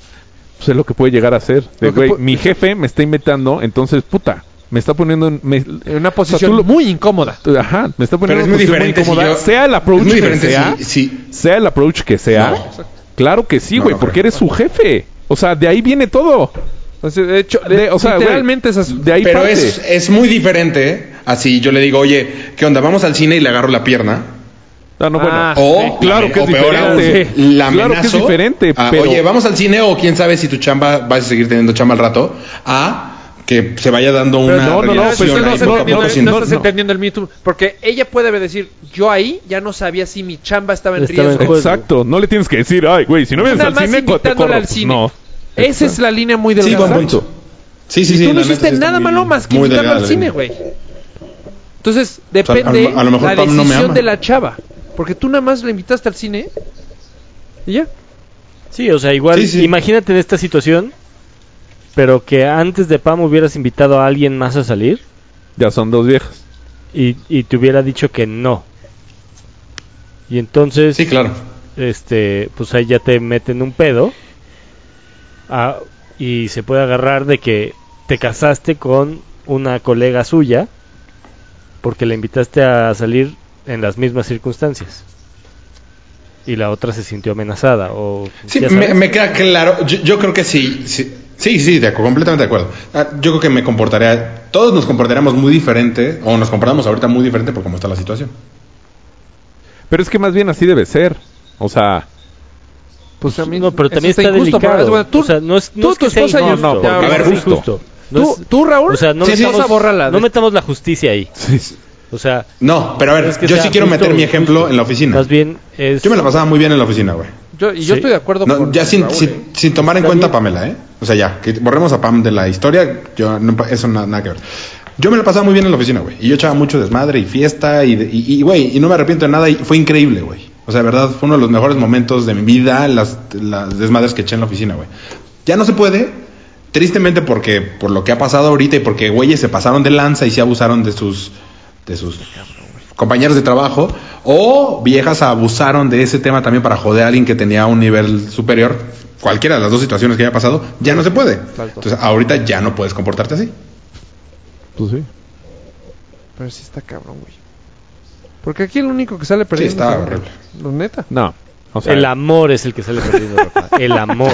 Speaker 5: pues es lo que puede llegar a ser. De,
Speaker 2: Lo que
Speaker 5: güey,
Speaker 2: pu-
Speaker 5: mi jefe me está inventando, entonces puta, me está poniendo en me-
Speaker 2: En una
Speaker 5: o sea,
Speaker 2: posición
Speaker 5: tú lo-
Speaker 2: muy incómoda.
Speaker 5: ajá, me está
Speaker 8: Pero
Speaker 5: poniendo
Speaker 8: es
Speaker 5: en una
Speaker 8: muy
Speaker 5: posición
Speaker 8: diferente. si
Speaker 5: incómoda,
Speaker 8: yo-
Speaker 5: sea el approach
Speaker 8: es muy
Speaker 5: que
Speaker 8: diferente
Speaker 5: sea,
Speaker 8: si- si-
Speaker 5: sea el approach que sea.
Speaker 8: No.
Speaker 5: Claro que sí,
Speaker 8: No,
Speaker 5: güey,
Speaker 8: no
Speaker 5: porque
Speaker 8: creo.
Speaker 5: eres su jefe. O sea, de ahí viene todo.
Speaker 2: Entonces, de hecho,
Speaker 5: De- o sea, güey,
Speaker 2: literalmente esas...
Speaker 5: de ahí
Speaker 8: Pero
Speaker 5: parte.
Speaker 8: es, es muy diferente así yo le digo, oye, ¿qué onda? Vamos al cine y le agarro la pierna.
Speaker 5: Ah, no,
Speaker 2: Ah,
Speaker 5: bueno.
Speaker 8: O,
Speaker 5: sí, claro que
Speaker 8: o
Speaker 5: es
Speaker 8: peor aún,
Speaker 5: diferente.
Speaker 8: la
Speaker 5: Claro que es
Speaker 8: amenazo
Speaker 5: diferente,
Speaker 8: a,
Speaker 5: pero-
Speaker 8: Oye, vamos al cine o quién sabe si tu chamba vas a seguir teniendo chamba al rato. A que se vaya dando una
Speaker 5: no, no, no,
Speaker 8: relación
Speaker 5: pero es que no
Speaker 8: ahí
Speaker 5: se
Speaker 8: poco a
Speaker 5: entiende,
Speaker 8: poco
Speaker 5: no
Speaker 8: sin-
Speaker 2: pues, no estás
Speaker 5: no.
Speaker 2: entendiendo el Me Too. Porque ella puede haber decir, yo ahí ya no sabía si mi chamba estaba en
Speaker 1: Estaba en
Speaker 2: riesgo.
Speaker 1: juego.
Speaker 5: Exacto, no le tienes que decir, ay, güey, si no vienes
Speaker 2: pues- Nada
Speaker 5: al
Speaker 2: más
Speaker 5: cine, co- te
Speaker 2: invitándola
Speaker 5: corro.
Speaker 2: al
Speaker 5: Pues
Speaker 2: cine.
Speaker 5: no.
Speaker 2: Esa es la línea muy delgada.
Speaker 8: Sí, buen punto. Sí, sí, sí.
Speaker 2: tú no
Speaker 8: la neta
Speaker 2: hiciste
Speaker 8: sí está
Speaker 2: nada
Speaker 8: muy-
Speaker 2: malo más que
Speaker 8: muy
Speaker 2: invitarlo
Speaker 8: delgada
Speaker 2: al
Speaker 8: la
Speaker 2: cine,
Speaker 8: línea.
Speaker 2: güey. Entonces,
Speaker 8: sea, a lo-
Speaker 2: depende
Speaker 8: a lo mejor
Speaker 2: la
Speaker 8: Pam no
Speaker 2: decisión
Speaker 8: me ama.
Speaker 2: de la chava. Porque tú nada más le invitaste al cine y ya.
Speaker 1: Sí, o sea, igual,
Speaker 8: Sí, sí.
Speaker 1: imagínate en esta situación, pero que antes de Pam hubieras invitado a alguien más a salir
Speaker 5: Ya son dos viejas.
Speaker 1: y, y te hubiera dicho que no. Y entonces,
Speaker 8: Sí, claro.
Speaker 1: este, pues ahí ya te meten un pedo Ah, y se puede agarrar de que te casaste con una colega suya porque la invitaste a salir en las mismas circunstancias. Y la otra se sintió amenazada o...
Speaker 8: Sí,
Speaker 1: ya
Speaker 8: me,
Speaker 1: sabes.
Speaker 8: me queda claro. Yo, yo creo que sí. Sí, sí, sí, de acuerdo, completamente de acuerdo. Ah, Yo creo que me comportaría. Todos nos comportaríamos muy diferente, o nos comportamos ahorita muy diferente por cómo está la situación.
Speaker 5: Pero es que más bien así debe ser. O sea,
Speaker 2: Pues también,
Speaker 1: No, pero
Speaker 2: eso
Speaker 1: también está,
Speaker 2: injusto,
Speaker 1: delicado.
Speaker 2: pero, bueno, tú,
Speaker 1: o sea, no es, no
Speaker 2: tú,
Speaker 1: es que
Speaker 2: tu
Speaker 1: sea
Speaker 2: esposa y yo-
Speaker 1: injusto,
Speaker 2: no,
Speaker 1: porque
Speaker 2: a
Speaker 1: no
Speaker 8: ver,
Speaker 1: es
Speaker 8: justo.
Speaker 1: injusto. No
Speaker 2: tú,
Speaker 1: es-
Speaker 2: tú, Raúl,
Speaker 1: o sea, no
Speaker 8: Sí, sí,
Speaker 1: metamos,
Speaker 8: esposa,
Speaker 2: bórrala.
Speaker 1: no metamos la justicia ahí. O sea,
Speaker 8: No, pero a ver,
Speaker 1: Es que
Speaker 8: yo
Speaker 1: sea
Speaker 8: sí quiero
Speaker 1: justo,
Speaker 8: meter mi
Speaker 1: justo.
Speaker 8: ejemplo en la oficina.
Speaker 1: más bien es...
Speaker 8: Yo me la pasaba muy bien en la oficina, güey.
Speaker 2: yo, y yo
Speaker 1: Sí.
Speaker 2: estoy de acuerdo
Speaker 8: No,
Speaker 2: con
Speaker 8: ya sin,
Speaker 2: Raúl,
Speaker 8: sin-
Speaker 2: ¿eh?
Speaker 8: sin tomar en cuenta a Pamela, ¿eh? O sea, ya, que borremos a Pam de la historia, yo no- eso na- nada que ver. Yo me la pasaba muy bien en la oficina, güey. Y yo echaba mucho desmadre y fiesta y, de- y, y, güey, y no me arrepiento de nada y fue increíble, güey. O sea, de verdad, fue uno de los mejores momentos de mi vida, las, las desmadres que eché en la oficina, güey. Ya no se puede, tristemente porque por lo que ha pasado ahorita y porque güeyes se pasaron de lanza y se abusaron de sus, de sus compañeros de trabajo O viejas abusaron de ese tema también para joder a alguien que tenía un nivel superior. Cualquiera de las dos situaciones que haya pasado, ya no se puede.
Speaker 2: dos.
Speaker 8: Entonces, ahorita ya no puedes comportarte así.
Speaker 5: Pues sí.
Speaker 2: Pero sí está cabrón, güey. Porque aquí el único que sale perdiendo
Speaker 8: está
Speaker 2: es el-
Speaker 8: horrible.
Speaker 2: No, neta.
Speaker 5: No. O sea,
Speaker 1: El amor es el que sale perdiendo, Rafa. El amor.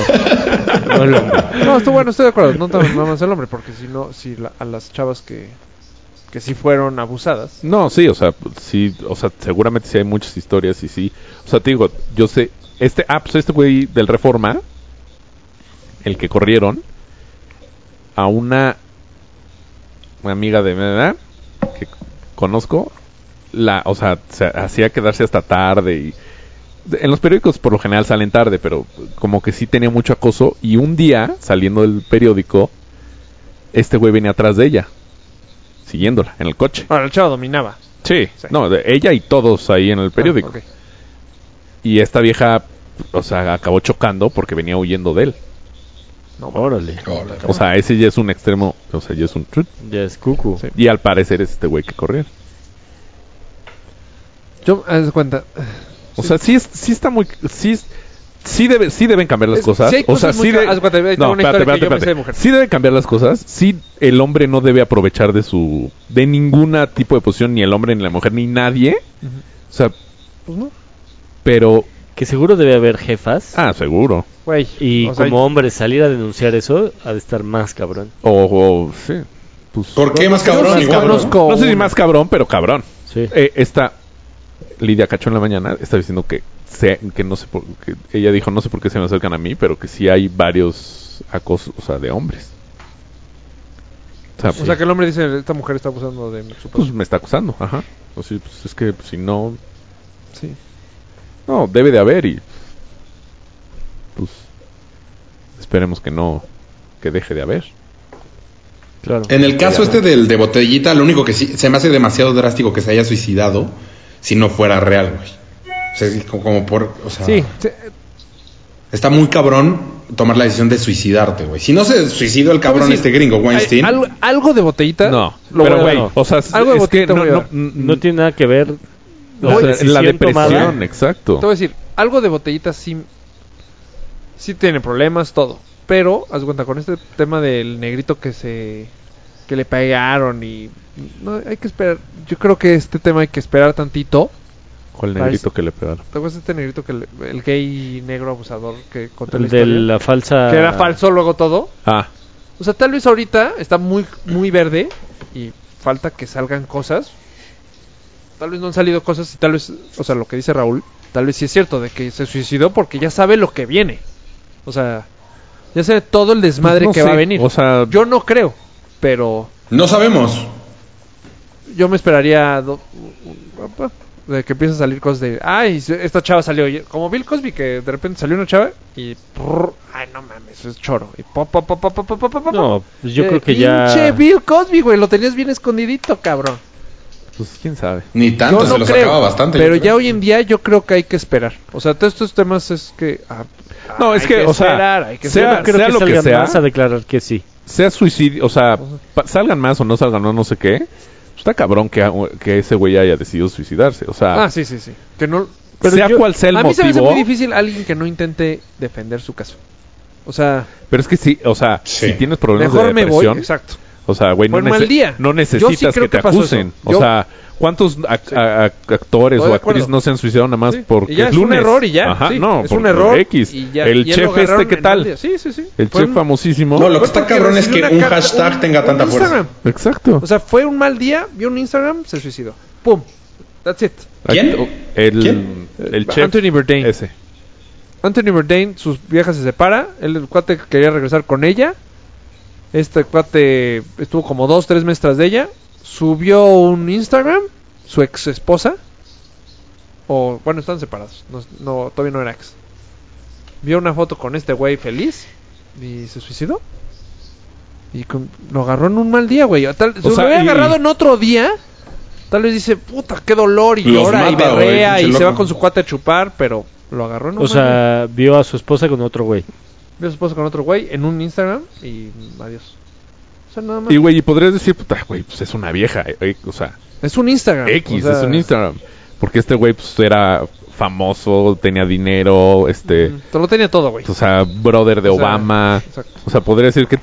Speaker 1: No el hombre.
Speaker 2: No, está bueno, estoy de acuerdo. No tan nada más el hombre, porque si no, si la- a las chavas que, que sí fueron abusadas.
Speaker 5: No, sí, o sea, sí, o sea, seguramente sí hay muchas historias y sí. O sea, te digo, yo sé, este, ah, pues este güey del Reforma, el que corrieron, a una, una amiga de verdad que conozco, la, o sea, se hacía quedarse hasta tarde y en los periódicos por lo general salen tarde, pero como que sí tenía mucho acoso y un día, saliendo del periódico, este güey venía atrás de ella, siguiéndola en el coche.
Speaker 2: Ahora, la chava dominaba.
Speaker 5: Sí,
Speaker 2: Sí.
Speaker 5: no, de- ella y todos ahí en el periódico.
Speaker 2: Ah, ok.
Speaker 5: Y esta vieja, o sea, acabó chocando porque venía huyendo de él.
Speaker 1: Órale.
Speaker 8: Órale.
Speaker 5: O sea, ese ya es un extremo, o sea, ya es un chut.
Speaker 1: Ya es cucu.
Speaker 5: Y al parecer es este güey que corrió.
Speaker 2: Yo, haz de cuenta.
Speaker 5: O sea, sí, es, sí está muy... Sí, es- sí, debe, sí deben cambiar las
Speaker 2: Es-
Speaker 5: cosas.
Speaker 2: sí hay
Speaker 5: o sea,
Speaker 2: cosas
Speaker 5: sí
Speaker 2: muy
Speaker 5: de-
Speaker 2: ca- haz de cuenta, ahí tengo una historia que yo me sé de mujer.
Speaker 5: Sí deben cambiar las cosas. Sí, el hombre no debe aprovechar de su... De ninguna tipo de posición, ni el hombre, ni la mujer, ni nadie. O sea,
Speaker 2: Pues no.
Speaker 5: pero...
Speaker 1: Que seguro debe haber jefas.
Speaker 5: Ah, seguro.
Speaker 2: Güey.
Speaker 1: Y
Speaker 2: o sea,
Speaker 1: como hombre salir a denunciar eso ha de estar más cabrón.
Speaker 5: O, o sí. Pues,
Speaker 8: ¿Por qué más cabrón?
Speaker 2: sí
Speaker 8: Igual, ¿no?
Speaker 2: conozco.
Speaker 5: No sé si
Speaker 2: una.
Speaker 5: más cabrón, pero cabrón.
Speaker 1: Sí.
Speaker 5: Eh, esta Lidia Cacho en la mañana está diciendo que se- que no sé por que ella dijo no sé por qué se me acercan a mí, pero que sí hay varios acosos, o sea, de hombres. O sea,
Speaker 2: O sea, que el hombre dice: Esta mujer está abusando de su
Speaker 5: pues me está acusando, ajá. O sea, pues es que pues, si no,
Speaker 2: Sí.
Speaker 5: no debe de haber y pues esperemos que no que deje de haber.
Speaker 1: Claro.
Speaker 8: En el caso este del de botellita, lo único que sí, se me hace demasiado drástico que se haya suicidado si no fuera real, güey. O sea, es como, como por, o sea,
Speaker 2: Sí,
Speaker 5: ah.
Speaker 2: sí,
Speaker 8: está muy cabrón tomar la decisión de suicidarte, güey. Si no se suicidó el cabrón
Speaker 2: decir,
Speaker 8: este gringo Weinstein,
Speaker 2: Al- Pues algo de botellita.
Speaker 5: No,
Speaker 2: lo
Speaker 5: pero
Speaker 2: voy a
Speaker 5: güey,
Speaker 2: dar.
Speaker 5: o sea, es-
Speaker 2: Algo de
Speaker 5: es que
Speaker 2: botellita
Speaker 5: no,
Speaker 2: voy a
Speaker 5: no-
Speaker 2: dar.
Speaker 1: No tiene nada que ver
Speaker 5: o sea, la
Speaker 1: decisión tomada.
Speaker 5: depresión, exacto.
Speaker 2: Te voy a decir, algo de botellita sí, sí tiene problemas, todo. Pero, haz de cuenta, con este tema del negrito que se... que le pegaron y... No, hay que esperar. Yo creo que este tema hay que esperar tantito.
Speaker 5: ¿Cuál negrito que le pegaron?
Speaker 2: ¿Te acuerdas de este negrito que... le- el gay negro abusador que contó la
Speaker 1: El de
Speaker 2: historia?
Speaker 1: la falsa.
Speaker 2: Que era falso luego todo.
Speaker 5: Ah,
Speaker 2: O sea, tal vez ahorita está muy, muy verde y falta que salgan cosas. Tal vez no han salido cosas y tal vez, o sea, lo que dice Raúl, tal vez sí es cierto de que se suicidó porque ya sabe lo que viene. O sea, ya sabe todo el desmadre
Speaker 5: no
Speaker 2: que
Speaker 5: sé,
Speaker 2: va a venir.
Speaker 5: O sea,
Speaker 2: yo no creo, pero
Speaker 8: no sabemos.
Speaker 2: yo me esperaría do- de que empiecen a salir cosas de, ay, esta chava salió, y- como Bill Cosby que de repente salió una chava y, prrr, ay, no mames, es choro. Y pop, pop, pop, pop, pop, pop, pop, pop.
Speaker 1: No, pues yo
Speaker 2: Eh,
Speaker 1: creo que
Speaker 2: Pinche
Speaker 1: ya.
Speaker 2: Bill Cosby, güey, lo tenías bien escondidito, cabrón.
Speaker 5: pues quién sabe.
Speaker 8: Ni tanto,
Speaker 2: yo
Speaker 8: se
Speaker 2: no
Speaker 8: lo
Speaker 2: creo.
Speaker 8: sacaba bastante.
Speaker 2: pero ya
Speaker 8: yo creo.
Speaker 2: hoy en día yo creo que hay que esperar. O sea, todos estos temas es que. ah,
Speaker 5: No,
Speaker 2: hay
Speaker 5: es que, o sea,
Speaker 2: hay que
Speaker 5: sea-
Speaker 2: esperar.
Speaker 1: creo
Speaker 5: sea
Speaker 1: que
Speaker 5: lo que
Speaker 1: salgan
Speaker 5: sea.
Speaker 1: más a declarar que sí.
Speaker 5: Sea suicidio, o sea, pa- salgan más o no salgan más, no sé qué. pues Está cabrón que, que ese güey haya decidido suicidarse. O sea,
Speaker 2: Ah, sí, sí, sí. Que no.
Speaker 5: sea
Speaker 1: yo-
Speaker 5: cual sea el
Speaker 2: a mí se me hace
Speaker 5: motivo.
Speaker 2: muy difícil alguien que no intente defender su caso. O sea,
Speaker 5: pero es que sí, o sea,
Speaker 8: Sí.
Speaker 5: si tienes problemas
Speaker 2: mejor
Speaker 5: de
Speaker 2: me voy.
Speaker 5: depresión,
Speaker 2: Exacto.
Speaker 5: o sea, güey, no,
Speaker 2: Fue un mal
Speaker 5: nece-
Speaker 2: día.
Speaker 5: no
Speaker 2: Yo sí
Speaker 5: necesitas
Speaker 2: creo
Speaker 5: que te
Speaker 2: que pasó
Speaker 5: acusen.
Speaker 2: eso.
Speaker 5: O
Speaker 2: Yo-
Speaker 5: sea, ¿cuántos ac- a- a- actores
Speaker 2: Estoy
Speaker 5: o
Speaker 2: de acuerdo.
Speaker 5: actrices no se han suicidado nada más
Speaker 2: Sí,
Speaker 5: porque
Speaker 2: y ya
Speaker 5: es
Speaker 2: es un
Speaker 5: lunes?
Speaker 2: error y ya,
Speaker 5: Ajá,
Speaker 2: sí,
Speaker 5: no,
Speaker 2: es
Speaker 5: por-
Speaker 2: un error
Speaker 5: X.
Speaker 2: y ya-
Speaker 5: el
Speaker 2: y él lo
Speaker 5: chef este,
Speaker 2: agarraron
Speaker 5: ¿qué
Speaker 2: en
Speaker 5: tal?
Speaker 2: un día. Sí, sí, sí.
Speaker 5: El
Speaker 2: Fue
Speaker 5: chef
Speaker 2: un-
Speaker 5: famosísimo.
Speaker 8: No, lo que
Speaker 2: fue
Speaker 8: está
Speaker 2: porque
Speaker 8: cabrón es
Speaker 2: recibió
Speaker 8: que
Speaker 2: una
Speaker 8: un
Speaker 2: carta-
Speaker 8: hashtag tenga
Speaker 2: un
Speaker 8: tanta fuerza.
Speaker 2: Instagram.
Speaker 5: Exacto.
Speaker 2: O sea, fue un mal día, vio un Instagram, se suicidó. Pum. That's it.
Speaker 8: ¿Quién?
Speaker 5: El,
Speaker 8: ¿Quién?
Speaker 5: el chef.
Speaker 2: Anthony Bourdain.
Speaker 5: Ese.
Speaker 2: Anthony Bourdain, sus viejas se separa, él, el cuate quería regresar con ella, este cuate estuvo como dos, tres meses tras de ella, subió un Instagram, su ex esposa, o bueno, están separados, no, no, todavía no era ex, vio una foto con este güey feliz y se suicidó. Y con- lo agarró en un mal día, güey. Tal, si
Speaker 5: sea,
Speaker 2: lo hubiera
Speaker 5: y-
Speaker 2: agarrado en otro día, tal vez dice, puta, qué dolor, y
Speaker 8: Los
Speaker 2: llora, y
Speaker 8: mata, güey,
Speaker 2: berrea,
Speaker 8: pinche
Speaker 2: y se va
Speaker 8: loco.
Speaker 2: con su cuate a chupar, pero lo agarró en un mal
Speaker 1: O
Speaker 2: día.
Speaker 1: sea, vio a su esposa con otro güey.
Speaker 2: Vio a su esposa con otro güey en un Instagram y adiós. O sea, nada más.
Speaker 5: Y güey, y podrías decir, puta, güey, pues es una vieja, eh, eh, o sea,
Speaker 2: es un Instagram.
Speaker 5: X,
Speaker 2: o sea,
Speaker 5: es un Instagram. Porque este güey pues, era famoso, tenía dinero, este,
Speaker 2: Te lo tenía todo, güey.
Speaker 5: o sea, brother de
Speaker 2: O sea,
Speaker 5: Obama.
Speaker 2: exacto.
Speaker 5: O sea, podría decir que,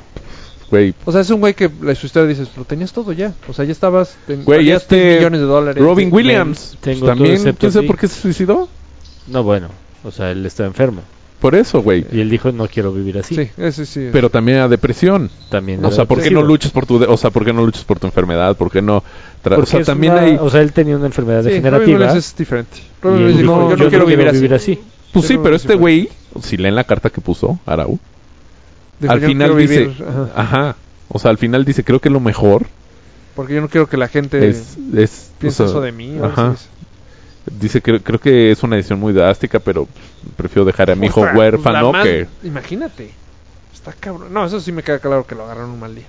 Speaker 5: güey,
Speaker 2: O sea, es un güey que la su historia dices, pero tenías todo ya. O sea, ya estabas. ten-
Speaker 5: güey,
Speaker 2: valías 10
Speaker 5: este
Speaker 2: millones de dólares.
Speaker 5: Robin
Speaker 2: Sí.
Speaker 5: Williams
Speaker 1: Tengo
Speaker 5: pues,
Speaker 1: todo
Speaker 5: también,
Speaker 1: excepto
Speaker 5: quién sabe
Speaker 1: ti.
Speaker 5: por qué se suicidó.
Speaker 1: No, bueno, o sea, él está enfermo.
Speaker 5: Por eso, güey.
Speaker 1: Y él dijo, no quiero vivir así.
Speaker 2: Sí, ese sí.
Speaker 5: Pero también a depresión.
Speaker 1: También.
Speaker 5: O sea, ¿por qué no luchas por tu, de- o sea, por qué no luchas por tu enfermedad? ¿Por qué no? tra-
Speaker 1: Porque
Speaker 5: o sea,
Speaker 1: es
Speaker 5: también
Speaker 1: una-
Speaker 5: hay,
Speaker 1: o sea, él tenía una enfermedad
Speaker 2: Sí, Robin
Speaker 1: degenerativa.
Speaker 2: Williams es diferente.
Speaker 1: y
Speaker 2: Robin
Speaker 1: él
Speaker 2: Williams
Speaker 1: dijo,
Speaker 2: dijo, yo no quiero vivir así.
Speaker 5: pues sí,
Speaker 2: Yo no
Speaker 5: pero
Speaker 2: lo
Speaker 5: este
Speaker 2: hice,
Speaker 5: güey, si leen la carta que puso Arau,
Speaker 2: Dijo,
Speaker 5: al
Speaker 2: "Yo no
Speaker 5: final
Speaker 2: quiero
Speaker 5: dice,
Speaker 2: vivir,
Speaker 5: ajá.
Speaker 2: ajá,
Speaker 5: o sea, al final dice, creo que lo mejor
Speaker 2: porque yo no quiero que la gente
Speaker 5: es, es, o
Speaker 2: piense
Speaker 5: sea,
Speaker 2: eso de mí. o
Speaker 5: ajá.
Speaker 2: algo así.
Speaker 5: Dice, creo, creo que es una decisión muy drástica, pero prefiero dejar a mi hijo
Speaker 2: O sea,
Speaker 5: huérfano
Speaker 2: la más-
Speaker 5: que...
Speaker 2: Imagínate. Está cabrón. No, eso sí me queda claro que lo agarraron un mal día.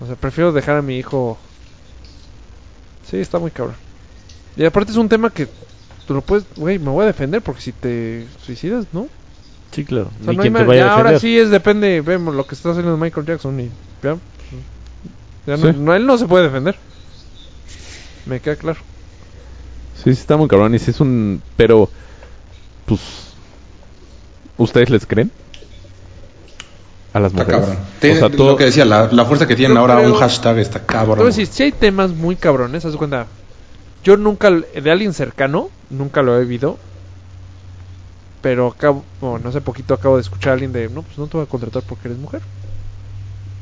Speaker 2: O sea, prefiero dejar a mi hijo... Sí, está muy cabrón. Y aparte es un tema que... Tú lo puedes... Güey, me voy a defender porque si te suicidas, ¿no?
Speaker 1: Sí, claro.
Speaker 2: O sea,
Speaker 1: Ni
Speaker 2: no hay
Speaker 1: quien te
Speaker 2: ma-
Speaker 1: vaya
Speaker 2: ya
Speaker 1: a
Speaker 2: ahora
Speaker 1: defender.
Speaker 2: sí es depende, vemos lo que está haciendo Michael Jackson y ya, ya no,
Speaker 5: Sí.
Speaker 2: no, él no se puede defender. Me queda claro.
Speaker 5: Sí, sí, está muy cabrón y sí es un... Pero, pues... ¿Ustedes les creen? A las
Speaker 8: Está
Speaker 5: mujeres.
Speaker 8: cabrón. Tiene-
Speaker 5: o sea, todo...
Speaker 8: Lo que decía, la, la fuerza que tienen
Speaker 2: Yo
Speaker 8: ahora
Speaker 2: creo-
Speaker 8: un hashtag está cabrón.
Speaker 2: Entonces, si, si hay temas muy cabrones, haz de cuenta. Yo nunca, l- de alguien cercano, nunca lo he vivido. Pero acabo, bueno, hace poquito acabo de escuchar a alguien de, no, pues no te voy a contratar porque eres mujer.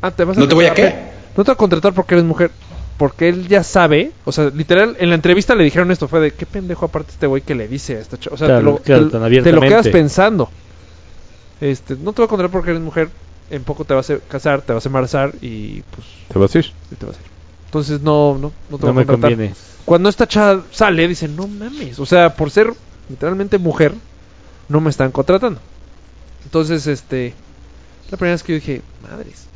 Speaker 2: Ah, te vas
Speaker 8: ¿No te voy a
Speaker 2: contratar-
Speaker 8: qué?
Speaker 2: No te voy a contratar porque eres mujer. Porque él ya sabe, o sea, literal, en la entrevista le dijeron esto, fue de, qué pendejo aparte este güey que le dice a esta chava. O sea,
Speaker 1: Claro,
Speaker 2: te, lo, te
Speaker 1: claro,
Speaker 2: lo-
Speaker 1: tan
Speaker 2: te lo
Speaker 1: abiertamente.
Speaker 2: quedas pensando. Este, no te voy a contratar porque eres mujer, en poco te vas a casar, te vas a embarazar y pues
Speaker 5: ¿Te vas a ir?
Speaker 2: y te vas a ir. Entonces no, no, no te voy a
Speaker 1: No me
Speaker 2: contratar.
Speaker 1: conviene.
Speaker 2: Cuando esta chava sale, dicen, no mames. O sea, por ser literalmente mujer, no me están contratando. Entonces, este, la primera vez que yo dije, madres.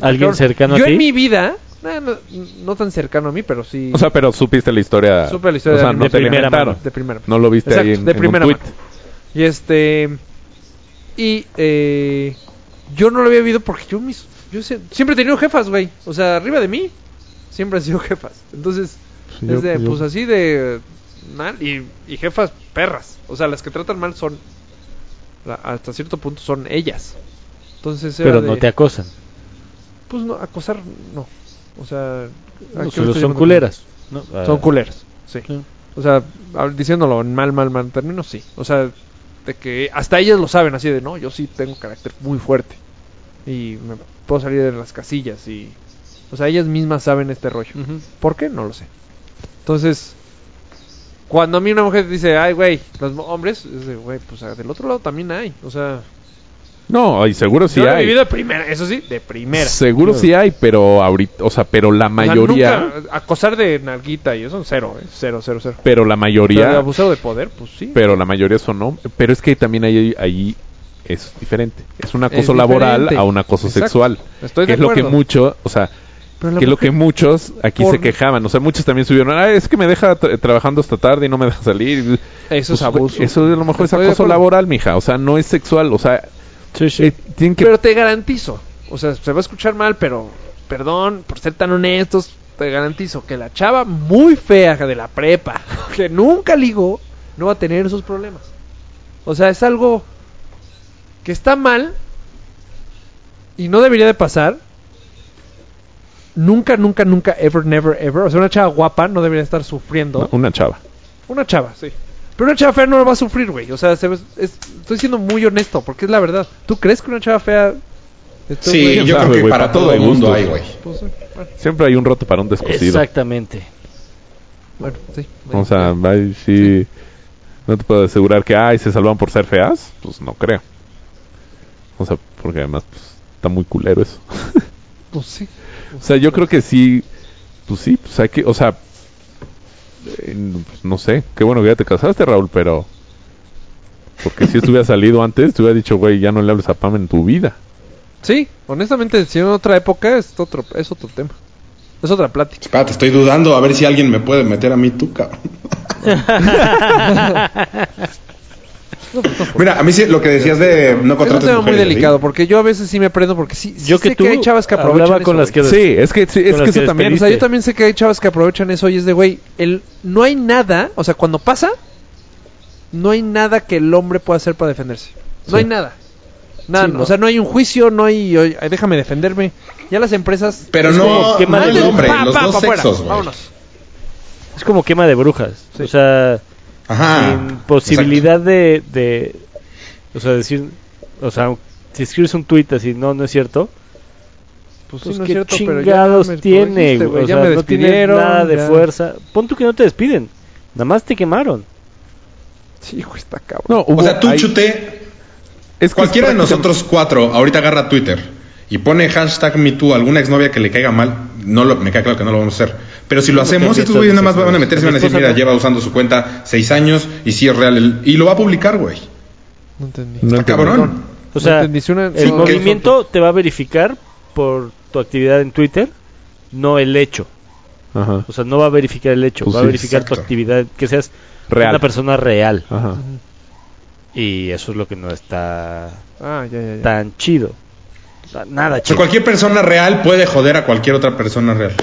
Speaker 1: ¿Alguien
Speaker 2: Cabrón.
Speaker 1: cercano
Speaker 2: yo
Speaker 1: a ti?
Speaker 2: en mi vida, eh, no, no tan cercano a mí, pero sí.
Speaker 5: O sea, pero supiste la historia.
Speaker 2: supe la historia
Speaker 5: o sea,
Speaker 2: de,
Speaker 5: no
Speaker 1: de
Speaker 5: te la
Speaker 1: primera mano.
Speaker 5: inventaron.
Speaker 2: de primera.
Speaker 5: No lo viste ahí
Speaker 2: Exacto,
Speaker 5: en,
Speaker 2: de
Speaker 5: en
Speaker 2: primera
Speaker 5: un tweet.
Speaker 2: mano. Y este. Y eh, yo no lo había vivido porque yo mis. Yo sie- siempre he tenido jefas, güey. O sea, arriba de mí. Siempre han sido jefas. Entonces, es de, pues así de. Mal. Y, y jefas perras. O sea, las que tratan mal son. la- hasta cierto punto son ellas. Entonces, era
Speaker 1: Pero
Speaker 2: de,
Speaker 1: no te acosan.
Speaker 2: Pues no, acosar, no. O sea. ¿a qué
Speaker 1: No, solo
Speaker 2: Ah, estoy
Speaker 1: son
Speaker 2: llamando?
Speaker 1: culeras. No, ah,
Speaker 2: Son culeras, sí.
Speaker 1: Sí.
Speaker 2: O sea, hab- diciéndolo en mal, mal, mal término, sí. O sea, de que hasta ellas lo saben así de, no, yo sí tengo carácter muy fuerte. Y me puedo salir de las casillas y... O sea, ellas mismas saben este rollo. ¿Por qué? No lo sé. Entonces, cuando a mí una mujer dice, ay, güey, los mo- hombres, es de, güey, pues ah, del otro lado también hay. O sea,
Speaker 5: No, y seguro sí
Speaker 2: yo lo he
Speaker 5: hay.
Speaker 2: vivido de primera, eso sí, de primera.
Speaker 5: Seguro sí hay, pero ahorita, o sea, pero la
Speaker 2: O sea,
Speaker 5: mayoría,
Speaker 2: nunca- acosar de nalguita y eso, cero, eh, cero, cero, cero.
Speaker 5: pero
Speaker 2: Pero
Speaker 5: la
Speaker 2: de
Speaker 5: mayoría,
Speaker 2: abusado de poder, pues sí.
Speaker 5: pero la mayoría son hombres. Pero es que también ahí, ahí es diferente. Es un acoso
Speaker 2: diferente.
Speaker 5: laboral a un acoso
Speaker 2: Exacto.
Speaker 5: sexual.
Speaker 2: Estoy
Speaker 5: que
Speaker 2: de
Speaker 5: es lo que
Speaker 2: acuerdo.
Speaker 5: mucho, o sea,
Speaker 2: Pero la
Speaker 5: que es lo
Speaker 2: mujer-
Speaker 5: que muchos aquí se
Speaker 2: por-
Speaker 5: quejaban. O sea, muchos también subieron, ah, es que me deja tra- trabajando hasta tarde y no me deja salir.
Speaker 2: Eso es
Speaker 5: Pues, güey,
Speaker 2: abuso.
Speaker 5: Eso a lo mejor es
Speaker 2: Estoy de
Speaker 5: acoso
Speaker 2: acuerdo.
Speaker 5: laboral, mija. O sea, no es sexual. O sea,
Speaker 1: Sí, sí.
Speaker 5: eh, tienen que
Speaker 2: Pero te garantizo, o sea, se va a escuchar mal, pero perdón por ser tan honestos, te garantizo que la chava muy fea de la prepa, que nunca ligó, no va a tener esos problemas. O sea, es algo que está mal y no debería de pasar. Nunca, nunca, nunca, ever, never, ever. O sea, una chava guapa no debería estar sufriendo.
Speaker 5: No, Una chava.
Speaker 2: Una chava, sí. Pero una chava fea no lo va a sufrir, güey. O sea, se ve- es- estoy siendo muy honesto, porque es la verdad. ¿Tú crees que una chava fea... estos
Speaker 8: Sí,
Speaker 2: güeyes-
Speaker 8: yo
Speaker 5: sabe,
Speaker 8: creo que
Speaker 5: güey,
Speaker 8: para
Speaker 5: para todo
Speaker 8: todo el
Speaker 5: gusto.
Speaker 8: mundo hay, güey.
Speaker 2: Pues, eh, bueno,
Speaker 5: Siempre hay un roto para un descosido.
Speaker 1: Exactamente.
Speaker 2: bueno, sí.
Speaker 5: O sea, ay, sí. No te puedo asegurar que, ay, se salvan por ser feas. Pues no creo. O sea, porque además pues, está muy culero eso.
Speaker 2: Pues sí.
Speaker 5: O sea, yo creo que sí. Pues sí, pues hay que, o sea. eh, n- pues, no sé. Qué bueno que ya te casaste, Raúl, pero. Porque si estuviera salido antes, te hubiera dicho, güey, ya no le hables a Pam en tu vida.
Speaker 2: Sí, honestamente, si en otra época es otro, es otro tema. Es otra plática.
Speaker 8: Espérate, estoy dudando a ver si alguien me puede meter a mí tú, cabrón. Mira, a mí sí, lo que decías de no
Speaker 2: Es un
Speaker 8: contrates
Speaker 2: tema muy
Speaker 8: mujeres, ¿sí?
Speaker 2: delicado, porque yo a veces sí me prendo, porque sí, sí
Speaker 1: Yo que
Speaker 2: sé
Speaker 1: tú
Speaker 2: hay chavas que aprovechan
Speaker 1: hablaba
Speaker 2: eso,
Speaker 1: con las
Speaker 2: güey.
Speaker 1: que...
Speaker 5: Sí, es que, sí, es
Speaker 1: Con las
Speaker 5: que eso
Speaker 1: que
Speaker 5: también.
Speaker 2: O sea, yo
Speaker 1: despediste.
Speaker 2: también sé que hay chavas que aprovechan eso y es de, güey, el, no hay nada, o sea, cuando pasa, no hay nada que el hombre pueda hacer para defenderse. No hay nada. Nada,
Speaker 1: Sí,
Speaker 2: no-
Speaker 1: ¿no?
Speaker 2: o sea, no hay un juicio, no hay, oye, ay, déjame defenderme. Ya las empresas...
Speaker 8: Pero
Speaker 2: es
Speaker 8: no-
Speaker 2: como,
Speaker 1: qué mal
Speaker 2: manden
Speaker 1: el
Speaker 2: un
Speaker 8: hombre, los dos
Speaker 2: Ah, afuera,
Speaker 8: sexos, güey.
Speaker 2: vámonos.
Speaker 1: Es como quema de brujas. O sea,
Speaker 8: Ajá.
Speaker 5: Ah,
Speaker 1: sin posibilidad de, de... O sea, decir... O sea, si escribes un tuit así, no, no es cierto.
Speaker 2: Pues sí,
Speaker 1: Pues
Speaker 2: no es
Speaker 1: qué
Speaker 2: cierto, pero ya
Speaker 1: chingados
Speaker 2: me lo
Speaker 1: tiene,
Speaker 2: dijiste,
Speaker 1: güey. O
Speaker 2: ya
Speaker 1: sea,
Speaker 2: me
Speaker 1: no tiene
Speaker 2: despidieron,
Speaker 1: nada de
Speaker 2: ya.
Speaker 1: fuerza. Pon tú que no te despiden. Nada más te quemaron.
Speaker 2: Sí, güey, está cabrón.
Speaker 5: No, hubo-
Speaker 8: O sea, tú
Speaker 5: hay-
Speaker 8: chute,
Speaker 5: es que
Speaker 8: cualquiera de
Speaker 5: es prácticamente-
Speaker 8: nosotros cuatro ahorita agarra Twitter y pone hashtag MeToo a alguna exnovia que le caiga mal, no lo, me queda claro que no lo vamos a hacer. Pero si lo hacemos,
Speaker 1: que
Speaker 8: estos
Speaker 1: empiezas
Speaker 8: güeyes nada más
Speaker 1: diciendo
Speaker 8: van a
Speaker 1: eso?
Speaker 8: meterse
Speaker 1: Mi
Speaker 8: y van a decir,
Speaker 1: esposa
Speaker 8: mira,
Speaker 1: no.
Speaker 8: lleva usando su cuenta seis años y sí es real. el- y lo va a publicar, güey.
Speaker 2: No entendí.
Speaker 5: No
Speaker 8: Está
Speaker 5: entendí.
Speaker 8: cabrón.
Speaker 1: O sea,
Speaker 2: entendí, si una-
Speaker 1: el
Speaker 2: no,
Speaker 1: movimiento te va a verificar por tu actividad en Twitter, no el hecho.
Speaker 5: Ajá,
Speaker 1: O sea, no va a verificar el hecho,
Speaker 5: Pues
Speaker 1: va a
Speaker 5: sí,
Speaker 1: verificar tu
Speaker 8: exacto.
Speaker 1: actividad, que seas
Speaker 5: Real.
Speaker 1: una persona real.
Speaker 5: ajá.
Speaker 1: Y eso es lo que no está
Speaker 2: Ah, ya, ya, ya.
Speaker 1: tan chido. O sea, Nada
Speaker 8: O sea,
Speaker 1: chido.
Speaker 8: cualquier persona real puede joder a cualquier otra persona real.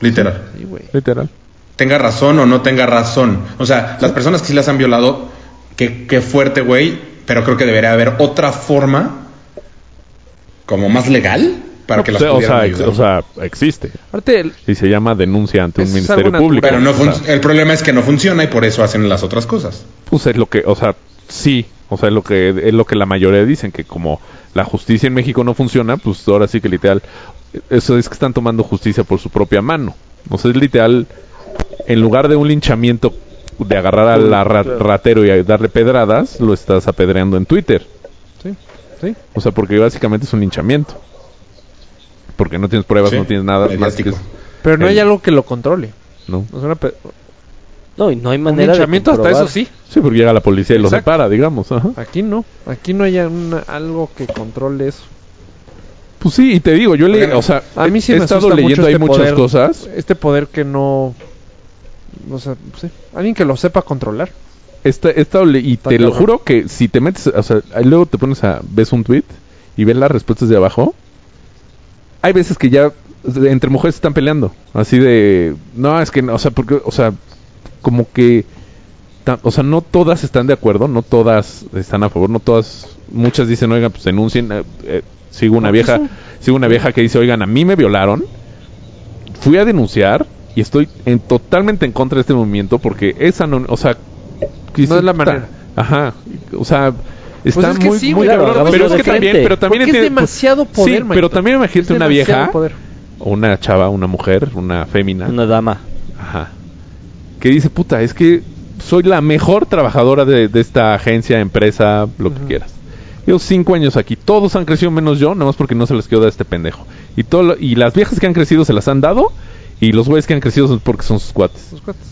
Speaker 8: Literal.
Speaker 2: Sí, güey.
Speaker 5: Literal.
Speaker 8: Tenga razón o no tenga razón. O sea, las personas que sí las han violado, qué, qué fuerte, güey. Pero creo que debería haber otra forma, como más legal, para
Speaker 5: No,
Speaker 8: que
Speaker 5: pues,
Speaker 8: las
Speaker 5: o,
Speaker 8: pudieran
Speaker 5: sea, ex-
Speaker 8: ayudar.
Speaker 5: o sea, existe.
Speaker 2: Aparte, el-
Speaker 5: Y se llama denuncia ante un
Speaker 2: Eso es
Speaker 5: ministerio
Speaker 2: algo
Speaker 5: público.
Speaker 8: pero no
Speaker 5: O sea,
Speaker 8: fun- el problema es que no funciona y por eso hacen las otras cosas.
Speaker 5: Pues es lo que, o sea, sí, o sea, es lo que es lo que la mayoría dicen que como la justicia en México no funciona, pues ahora sí que literal eso es que están tomando justicia por su propia mano. O sea, es literal en lugar de un linchamiento de agarrar a la ra- ratero y a darle pedradas, lo estás apedreando en Twitter.
Speaker 2: Sí, sí.
Speaker 5: O sea, porque básicamente es un linchamiento. Porque no tienes pruebas,
Speaker 8: Sí,
Speaker 5: no tienes nada más que
Speaker 8: mediático.
Speaker 2: Pero no hay
Speaker 5: El-
Speaker 2: algo que lo controle.
Speaker 5: no.
Speaker 2: O sea, una pe-
Speaker 1: No, y no hay
Speaker 2: un
Speaker 1: manera de
Speaker 2: linchamiento hasta
Speaker 1: comprobar.
Speaker 2: eso sí.
Speaker 5: Sí, porque llega la policía y lo
Speaker 2: Exacto.
Speaker 5: separa, digamos, ajá.
Speaker 2: Aquí no. Aquí no hay una- algo que controle eso.
Speaker 5: Pues sí, y te digo, yo le, o sea,
Speaker 2: A mí sí
Speaker 5: he
Speaker 2: me
Speaker 5: estado
Speaker 2: asusta mucho
Speaker 5: leyendo ahí
Speaker 2: este
Speaker 5: muchas
Speaker 2: poder.
Speaker 5: cosas
Speaker 2: Este poder que no... O sea, pues sí. Alguien que lo sepa controlar.
Speaker 5: Está, está ole- y te lo
Speaker 2: cabrón.
Speaker 5: juro que si te metes, o sea, ahí luego te pones a, ves un tweet y ves las respuestas de abajo, hay veces que ya de- entre mujeres están peleando, así de, no, es que, no, o sea, porque, o sea, como que, ta- o sea, no todas están de acuerdo, no todas están a favor, no todas, muchas dicen, oigan, pues denuncien, eh, eh, sigo una vieja, sigo una vieja que dice, oigan, a mí me violaron, fui a denunciar y estoy en, totalmente en contra de este movimiento porque esa no, o sea,
Speaker 2: No es la
Speaker 5: puta,
Speaker 2: manera. Pues
Speaker 5: Ajá, o sea, está
Speaker 2: es que
Speaker 5: muy,
Speaker 2: sí,
Speaker 5: muy
Speaker 2: güey,
Speaker 5: cabrón,
Speaker 1: hagámoslo
Speaker 5: pero es
Speaker 1: de
Speaker 5: que también,
Speaker 1: frente.
Speaker 5: pero también
Speaker 2: Porque es
Speaker 5: entiende-
Speaker 2: demasiado
Speaker 5: pues,
Speaker 2: poder,
Speaker 5: Sí, pero
Speaker 2: Maito.
Speaker 5: también imagínate
Speaker 2: Es
Speaker 5: una
Speaker 2: demasiado
Speaker 5: vieja
Speaker 2: poder.
Speaker 5: o una chava, una mujer, una fémina,
Speaker 1: Una dama.
Speaker 5: ajá, que dice, "Puta, es que soy la mejor trabajadora de, de esta agencia, empresa, lo que quieras." Llevo cinco años aquí, todos han crecido menos yo, nada más porque no se les quedó de este pendejo. Y todo lo- y las viejas que han crecido se las han dado y los güeyes que han crecido son porque son sus cuates.
Speaker 2: Sus cuates.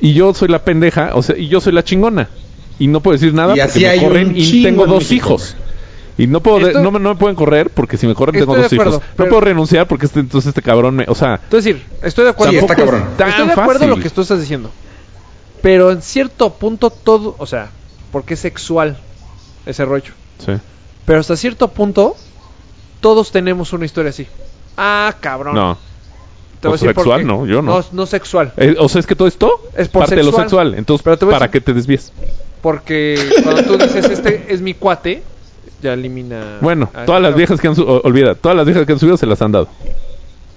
Speaker 5: Y yo soy la pendeja, o sea, y yo soy la chingona. Y no puedo decir nada
Speaker 8: Y
Speaker 5: porque
Speaker 8: así
Speaker 5: me
Speaker 8: hay
Speaker 5: corren
Speaker 8: un
Speaker 5: y
Speaker 8: chingo
Speaker 5: tengo
Speaker 8: en
Speaker 5: dos
Speaker 8: México,
Speaker 5: hijos. Y no puedo, de-
Speaker 2: Esto-
Speaker 5: no, me, no me pueden correr porque si me corren
Speaker 2: Estoy
Speaker 5: tengo
Speaker 2: de
Speaker 5: dos
Speaker 2: acuerdo,
Speaker 5: hijos.
Speaker 2: pero-
Speaker 5: No puedo renunciar porque este, entonces este cabrón me, o sea,
Speaker 2: Es decir, estoy de acuerdo.
Speaker 8: Sí, está
Speaker 5: tampoco
Speaker 8: cabrón.
Speaker 5: es tan
Speaker 2: Estoy de acuerdo
Speaker 5: fácil.
Speaker 2: en lo que tú estás diciendo. Pero en cierto punto todo, o sea, porque es sexual ese rollo.
Speaker 5: Sí.
Speaker 2: Pero hasta cierto punto todos tenemos una historia así. Ah, cabrón.
Speaker 5: No.
Speaker 2: Te voy a
Speaker 5: No
Speaker 2: decir por
Speaker 5: Pues sexual,
Speaker 2: qué.
Speaker 5: no, yo no.
Speaker 2: No, no sexual.
Speaker 5: Eh, o sea, es que todo esto
Speaker 2: Es por
Speaker 5: parte de lo
Speaker 2: sexual.
Speaker 5: sexual. Entonces,
Speaker 2: Pero te voy a
Speaker 5: ¿para
Speaker 2: decir- Ah,
Speaker 5: qué te desvíes?
Speaker 2: Porque cuando tú dices este es mi cuate, ya elimina.
Speaker 5: Bueno,
Speaker 2: a
Speaker 5: todas
Speaker 2: ese
Speaker 5: las
Speaker 2: cabrón.
Speaker 5: viejas que han subido, olvida, todas las viejas que han subido se las han dado.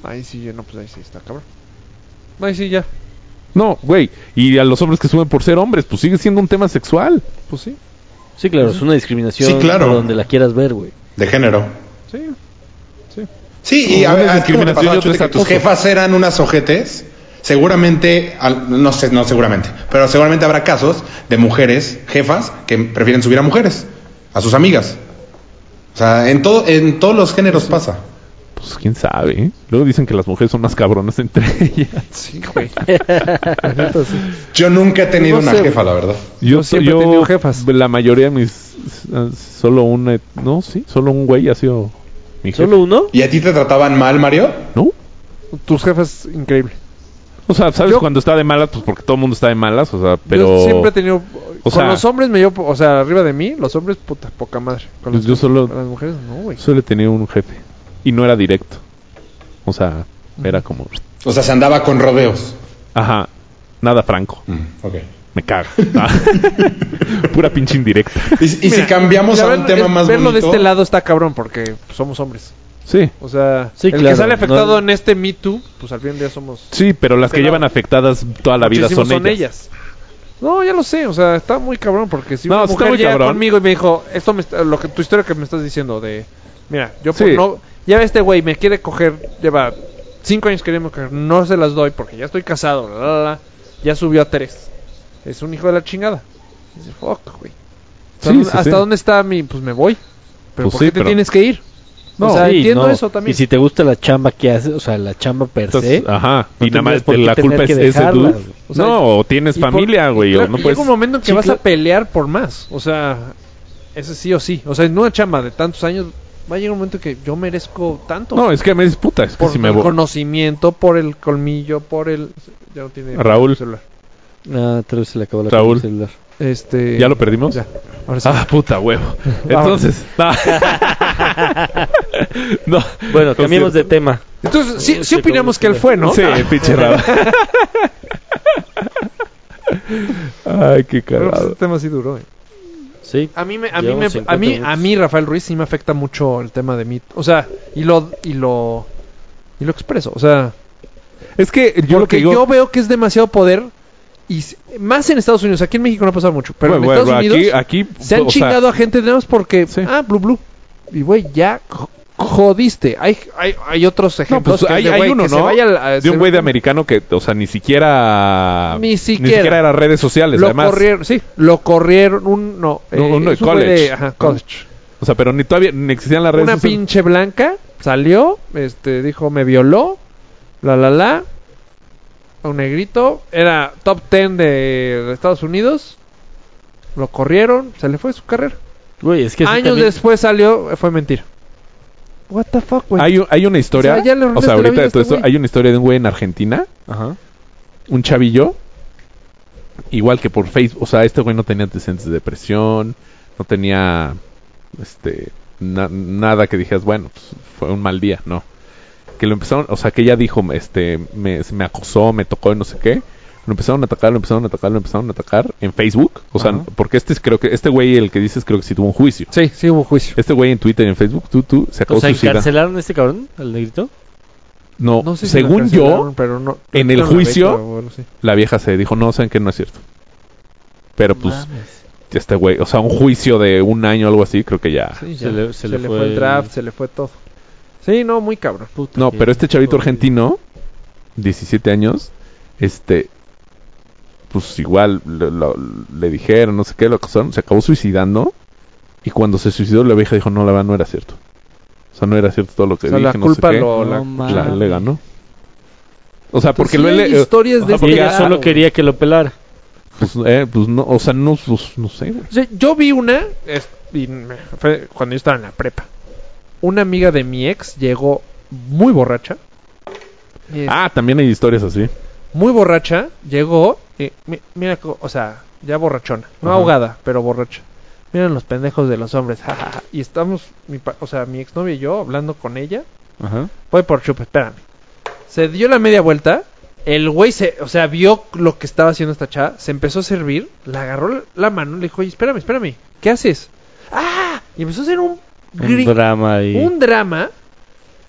Speaker 2: Ahí sí, ya, no, pues ahí sí está cabrón. Ahí sí, ya.
Speaker 5: No, güey. Y a los hombres que suben por ser hombres, pues sigue siendo un tema sexual.
Speaker 2: Pues sí,
Speaker 1: Sí, claro, es una discriminación
Speaker 8: Sí, claro.
Speaker 1: por donde la quieras ver, güey.
Speaker 8: De género.
Speaker 2: sí.
Speaker 8: Sí, y a
Speaker 5: Una
Speaker 8: ver,
Speaker 5: es
Speaker 8: a ti como te
Speaker 5: discriminación
Speaker 8: pasaba,
Speaker 5: y otra
Speaker 8: Chute,
Speaker 5: es
Speaker 8: que tus
Speaker 5: acoso.
Speaker 8: jefas eran unas ojetes. Seguramente, al- no sé, no seguramente, pero seguramente habrá casos de mujeres, jefas, que prefieren subir a mujeres, a sus amigas. O sea, en, todo, en todos los géneros pasa.
Speaker 5: Pues quién sabe. ¿eh? Luego dicen que las mujeres son más cabronas entre ellas.
Speaker 2: Sí, güey.
Speaker 8: Yo nunca he tenido
Speaker 2: No
Speaker 8: una
Speaker 2: sé,
Speaker 8: jefa, la verdad.
Speaker 5: Yo,
Speaker 2: Yo siempre he tenido jefas.
Speaker 5: La mayoría de mis. eh, Solo un. eh, No, sí, solo un güey ha sido mi jefe.
Speaker 1: ¿Solo uno?
Speaker 8: ¿Y a ti te trataban mal, Mario?
Speaker 5: ¿No?
Speaker 2: Tus jefes, increíble.
Speaker 5: O sea, ¿sabes
Speaker 2: Yo-
Speaker 5: cuando está de malas? Pues porque todo el mundo está de malas, o sea, pero.
Speaker 2: Yo siempre he tenido.
Speaker 5: O O
Speaker 2: con
Speaker 5: sea,
Speaker 2: los hombres me dio, po- o sea, arriba de mí, los hombres, puta, poca madre. Con las,
Speaker 5: Pues yo solo,
Speaker 2: con las mujeres, no, güey.
Speaker 5: solo he tenido un jefe. Y no era directo. O sea, era como...
Speaker 8: O sea, se andaba con rodeos.
Speaker 5: Ajá, nada franco.
Speaker 8: Mm, ok.
Speaker 5: Me cago. Ah. Pura pinche indirecta.
Speaker 8: Y, y si cambiamos
Speaker 2: Ya
Speaker 8: a
Speaker 2: ven,
Speaker 8: un tema
Speaker 2: es-
Speaker 8: más
Speaker 2: verlo
Speaker 8: bonito.
Speaker 2: de este lado está cabrón porque pues, somos hombres.
Speaker 5: Sí.
Speaker 2: O sea,
Speaker 1: Sí,
Speaker 2: el
Speaker 1: claro,
Speaker 2: que sale afectado
Speaker 1: no-
Speaker 2: en este Me Too, pues al fin del día somos.
Speaker 5: Sí, pero las que llevan afectadas toda la vida
Speaker 2: muchísimos
Speaker 5: son ellas.
Speaker 2: No, ya lo sé, o sea, está muy cabrón porque si
Speaker 5: No,
Speaker 2: una
Speaker 5: está
Speaker 2: mujer
Speaker 5: muy
Speaker 2: llega
Speaker 5: cabrón.
Speaker 2: conmigo y me dijo, esto me está- lo que tu historia que me estás diciendo de, mira, yo por
Speaker 5: Sí.
Speaker 2: no, ya este güey me quiere coger, lleva cinco años queriendo coger, no se las doy porque ya estoy casado, la, la, la, la, ya subió a tres, es un hijo de la chingada, Dices, fuck, güey,
Speaker 5: Sí,
Speaker 2: ¿hasta, dónde-
Speaker 5: sí,
Speaker 2: hasta
Speaker 5: sí.
Speaker 2: dónde está mi, pues me voy, pero
Speaker 5: Pues
Speaker 2: ¿por
Speaker 5: sí,
Speaker 2: qué te
Speaker 5: pero-
Speaker 2: tienes que ir? o sea,
Speaker 1: Sí,
Speaker 2: entiendo
Speaker 1: no.
Speaker 2: eso también. ah.
Speaker 1: Y si te gusta la chamba que haces, o sea, la chamba per
Speaker 5: Estás-
Speaker 1: se,
Speaker 5: Ajá.
Speaker 1: No
Speaker 5: y nada
Speaker 1: tendrías
Speaker 5: más
Speaker 1: por qué
Speaker 5: la
Speaker 1: tener
Speaker 5: culpa
Speaker 1: que
Speaker 5: es ese
Speaker 1: dejarlas,
Speaker 5: dude.
Speaker 1: güey.
Speaker 2: O sea,
Speaker 5: no, o tienes
Speaker 2: Y por-
Speaker 5: familia, güey.
Speaker 2: y
Speaker 5: o
Speaker 2: claro,
Speaker 5: no pues,
Speaker 2: y
Speaker 5: puedes...
Speaker 2: Llega un momento en que
Speaker 1: Sí,
Speaker 2: vas
Speaker 1: claro.
Speaker 2: a pelear por más. O sea, eso sí o sí. O sea, en una chamba de tantos años va a llegar un momento que yo merezco tanto.
Speaker 5: No, es que me disputa. Es que
Speaker 2: por
Speaker 5: si me
Speaker 2: el
Speaker 5: voy...
Speaker 2: conocimiento, por el colmillo, por el... Ya no tiene
Speaker 5: Raúl.
Speaker 2: celular.
Speaker 1: ah, otra vez se le acabó la
Speaker 5: Raúl.
Speaker 1: el celular.
Speaker 2: Este...
Speaker 5: ¿Ya lo perdimos?
Speaker 2: Ya. Ahora sí.
Speaker 5: Ah, puta huevo. Entonces... no. No.
Speaker 1: Bueno, cambiemos de tema.
Speaker 2: Entonces, sí, sí opinamos que él fue, ¿no?
Speaker 5: Sí, pinche raro. Ay, qué
Speaker 2: Pero pues, este
Speaker 5: cagado.
Speaker 2: tema sí duró. eh.
Speaker 1: Sí.
Speaker 2: A mí, me, a, mí
Speaker 1: Llevamos
Speaker 2: me- a,
Speaker 1: 50
Speaker 2: mí, a
Speaker 1: minutos.
Speaker 2: mí, Rafael Ruiz, sí me afecta mucho el tema de mí. O sea, y lo... Y lo y lo expreso, o sea,
Speaker 5: Es que yo lo
Speaker 2: Porque
Speaker 5: que digo...
Speaker 2: yo veo que es demasiado poder. Y s- más en Estados Unidos. Aquí en México no ha pasado mucho. Pero
Speaker 5: Bueno,
Speaker 2: en Estados
Speaker 5: bueno,
Speaker 2: Unidos
Speaker 5: aquí, aquí
Speaker 2: se han
Speaker 5: o sea,
Speaker 2: chingado a gente nada más porque.
Speaker 5: Sí.
Speaker 2: Ah, blue, blue. Y güey, ya jo- jodiste. Hay, hay, hay otros
Speaker 5: No,
Speaker 2: ejemplos.
Speaker 5: pues
Speaker 2: que es
Speaker 5: hay,
Speaker 2: de,
Speaker 5: hay
Speaker 2: güey,
Speaker 5: uno,
Speaker 2: que se
Speaker 5: ¿no?
Speaker 2: vaya al- a-
Speaker 5: de
Speaker 2: se-
Speaker 5: un güey de americano que, o sea, ni siquiera...
Speaker 2: Ni siquiera.
Speaker 5: era redes sociales,
Speaker 2: Lo
Speaker 5: además.
Speaker 2: corrieron, sí. Lo corrieron. Un, no, eh,
Speaker 5: No, uno de
Speaker 2: es un güey
Speaker 5: college.
Speaker 2: ajá, college.
Speaker 5: O sea, pero ni todavía ni existían las redes
Speaker 2: Una
Speaker 5: sociales.
Speaker 2: pinche blanca salió. Este, dijo, me violó. La, la, la. A un negrito. Era top 10 de Estados Unidos. Lo corrieron. Se le fue su carrera.
Speaker 1: Güey, es que eso
Speaker 2: Años
Speaker 1: también-
Speaker 2: después salió, fue mentira. What the fuck, güey.
Speaker 5: Hay, un- hay una historia.
Speaker 2: O
Speaker 5: O
Speaker 2: sea,
Speaker 5: sea,
Speaker 2: ya le arruinaste la
Speaker 5: ahorita
Speaker 2: vida a
Speaker 5: de todo
Speaker 2: este
Speaker 5: esto,
Speaker 2: güey.
Speaker 5: hay una historia de un güey en Argentina,
Speaker 1: Ajá.
Speaker 5: un chavillo, igual que por Facebook. O sea, este güey no tenía antecedentes de depresión, no tenía este na- nada que dijeras, bueno, pues, fue un mal día, no. Que lo empezaron, o sea, que ella dijo, este, me, se me acosó, me tocó y no sé qué. Lo empezaron a atacar, lo empezaron a atacar, lo empezaron a atacar en Facebook. O sea, porque este es, creo que, este güey, el que dices, creo que sí tuvo un juicio.
Speaker 2: Sí, sí hubo juicio.
Speaker 5: Este güey en Twitter y en Facebook, tú, tú, se acabó
Speaker 1: O sea,
Speaker 5: suicida.
Speaker 1: ¿encarcelaron a este cabrón, al negrito?
Speaker 5: No,
Speaker 2: No sé si lo
Speaker 5: según yo,
Speaker 2: cancelaron, pero no-
Speaker 5: en
Speaker 2: creo
Speaker 5: el
Speaker 2: que no la
Speaker 5: juicio-
Speaker 2: beca, bueno, sí.
Speaker 5: la vieja se dijo, no, saben que no es cierto. Pero pues,
Speaker 1: Mames.
Speaker 5: este güey, o sea, un juicio de un año o algo así, creo que ya.
Speaker 2: Sí,
Speaker 1: Se
Speaker 2: ya.
Speaker 1: le- se le fue
Speaker 2: el draft, se le fue todo. Sí, no, muy cabrón.
Speaker 1: Puta
Speaker 5: No,
Speaker 1: que-
Speaker 5: pero este chavito
Speaker 1: Pobre.
Speaker 5: argentino, 17 años, este, pues igual lo- lo- le dijeron, no sé qué, lo acusaron, se acabó suicidando. Y cuando se suicidó, la vieja dijo, no, la verdad no era cierto. O sea, no era cierto todo lo que
Speaker 2: O sea,
Speaker 5: dije,
Speaker 2: la
Speaker 5: no
Speaker 2: culpa
Speaker 5: sé qué.
Speaker 2: lo... la-
Speaker 1: No mames. Pues
Speaker 5: La- le ganó. O sea, porque
Speaker 2: Sí,
Speaker 5: lo he
Speaker 2: hay
Speaker 5: le-
Speaker 2: historias de
Speaker 5: Ajá, porque
Speaker 1: Y ella
Speaker 2: ya-
Speaker 1: Ah, solo quería que lo pelara.
Speaker 5: Pues, eh, pues no, o sea, no, pues, no sé, güey.
Speaker 2: O sea, yo vi una, es- y me- fue cuando yo estaba en la prepa. Una amiga de mi ex llegó muy borracha. Y, este,
Speaker 5: Ah, también hay historias así.
Speaker 2: muy borracha, llegó, y mi- mira, co- o sea, ya borrachona, no
Speaker 5: Ajá.
Speaker 2: ahogada, pero borracha. Miren los pendejos de los hombres, jajaja. Y estamos, mi pa- o sea, mi exnovia y yo hablando con ella.
Speaker 5: Ajá.
Speaker 2: Voy por chup, espérame. Se dio la media vuelta, el güey se, o sea, vio lo que estaba haciendo esta chava, se empezó a servir, le agarró la mano, le dijo, oye, espérame, espérame, ¿qué haces? ¡Ah! Y empezó a hacer un,
Speaker 1: Un
Speaker 2: gri-
Speaker 1: drama y...
Speaker 2: un drama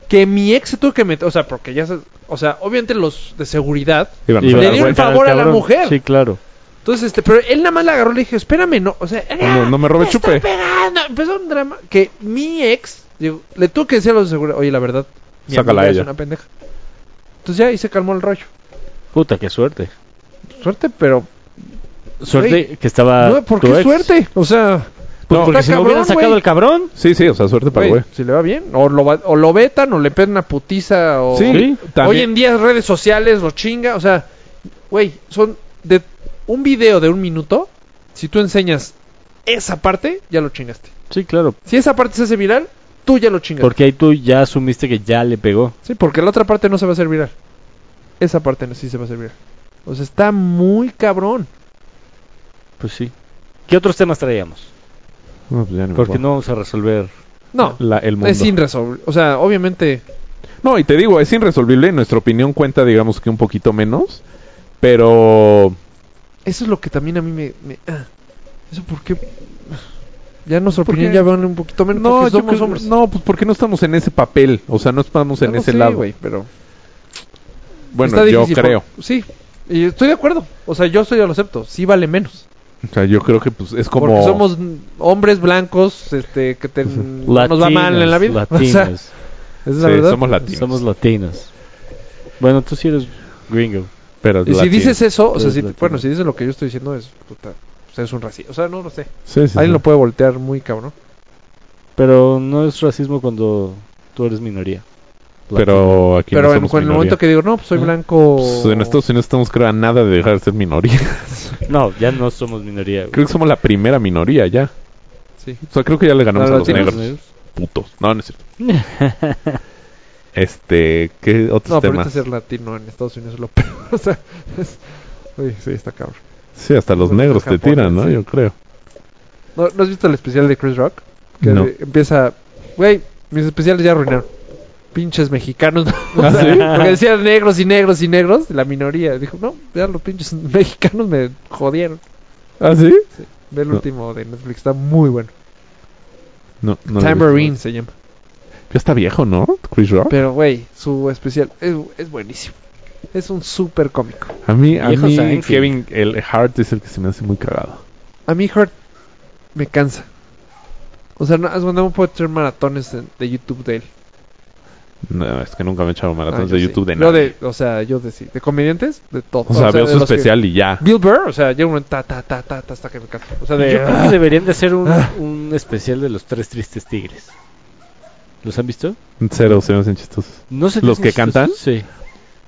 Speaker 2: que mi ex se tuvo que meter, o sea, porque ya se, o sea, obviamente los de seguridad
Speaker 5: Iban a
Speaker 1: y
Speaker 5: hacer
Speaker 2: le
Speaker 5: la
Speaker 2: dio el
Speaker 5: vuelta.
Speaker 1: al
Speaker 2: favor a la
Speaker 1: cabrón.
Speaker 2: mujer.
Speaker 1: Sí, claro.
Speaker 2: Entonces, este, pero él nada más la agarró y le dije, espérame, no, o sea,
Speaker 5: No, no me robe el
Speaker 2: está
Speaker 5: chupe.
Speaker 2: pegando. Empezó un drama que mi ex, digo, le tuvo que decir a los de seguridad, oye, la verdad, mi
Speaker 5: Sácala
Speaker 2: amiga
Speaker 5: a
Speaker 2: es
Speaker 5: ella.
Speaker 2: una pendeja. Entonces ya, y se calmó el rollo.
Speaker 1: Puta, qué suerte.
Speaker 2: Suerte, pero,
Speaker 1: Suerte
Speaker 2: Güey,
Speaker 1: que estaba
Speaker 2: no, ¿por
Speaker 1: tu
Speaker 2: qué
Speaker 1: ex.
Speaker 2: suerte? O sea,
Speaker 1: Pues
Speaker 5: No,
Speaker 1: porque
Speaker 2: está
Speaker 1: si no
Speaker 2: cabrón,
Speaker 1: hubieran sacado
Speaker 2: güey.
Speaker 1: al cabrón.
Speaker 5: Sí, sí, o sea, suerte para el
Speaker 2: güey,
Speaker 5: güey.
Speaker 2: si le va bien, o lo, va- o lo vetan, o le pegan una putiza, o...
Speaker 5: Sí, también.
Speaker 2: Hoy en día redes sociales lo chinga, o sea, güey, son de un video de un minuto, si tú enseñas esa parte, ya lo chingaste.
Speaker 1: Sí, claro.
Speaker 2: Si esa parte se hace viral, tú ya lo chingaste.
Speaker 1: Porque ahí tú ya asumiste que ya le pegó.
Speaker 2: Sí, porque la otra parte no se va a hacer viral. Esa parte no, sí se va a hacer viral. O sea, está muy cabrón.
Speaker 1: Pues sí. ¿Qué otros temas traíamos?
Speaker 5: No, pues ya ni me
Speaker 1: Porque
Speaker 5: acuerdo.
Speaker 1: no vamos a resolver.
Speaker 2: No,
Speaker 5: La- el mundo.
Speaker 2: es irresolvible. O sea, obviamente,
Speaker 5: No, y te digo, es irresolvible. Nuestra opinión cuenta, digamos que un poquito menos. Pero.
Speaker 2: eso es lo que también a mí me. me- ah, eso porque. Ya nos
Speaker 5: ¿Por
Speaker 2: opinión
Speaker 5: qué?
Speaker 2: ya van un poquito menos.
Speaker 5: No,
Speaker 2: porque
Speaker 5: yo
Speaker 2: somos
Speaker 5: creo-
Speaker 2: hombres.
Speaker 5: no, pues porque no estamos en ese papel. O sea, no estamos en
Speaker 2: Ya lo
Speaker 5: ese
Speaker 2: sé,
Speaker 5: lado.
Speaker 2: güey, pero
Speaker 5: Bueno,
Speaker 2: está
Speaker 5: yo
Speaker 2: difícil, por-
Speaker 5: creo.
Speaker 2: Sí, y estoy de acuerdo. O sea, yo estoy, lo acepto. Sí vale menos.
Speaker 5: O sea, yo creo que pues es como.
Speaker 2: Porque somos hombres blancos este, que te-
Speaker 1: Mm,
Speaker 2: no nos va mal en la vida. O
Speaker 1: Latinos.
Speaker 2: sea, esa es la
Speaker 5: Sí,
Speaker 2: verdad.
Speaker 5: somos latinos.
Speaker 1: Somos latinos. Bueno, tú sí eres gringo.
Speaker 5: pero
Speaker 2: Y si
Speaker 5: latinos.
Speaker 2: dices eso, o sea,
Speaker 5: Pues
Speaker 1: Es
Speaker 2: si,
Speaker 1: latino.
Speaker 2: bueno, si dices lo que yo estoy diciendo es, puta, o sea, es un racista. O sea, no lo sé.
Speaker 5: Sí, sí,
Speaker 2: Alguien
Speaker 5: sí.
Speaker 2: lo puede voltear muy cabrón.
Speaker 1: Pero no es racismo cuando tú eres minoría.
Speaker 5: Pero aquí no
Speaker 2: Pero en,
Speaker 5: somos
Speaker 2: en el
Speaker 5: minoría.
Speaker 2: momento que digo, no, pues soy
Speaker 1: Ajá.
Speaker 2: blanco.
Speaker 5: Pues, en Estados Unidos estamos, creo, a nada de dejar de ser minoría.
Speaker 1: No, ya no somos minoría. güey.
Speaker 5: creo que somos la primera minoría ya.
Speaker 2: Sí.
Speaker 5: O sea, creo que ya le ganamos
Speaker 2: ¿A
Speaker 5: a
Speaker 2: los
Speaker 5: los
Speaker 2: latinos? ¿eh?
Speaker 5: negros. Putos. No, no es cierto. este, ¿qué otros
Speaker 2: No, pero ahorita
Speaker 5: temas?
Speaker 2: ser latino en Estados Unidos es lo peor. O sea, es- Uy, sí, está cabrón.
Speaker 5: Sí, hasta los negros te
Speaker 2: Japón,
Speaker 5: tiran, ¿no?
Speaker 2: sí.
Speaker 5: Yo creo.
Speaker 2: ¿No, no has visto el especial de Chris Rock? Que
Speaker 5: No.
Speaker 2: empieza, güey, mis especiales ya arruinaron. Pinches mexicanos. ¿no?
Speaker 5: ¿Ah,
Speaker 2: O sea, Porque decían negros y negros y negros, la minoría. Dijo, no, ya los pinches mexicanos me jodieron.
Speaker 5: ¿Ah, sí?
Speaker 2: Ve el
Speaker 5: No.
Speaker 2: último de Netflix, está muy bueno.
Speaker 5: No, no lo he
Speaker 2: Tambourine
Speaker 5: visto.
Speaker 2: se llama.
Speaker 5: Ya está viejo, ¿no? Chris Rock.
Speaker 2: Pero, güey, su especial es, es buenísimo. Es un súper cómico.
Speaker 5: a mí, a
Speaker 1: Viejo
Speaker 5: mí
Speaker 1: Seinfeld.
Speaker 5: Kevin el Hart es el que se me hace muy cagado.
Speaker 2: A mí Hurt me cansa. O sea, no, no puedo hacer maratones de, de YouTube de él.
Speaker 5: No, es que nunca me he echado
Speaker 2: Ah,
Speaker 5: maratones
Speaker 2: yo
Speaker 5: de
Speaker 2: sí.
Speaker 5: YouTube de
Speaker 2: Yo
Speaker 5: nada.
Speaker 2: de, o sea, yo de sí. De comediantes, de todo.
Speaker 5: O sea, veo
Speaker 2: de
Speaker 5: su
Speaker 2: los que-
Speaker 5: especial y ya.
Speaker 2: Bill Burr, o sea, llega uno en ta, ta, ta, ta, ta, hasta que me canso. O sea, de...
Speaker 1: Yo creo que
Speaker 2: ah,
Speaker 1: deberían de hacer un, un especial de los tres tristes tigres. ¿Los han visto?
Speaker 5: Cero, se me hacen chistosos.
Speaker 1: ¿No se te
Speaker 5: ¿Los
Speaker 1: hacen
Speaker 5: que
Speaker 1: chistosos?
Speaker 5: cantan?
Speaker 1: Sí.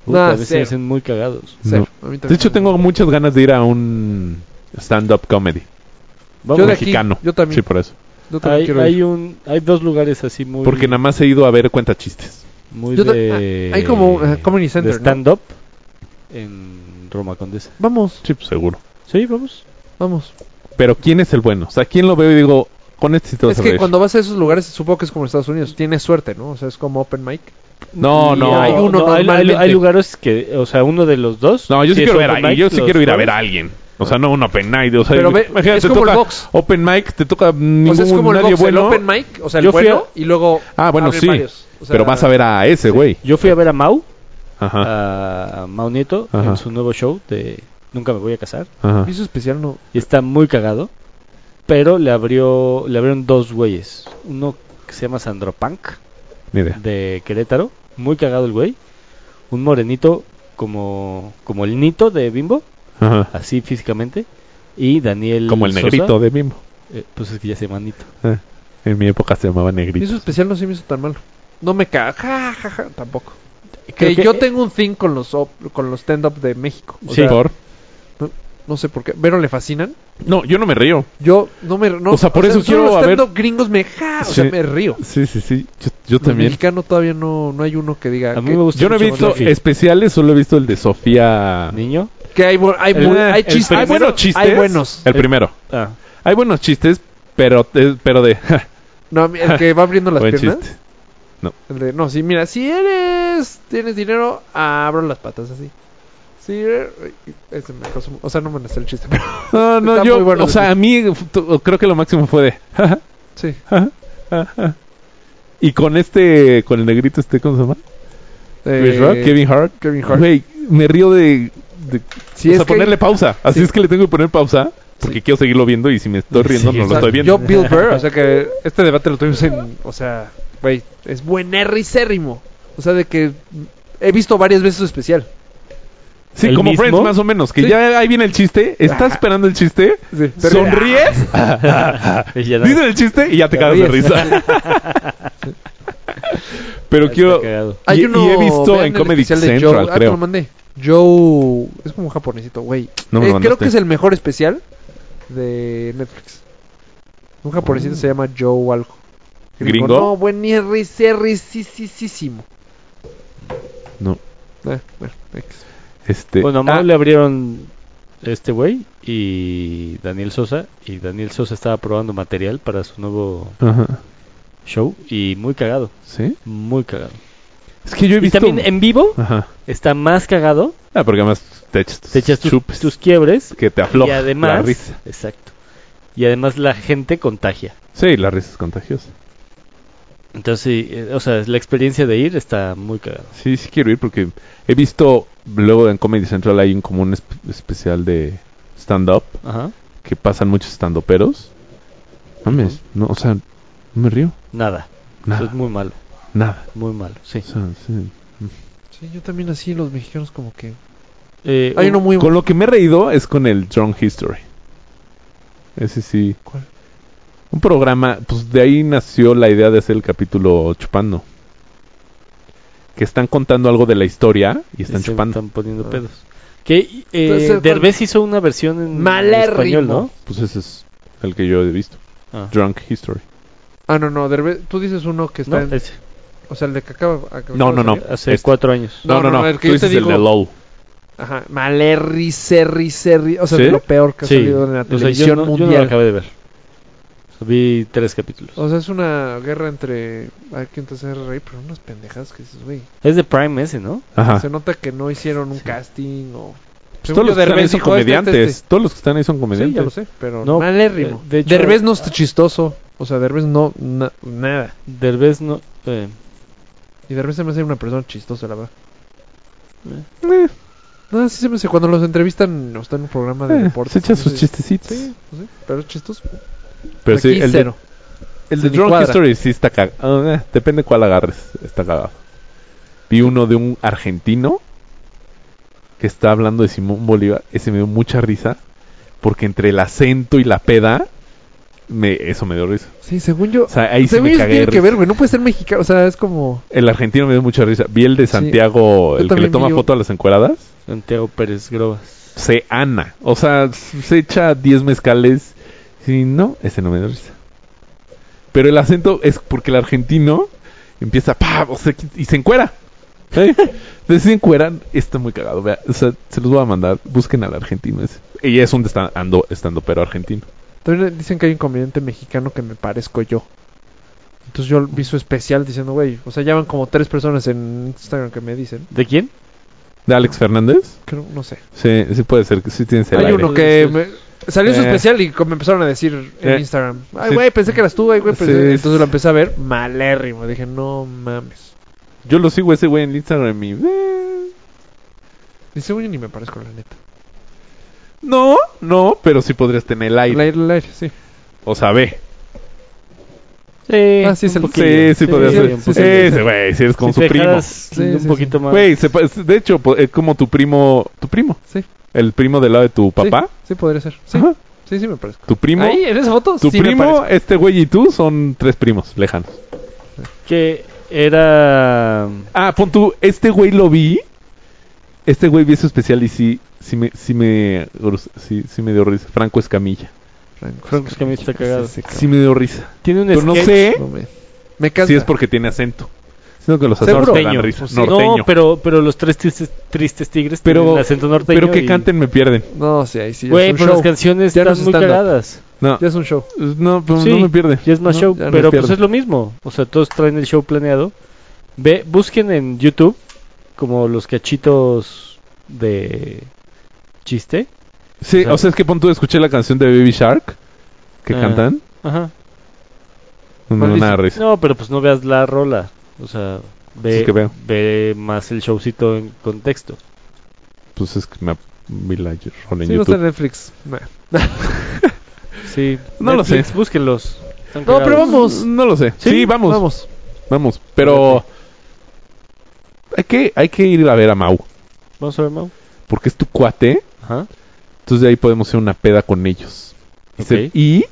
Speaker 1: Puta,
Speaker 2: No,
Speaker 1: a veces
Speaker 2: cero.
Speaker 1: se hacen muy cagados.
Speaker 2: cero.
Speaker 5: No.
Speaker 2: A mí también
Speaker 5: De hecho,
Speaker 2: me-
Speaker 5: tengo muchas ganas de ir a un stand-up comedy.
Speaker 1: Vamos.
Speaker 2: Yo de aquí,
Speaker 5: mexicano.
Speaker 2: yo también.
Speaker 5: Sí, por eso.
Speaker 2: Yo también
Speaker 1: hay,
Speaker 2: quiero ir.
Speaker 1: hay un, hay dos lugares así muy...
Speaker 5: Porque nada más he ido a ver cuenta chistes.
Speaker 1: muy
Speaker 2: Yo ta-
Speaker 1: de...
Speaker 2: ah, hay como un, ajá, Comedy Center,
Speaker 1: de
Speaker 2: ¿no?
Speaker 1: stand-up en Roma Condesa.
Speaker 2: Vamos,
Speaker 5: Sí, pues, seguro.
Speaker 1: Sí, vamos.
Speaker 2: vamos.
Speaker 5: Pero ¿quién es el bueno? O sea, ¿quién lo veo y digo, con este sí te vas
Speaker 2: Es
Speaker 5: a
Speaker 2: que
Speaker 5: reír?
Speaker 2: cuando vas a esos lugares, supongo que es como en Estados Unidos. Tienes suerte, ¿no? O sea, es como open mic.
Speaker 5: No,
Speaker 1: Y
Speaker 5: no.
Speaker 1: Hay uno
Speaker 2: no,
Speaker 1: hay,
Speaker 2: normalmente.
Speaker 1: hay lugares que, o sea, uno de los dos.
Speaker 5: No, yo sí,
Speaker 1: si es
Speaker 5: quiero ver
Speaker 1: open
Speaker 5: a,
Speaker 1: mic,
Speaker 5: yo sí
Speaker 1: los
Speaker 5: quiero ir a ver
Speaker 1: jueves.
Speaker 5: a alguien. O sea, no un open night. O sea,
Speaker 2: Pero ve-
Speaker 5: imagínate,
Speaker 2: es
Speaker 5: te
Speaker 2: como el
Speaker 5: toca
Speaker 2: box.
Speaker 5: Open mic, te toca ningún
Speaker 2: o sea, es como el
Speaker 5: nadie
Speaker 2: box,
Speaker 5: bueno.
Speaker 2: el open mic, o sea, el
Speaker 5: Yo fui
Speaker 2: bueno,
Speaker 5: a-
Speaker 2: y luego
Speaker 5: Ah, bueno,
Speaker 2: abren
Speaker 5: sí.
Speaker 2: varios. O sea,
Speaker 5: Pero vas a ver a ese, güey.
Speaker 1: Yo fui a ver a Mau,
Speaker 5: Ajá.
Speaker 1: a, a Mau Nieto,
Speaker 5: Ah. Ajá.
Speaker 1: en su nuevo show de Nunca me voy a casar.
Speaker 5: ajá.
Speaker 2: Hizo especial, no.
Speaker 1: Y está muy cagado. Pero le abrió le abrieron dos güeyes. Uno que se llama Sandro Punk,
Speaker 5: Ni idea.
Speaker 1: de Querétaro. Muy cagado el güey. Un morenito como, como el Nito de Bimbo,
Speaker 5: Ajá.
Speaker 1: así físicamente. Y Daniel.
Speaker 5: Como el
Speaker 1: Sosa,
Speaker 5: negrito de Bimbo.
Speaker 1: eh, pues es que ya se llama Nito.
Speaker 5: En mi época se llamaba negrito.
Speaker 2: Hizo especial, no se me hizo tan malo. No me caga, ja, ja, ja, tampoco.
Speaker 1: Creo
Speaker 2: Que, yo tengo un thing con los op- con los stand up de México. O
Speaker 1: Sí.
Speaker 2: sea,
Speaker 5: Por-
Speaker 2: no sé por qué. Pero le fascinan.
Speaker 5: No, yo no me río.
Speaker 2: Yo no me no,
Speaker 5: O sea, por eso
Speaker 2: solo
Speaker 5: quiero,
Speaker 2: los
Speaker 5: a ver-
Speaker 2: stand-up gringos me ja, o sea,
Speaker 5: Sí.
Speaker 2: me río.
Speaker 5: Sí, sí, sí. Yo, yo
Speaker 2: El
Speaker 5: también.
Speaker 2: mexicano todavía no no hay uno que diga
Speaker 1: A mí
Speaker 2: que,
Speaker 1: me gusta
Speaker 5: Yo no he
Speaker 1: mucho
Speaker 5: visto
Speaker 1: Bonafide.
Speaker 5: especiales, solo he visto el de Sofía.
Speaker 1: Niño.
Speaker 2: que hay bu- hay,
Speaker 5: El-
Speaker 2: bu- hay
Speaker 5: el
Speaker 2: chistes,
Speaker 5: primero-
Speaker 2: hay buenos chistes, hay buenos.
Speaker 5: El primero.
Speaker 1: Ah.
Speaker 5: Hay buenos chistes, pero, eh, pero de. ja,
Speaker 2: No, a mí- el que va abriendo las
Speaker 5: buen
Speaker 2: piernas,
Speaker 5: chiste.
Speaker 2: el de no, sí, mira, si eres tienes dinero, abro las patas así. Sí, eh, ese me causó- o sea, no me nace el chiste, pero
Speaker 5: No, no,
Speaker 2: Está
Speaker 5: yo.
Speaker 2: muy bueno
Speaker 5: o
Speaker 2: ese
Speaker 5: sea, a mí tu- creo que lo máximo fue de. ja, ja,
Speaker 2: sí.
Speaker 5: ja, ja. Y con este. Con el negrito, este, ¿cómo se llama? Chris Rock, Kevin Hart.
Speaker 2: Eh, Kevin Hart.
Speaker 5: Güey, me río de. de
Speaker 2: Sí,
Speaker 5: o
Speaker 2: es
Speaker 5: sea,
Speaker 2: que-
Speaker 5: ponerle pausa. Así es que le tengo que poner pausa. Porque quiero seguirlo viendo y si me estoy riendo,
Speaker 1: Sí,
Speaker 5: no
Speaker 1: o
Speaker 5: lo
Speaker 1: sea,
Speaker 5: estoy
Speaker 2: Yo,
Speaker 5: viendo.
Speaker 2: Bill Burr, o sea que este debate lo tuvimos en. O sea, güey, es buenerricérrimo. O sea, de que he visto varias veces su especial.
Speaker 5: Sí,
Speaker 1: ¿El
Speaker 5: como
Speaker 1: mismo?
Speaker 5: Friends, más o menos. Que
Speaker 2: Sí.
Speaker 5: ya ahí viene el chiste. Estás esperando el chiste.
Speaker 2: Sí, pero-
Speaker 5: Sonríes.
Speaker 1: Ah. Y ya no-
Speaker 5: Dicen el chiste y ya te cagas de
Speaker 2: ríes.
Speaker 5: risa. Pero
Speaker 1: está
Speaker 5: quiero.
Speaker 1: cagado.
Speaker 5: y- y he visto
Speaker 2: vean
Speaker 5: en
Speaker 2: el
Speaker 5: Comedy
Speaker 2: especial de
Speaker 5: Central,
Speaker 2: Joe, Ah, te
Speaker 5: creo.
Speaker 2: lo mandé. Joe. Es como un japonesito, güey.
Speaker 5: No me
Speaker 2: Eh,
Speaker 5: lo
Speaker 2: creo
Speaker 5: mandaste.
Speaker 2: que es el mejor especial de Netflix. Un japonesito se llama Joe algo.
Speaker 5: ¿Gringo?
Speaker 2: No, buenerricérrimo.
Speaker 5: No.
Speaker 2: Eh, bueno, X.
Speaker 5: Este.
Speaker 1: Bueno, a Mau
Speaker 5: ah,
Speaker 1: le abrieron este güey y Daniel Sosa. Y Daniel Sosa estaba probando material para su nuevo
Speaker 5: Ajá.
Speaker 1: show. Y muy cagado,
Speaker 5: ¿Sí?
Speaker 1: muy cagado.
Speaker 5: Es que yo he
Speaker 1: Y
Speaker 5: visto...
Speaker 1: también en vivo
Speaker 5: Ajá.
Speaker 1: está más cagado.
Speaker 5: Ah, porque además te echas, tus
Speaker 1: Te echas tus,
Speaker 5: chupes
Speaker 1: tus quiebres.
Speaker 5: que te
Speaker 1: Y
Speaker 5: afloja la
Speaker 1: además.
Speaker 5: risa.
Speaker 1: Exacto. Y además la gente contagia.
Speaker 5: Sí, la risa es contagiosa.
Speaker 1: Entonces, sí, eh, o sea, la experiencia de ir está muy cagada.
Speaker 5: Sí, sí quiero ir porque he visto luego en Comedy Central hay un, como un espe- especial de stand-up
Speaker 1: Ajá.
Speaker 5: que pasan muchos stand-uperos. Mames, no, o sea, no me río.
Speaker 1: Nada. Eso
Speaker 5: Nada,
Speaker 1: es muy malo,
Speaker 5: nada.
Speaker 1: muy malo, sí.
Speaker 5: O sea, sí.
Speaker 2: Sí, yo también así, los mexicanos como que...
Speaker 1: Eh,
Speaker 2: Hay uno muy
Speaker 5: Con lo que me he reído es con el Drunk History. Ese sí.
Speaker 2: ¿Cuál?
Speaker 5: Un programa, pues de ahí nació la idea de hacer el capítulo chupando. Que están contando algo de la historia y están
Speaker 1: se
Speaker 5: chupando.
Speaker 1: Están poniendo
Speaker 2: Ah.
Speaker 1: pedos. Que eh,
Speaker 2: Entonces,
Speaker 1: Derbez hizo una versión en
Speaker 2: Pues, Malérrimo.
Speaker 1: español, ¿no?
Speaker 5: Pues ese es el que yo he visto.
Speaker 1: Ah.
Speaker 5: Drunk History.
Speaker 2: Ah, no, no, Derbez, tú dices uno que está
Speaker 1: No,
Speaker 2: en...
Speaker 1: es-
Speaker 2: O sea, el de que acaba... acaba
Speaker 5: No,
Speaker 2: de
Speaker 5: no, no.
Speaker 2: salir.
Speaker 1: hace
Speaker 5: Este.
Speaker 1: cuatro años.
Speaker 5: No, no, no.
Speaker 2: el que
Speaker 5: Tú
Speaker 2: yo te
Speaker 5: dices el
Speaker 2: digo-
Speaker 5: de LOL.
Speaker 2: Ajá, Malerri, Serri, Serri... O sea,
Speaker 5: ¿Sí?
Speaker 2: de lo peor que ha
Speaker 1: Sí.
Speaker 2: salido en la
Speaker 1: O sea,
Speaker 2: televisión
Speaker 1: yo, no, yo no
Speaker 2: mundial.
Speaker 1: lo acabé de ver. Vi tres capítulos.
Speaker 2: O sea, es una guerra entre... Hay que hacer reír, pero unas pendejas que dices, güey.
Speaker 1: Es de Prime ese, ¿no?
Speaker 5: Ajá.
Speaker 2: Se nota que no hicieron un casting o...
Speaker 5: Ah. Pues todos los que están
Speaker 2: este,
Speaker 5: ahí son comediantes. Todos los que están ahí son
Speaker 2: Sí, ya lo
Speaker 5: comediantes.
Speaker 2: sé, pero
Speaker 1: No,
Speaker 2: malérrimo.
Speaker 1: eh, de hecho-
Speaker 2: Derbez
Speaker 5: ah.
Speaker 2: no está chistoso. O sea, Derbez no... na- nada.
Speaker 1: Derbez no... eh,
Speaker 2: Y Derbez se me hace una persona chistosa, la verdad. Eh. No, sí se me hace. Cuando los entrevistan, o está en un programa de
Speaker 5: Eh,
Speaker 2: deportes.
Speaker 5: se echa
Speaker 2: no
Speaker 5: sus
Speaker 2: sé.
Speaker 5: chistecitos.
Speaker 2: Sí, no sé, pero es chistoso.
Speaker 5: Pero sí,
Speaker 2: Aquí
Speaker 5: el de,
Speaker 2: cero.
Speaker 5: el
Speaker 2: Se
Speaker 5: de
Speaker 2: ni
Speaker 5: Drunk
Speaker 2: cuadra.
Speaker 5: History sí está cagado. depende cuál agarres. Está cagado. Vi uno de un argentino que está hablando de Simón Bolívar. Ese me dio mucha risa. Porque entre el acento y la peda, me, eso me dio risa.
Speaker 2: Sí, según yo...
Speaker 5: O sea, ahí se
Speaker 2: según
Speaker 5: me
Speaker 2: yo sí
Speaker 5: cagué. de
Speaker 2: tiene que
Speaker 5: risa.
Speaker 2: ver, güey. No puede ser mexicano. O sea, es como...
Speaker 5: El argentino me dio mucha risa. Vi el de
Speaker 2: Sí.
Speaker 5: Santiago, el que le
Speaker 2: también
Speaker 5: toma
Speaker 2: vi un-
Speaker 5: foto a las encueradas.
Speaker 1: Santiago Pérez Grobas.
Speaker 5: se ana. O sea, s- se echa 10 mezcales. Si no, ese no me da risa. Pero el acento es porque el argentino empieza pa, o sea, y se encuera. ¿Eh? Entonces, se encueran, está muy cagado. vea. O sea, se los voy a mandar. Busquen al argentino ese. Y es un estando, pero argentino.
Speaker 2: También dicen que hay un comediante mexicano que me parezco yo. Entonces yo vi su especial diciendo, güey... O sea, ya van como tres personas en Instagram que me dicen.
Speaker 1: ¿De quién?
Speaker 5: ¿De Alex Fernández?
Speaker 2: Creo, no sé.
Speaker 5: Sí, sí puede ser. que Sí tienes el
Speaker 2: Hay
Speaker 5: aire.
Speaker 2: uno que me- salió su
Speaker 5: Eh.
Speaker 2: especial y co- me empezaron a decir en
Speaker 5: Eh.
Speaker 2: Instagram. Ay,
Speaker 5: Sí.
Speaker 2: güey, pensé que eras tú, ay, güey.
Speaker 5: Sí,
Speaker 2: pensé-".
Speaker 5: sí.
Speaker 2: Entonces lo empecé a ver malérrimo. Dije, no mames.
Speaker 5: Yo lo sigo a ese güey en Instagram y... eh,
Speaker 2: Dice, güey, ni me parezco, la neta.
Speaker 5: No, no, pero sí podrías tener el aire.
Speaker 2: El aire, el aire, sí.
Speaker 5: O sea, ve.
Speaker 1: Sí,
Speaker 2: Ah, sí, Eh, es el-
Speaker 5: Sí, sí, podría
Speaker 1: sí,
Speaker 5: ser.
Speaker 1: un poquillo.
Speaker 5: Ese güey, si eres con
Speaker 1: Si
Speaker 5: su
Speaker 1: te
Speaker 5: primo.
Speaker 1: dejaras
Speaker 2: Sí,
Speaker 1: un
Speaker 2: sí,
Speaker 1: poquito más...
Speaker 5: Güey, se pa- de hecho, po- es como tu primo, tu primo,
Speaker 2: Sí.
Speaker 5: el primo del lado de tu papá,
Speaker 2: Sí, sí podría ser. Sí,
Speaker 5: Ajá.
Speaker 2: sí, sí me parezco.
Speaker 5: tu primo,
Speaker 2: Ahí, en esa foto,
Speaker 5: tu
Speaker 2: sí me
Speaker 5: primo,
Speaker 2: parezco.
Speaker 5: este güey y tú son tres primos lejanos.
Speaker 1: Que era...
Speaker 5: Ah, pon tú, este güey lo vi, este güey vi su especial y sí, sí me, sí me, grus- sí, sí me dio risa. Franco Escamilla,
Speaker 1: Franco Escamilla está cagado.
Speaker 2: Sí, sí, sí,
Speaker 5: sí me dio risa.
Speaker 1: Tiene un
Speaker 5: Pero no
Speaker 1: sketch-
Speaker 5: sé
Speaker 2: no me- Me cansa.
Speaker 5: si es porque tiene acento, sino que los
Speaker 1: Seguro.
Speaker 5: acentos me dan
Speaker 1: Norteño,
Speaker 5: risa.
Speaker 1: pues sí.
Speaker 5: norteño.
Speaker 1: No, pero, pero los tres tristes, tristes tigres
Speaker 5: Pero-
Speaker 1: tienen acento norteño.
Speaker 5: pero que
Speaker 1: y-
Speaker 5: canten me pierden.
Speaker 2: No, sí, ahí sí. ya
Speaker 1: Güey,
Speaker 2: es un
Speaker 1: pero las
Speaker 2: show.
Speaker 1: canciones
Speaker 2: Ya no
Speaker 1: están
Speaker 2: es
Speaker 1: muy
Speaker 2: stand-up.
Speaker 1: cagadas.
Speaker 5: No,
Speaker 2: Ya es un show.
Speaker 5: no, pero
Speaker 1: Sí.
Speaker 5: no me pierde.
Speaker 1: Ya es más
Speaker 2: No,
Speaker 1: show,
Speaker 2: ya no
Speaker 1: pero
Speaker 5: es
Speaker 1: pues
Speaker 5: pierde.
Speaker 1: es lo mismo. O sea, todos traen el show planeado. Ve, busquen en YouTube como los cachitos de chiste.
Speaker 5: Sí,
Speaker 1: Ajá.
Speaker 5: o sea, es que pon tú, escuché la canción de Baby Shark que
Speaker 1: Ah.
Speaker 5: cantan.
Speaker 1: Ajá.
Speaker 5: No,
Speaker 2: ¿Cuál
Speaker 5: nada
Speaker 2: dice?
Speaker 5: risa.
Speaker 1: No, pero pues no veas la rola. O sea, ve,
Speaker 5: Sí que veo.
Speaker 1: ve más el showcito en contexto.
Speaker 5: Pues es que me vi la rola en
Speaker 2: Sí, no está
Speaker 5: YouTube.
Speaker 2: en Netflix. Nah.
Speaker 1: Sí.
Speaker 5: No lo sé.
Speaker 1: Netflix, Búsquenlos. Están
Speaker 2: No, pero
Speaker 1: cagados.
Speaker 2: vamos.
Speaker 5: No lo sé. Sí, vamos, vamos.
Speaker 2: Vamos.
Speaker 5: Pero hay que, hay que ir a ver a Mau.
Speaker 1: Vamos a ver, Mau.
Speaker 5: Porque es tu cuate.
Speaker 1: Ajá.
Speaker 5: Entonces de ahí podemos hacer una peda con ellos. Y se-
Speaker 1: Ok.
Speaker 5: Y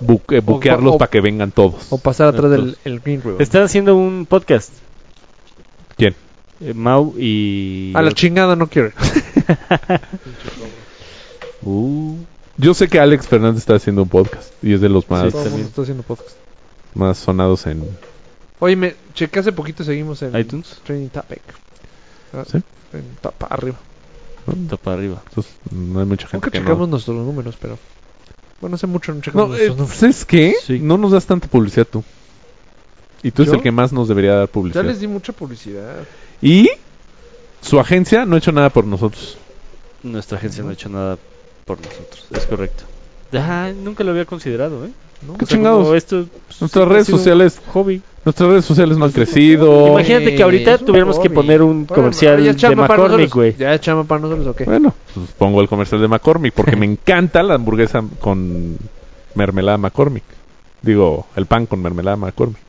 Speaker 5: buque- buquearlos
Speaker 2: o-
Speaker 5: para que vengan todos.
Speaker 2: O pasar atrás del el green room.
Speaker 1: Están haciendo un podcast.
Speaker 5: ¿Quién?
Speaker 1: Eh, Mau y.
Speaker 2: A la chingada no quiero. ir.
Speaker 1: Uh,
Speaker 5: Yo sé que Alex Fernández está haciendo un podcast. Y es de los más,
Speaker 2: Todo el
Speaker 1: también.
Speaker 2: mundo está haciendo podcast.
Speaker 5: más sonados en...
Speaker 2: Oye, me chequé hace poquito seguimos en
Speaker 1: iTunes.
Speaker 2: Training Topic. Ah,
Speaker 5: ¿Sí?
Speaker 2: en top- arriba.
Speaker 5: ¿no?
Speaker 1: Está para arriba.
Speaker 5: Entonces, no hay mucha gente
Speaker 2: Nunca
Speaker 5: que
Speaker 2: checamos
Speaker 5: no.
Speaker 2: nuestros números, pero. Bueno, hace mucho no checamos
Speaker 5: No, eh,
Speaker 2: nuestros números.
Speaker 5: ¿sabes qué?
Speaker 1: Sí.
Speaker 5: No nos das tanta publicidad tú. Y tú eres
Speaker 2: ¿Yo?
Speaker 5: el que más nos debería dar
Speaker 2: Ya
Speaker 5: publicidad.
Speaker 2: les di mucha publicidad.
Speaker 5: Y su agencia no ha hecho nada por nosotros.
Speaker 1: Nuestra agencia no ha hecho nada por nosotros. Es correcto. Ah, nunca lo había considerado, ¿eh.
Speaker 2: ¿no?
Speaker 5: ¿Qué
Speaker 1: O sea,
Speaker 5: chingados?
Speaker 1: como esto, pues,
Speaker 5: Nuestras
Speaker 1: ha
Speaker 5: redes
Speaker 1: sido un
Speaker 5: sociales,
Speaker 1: Hobby.
Speaker 5: nuestras redes sociales no han crecido.
Speaker 2: Imagina-
Speaker 1: Imagínate que ahorita
Speaker 2: es un
Speaker 1: tuviéramos que
Speaker 2: hobby.
Speaker 1: poner un
Speaker 2: Bueno,
Speaker 1: comercial
Speaker 2: ya es
Speaker 1: de
Speaker 2: chamba para
Speaker 1: McCormick,
Speaker 2: nosotros.
Speaker 1: güey.
Speaker 2: Ya es chamba para nosotros, ¿o qué?
Speaker 5: Bueno, pues pongo el comercial de McCormick porque me encanta la hamburguesa con mermelada McCormick. Digo, el pan con mermelada McCormick.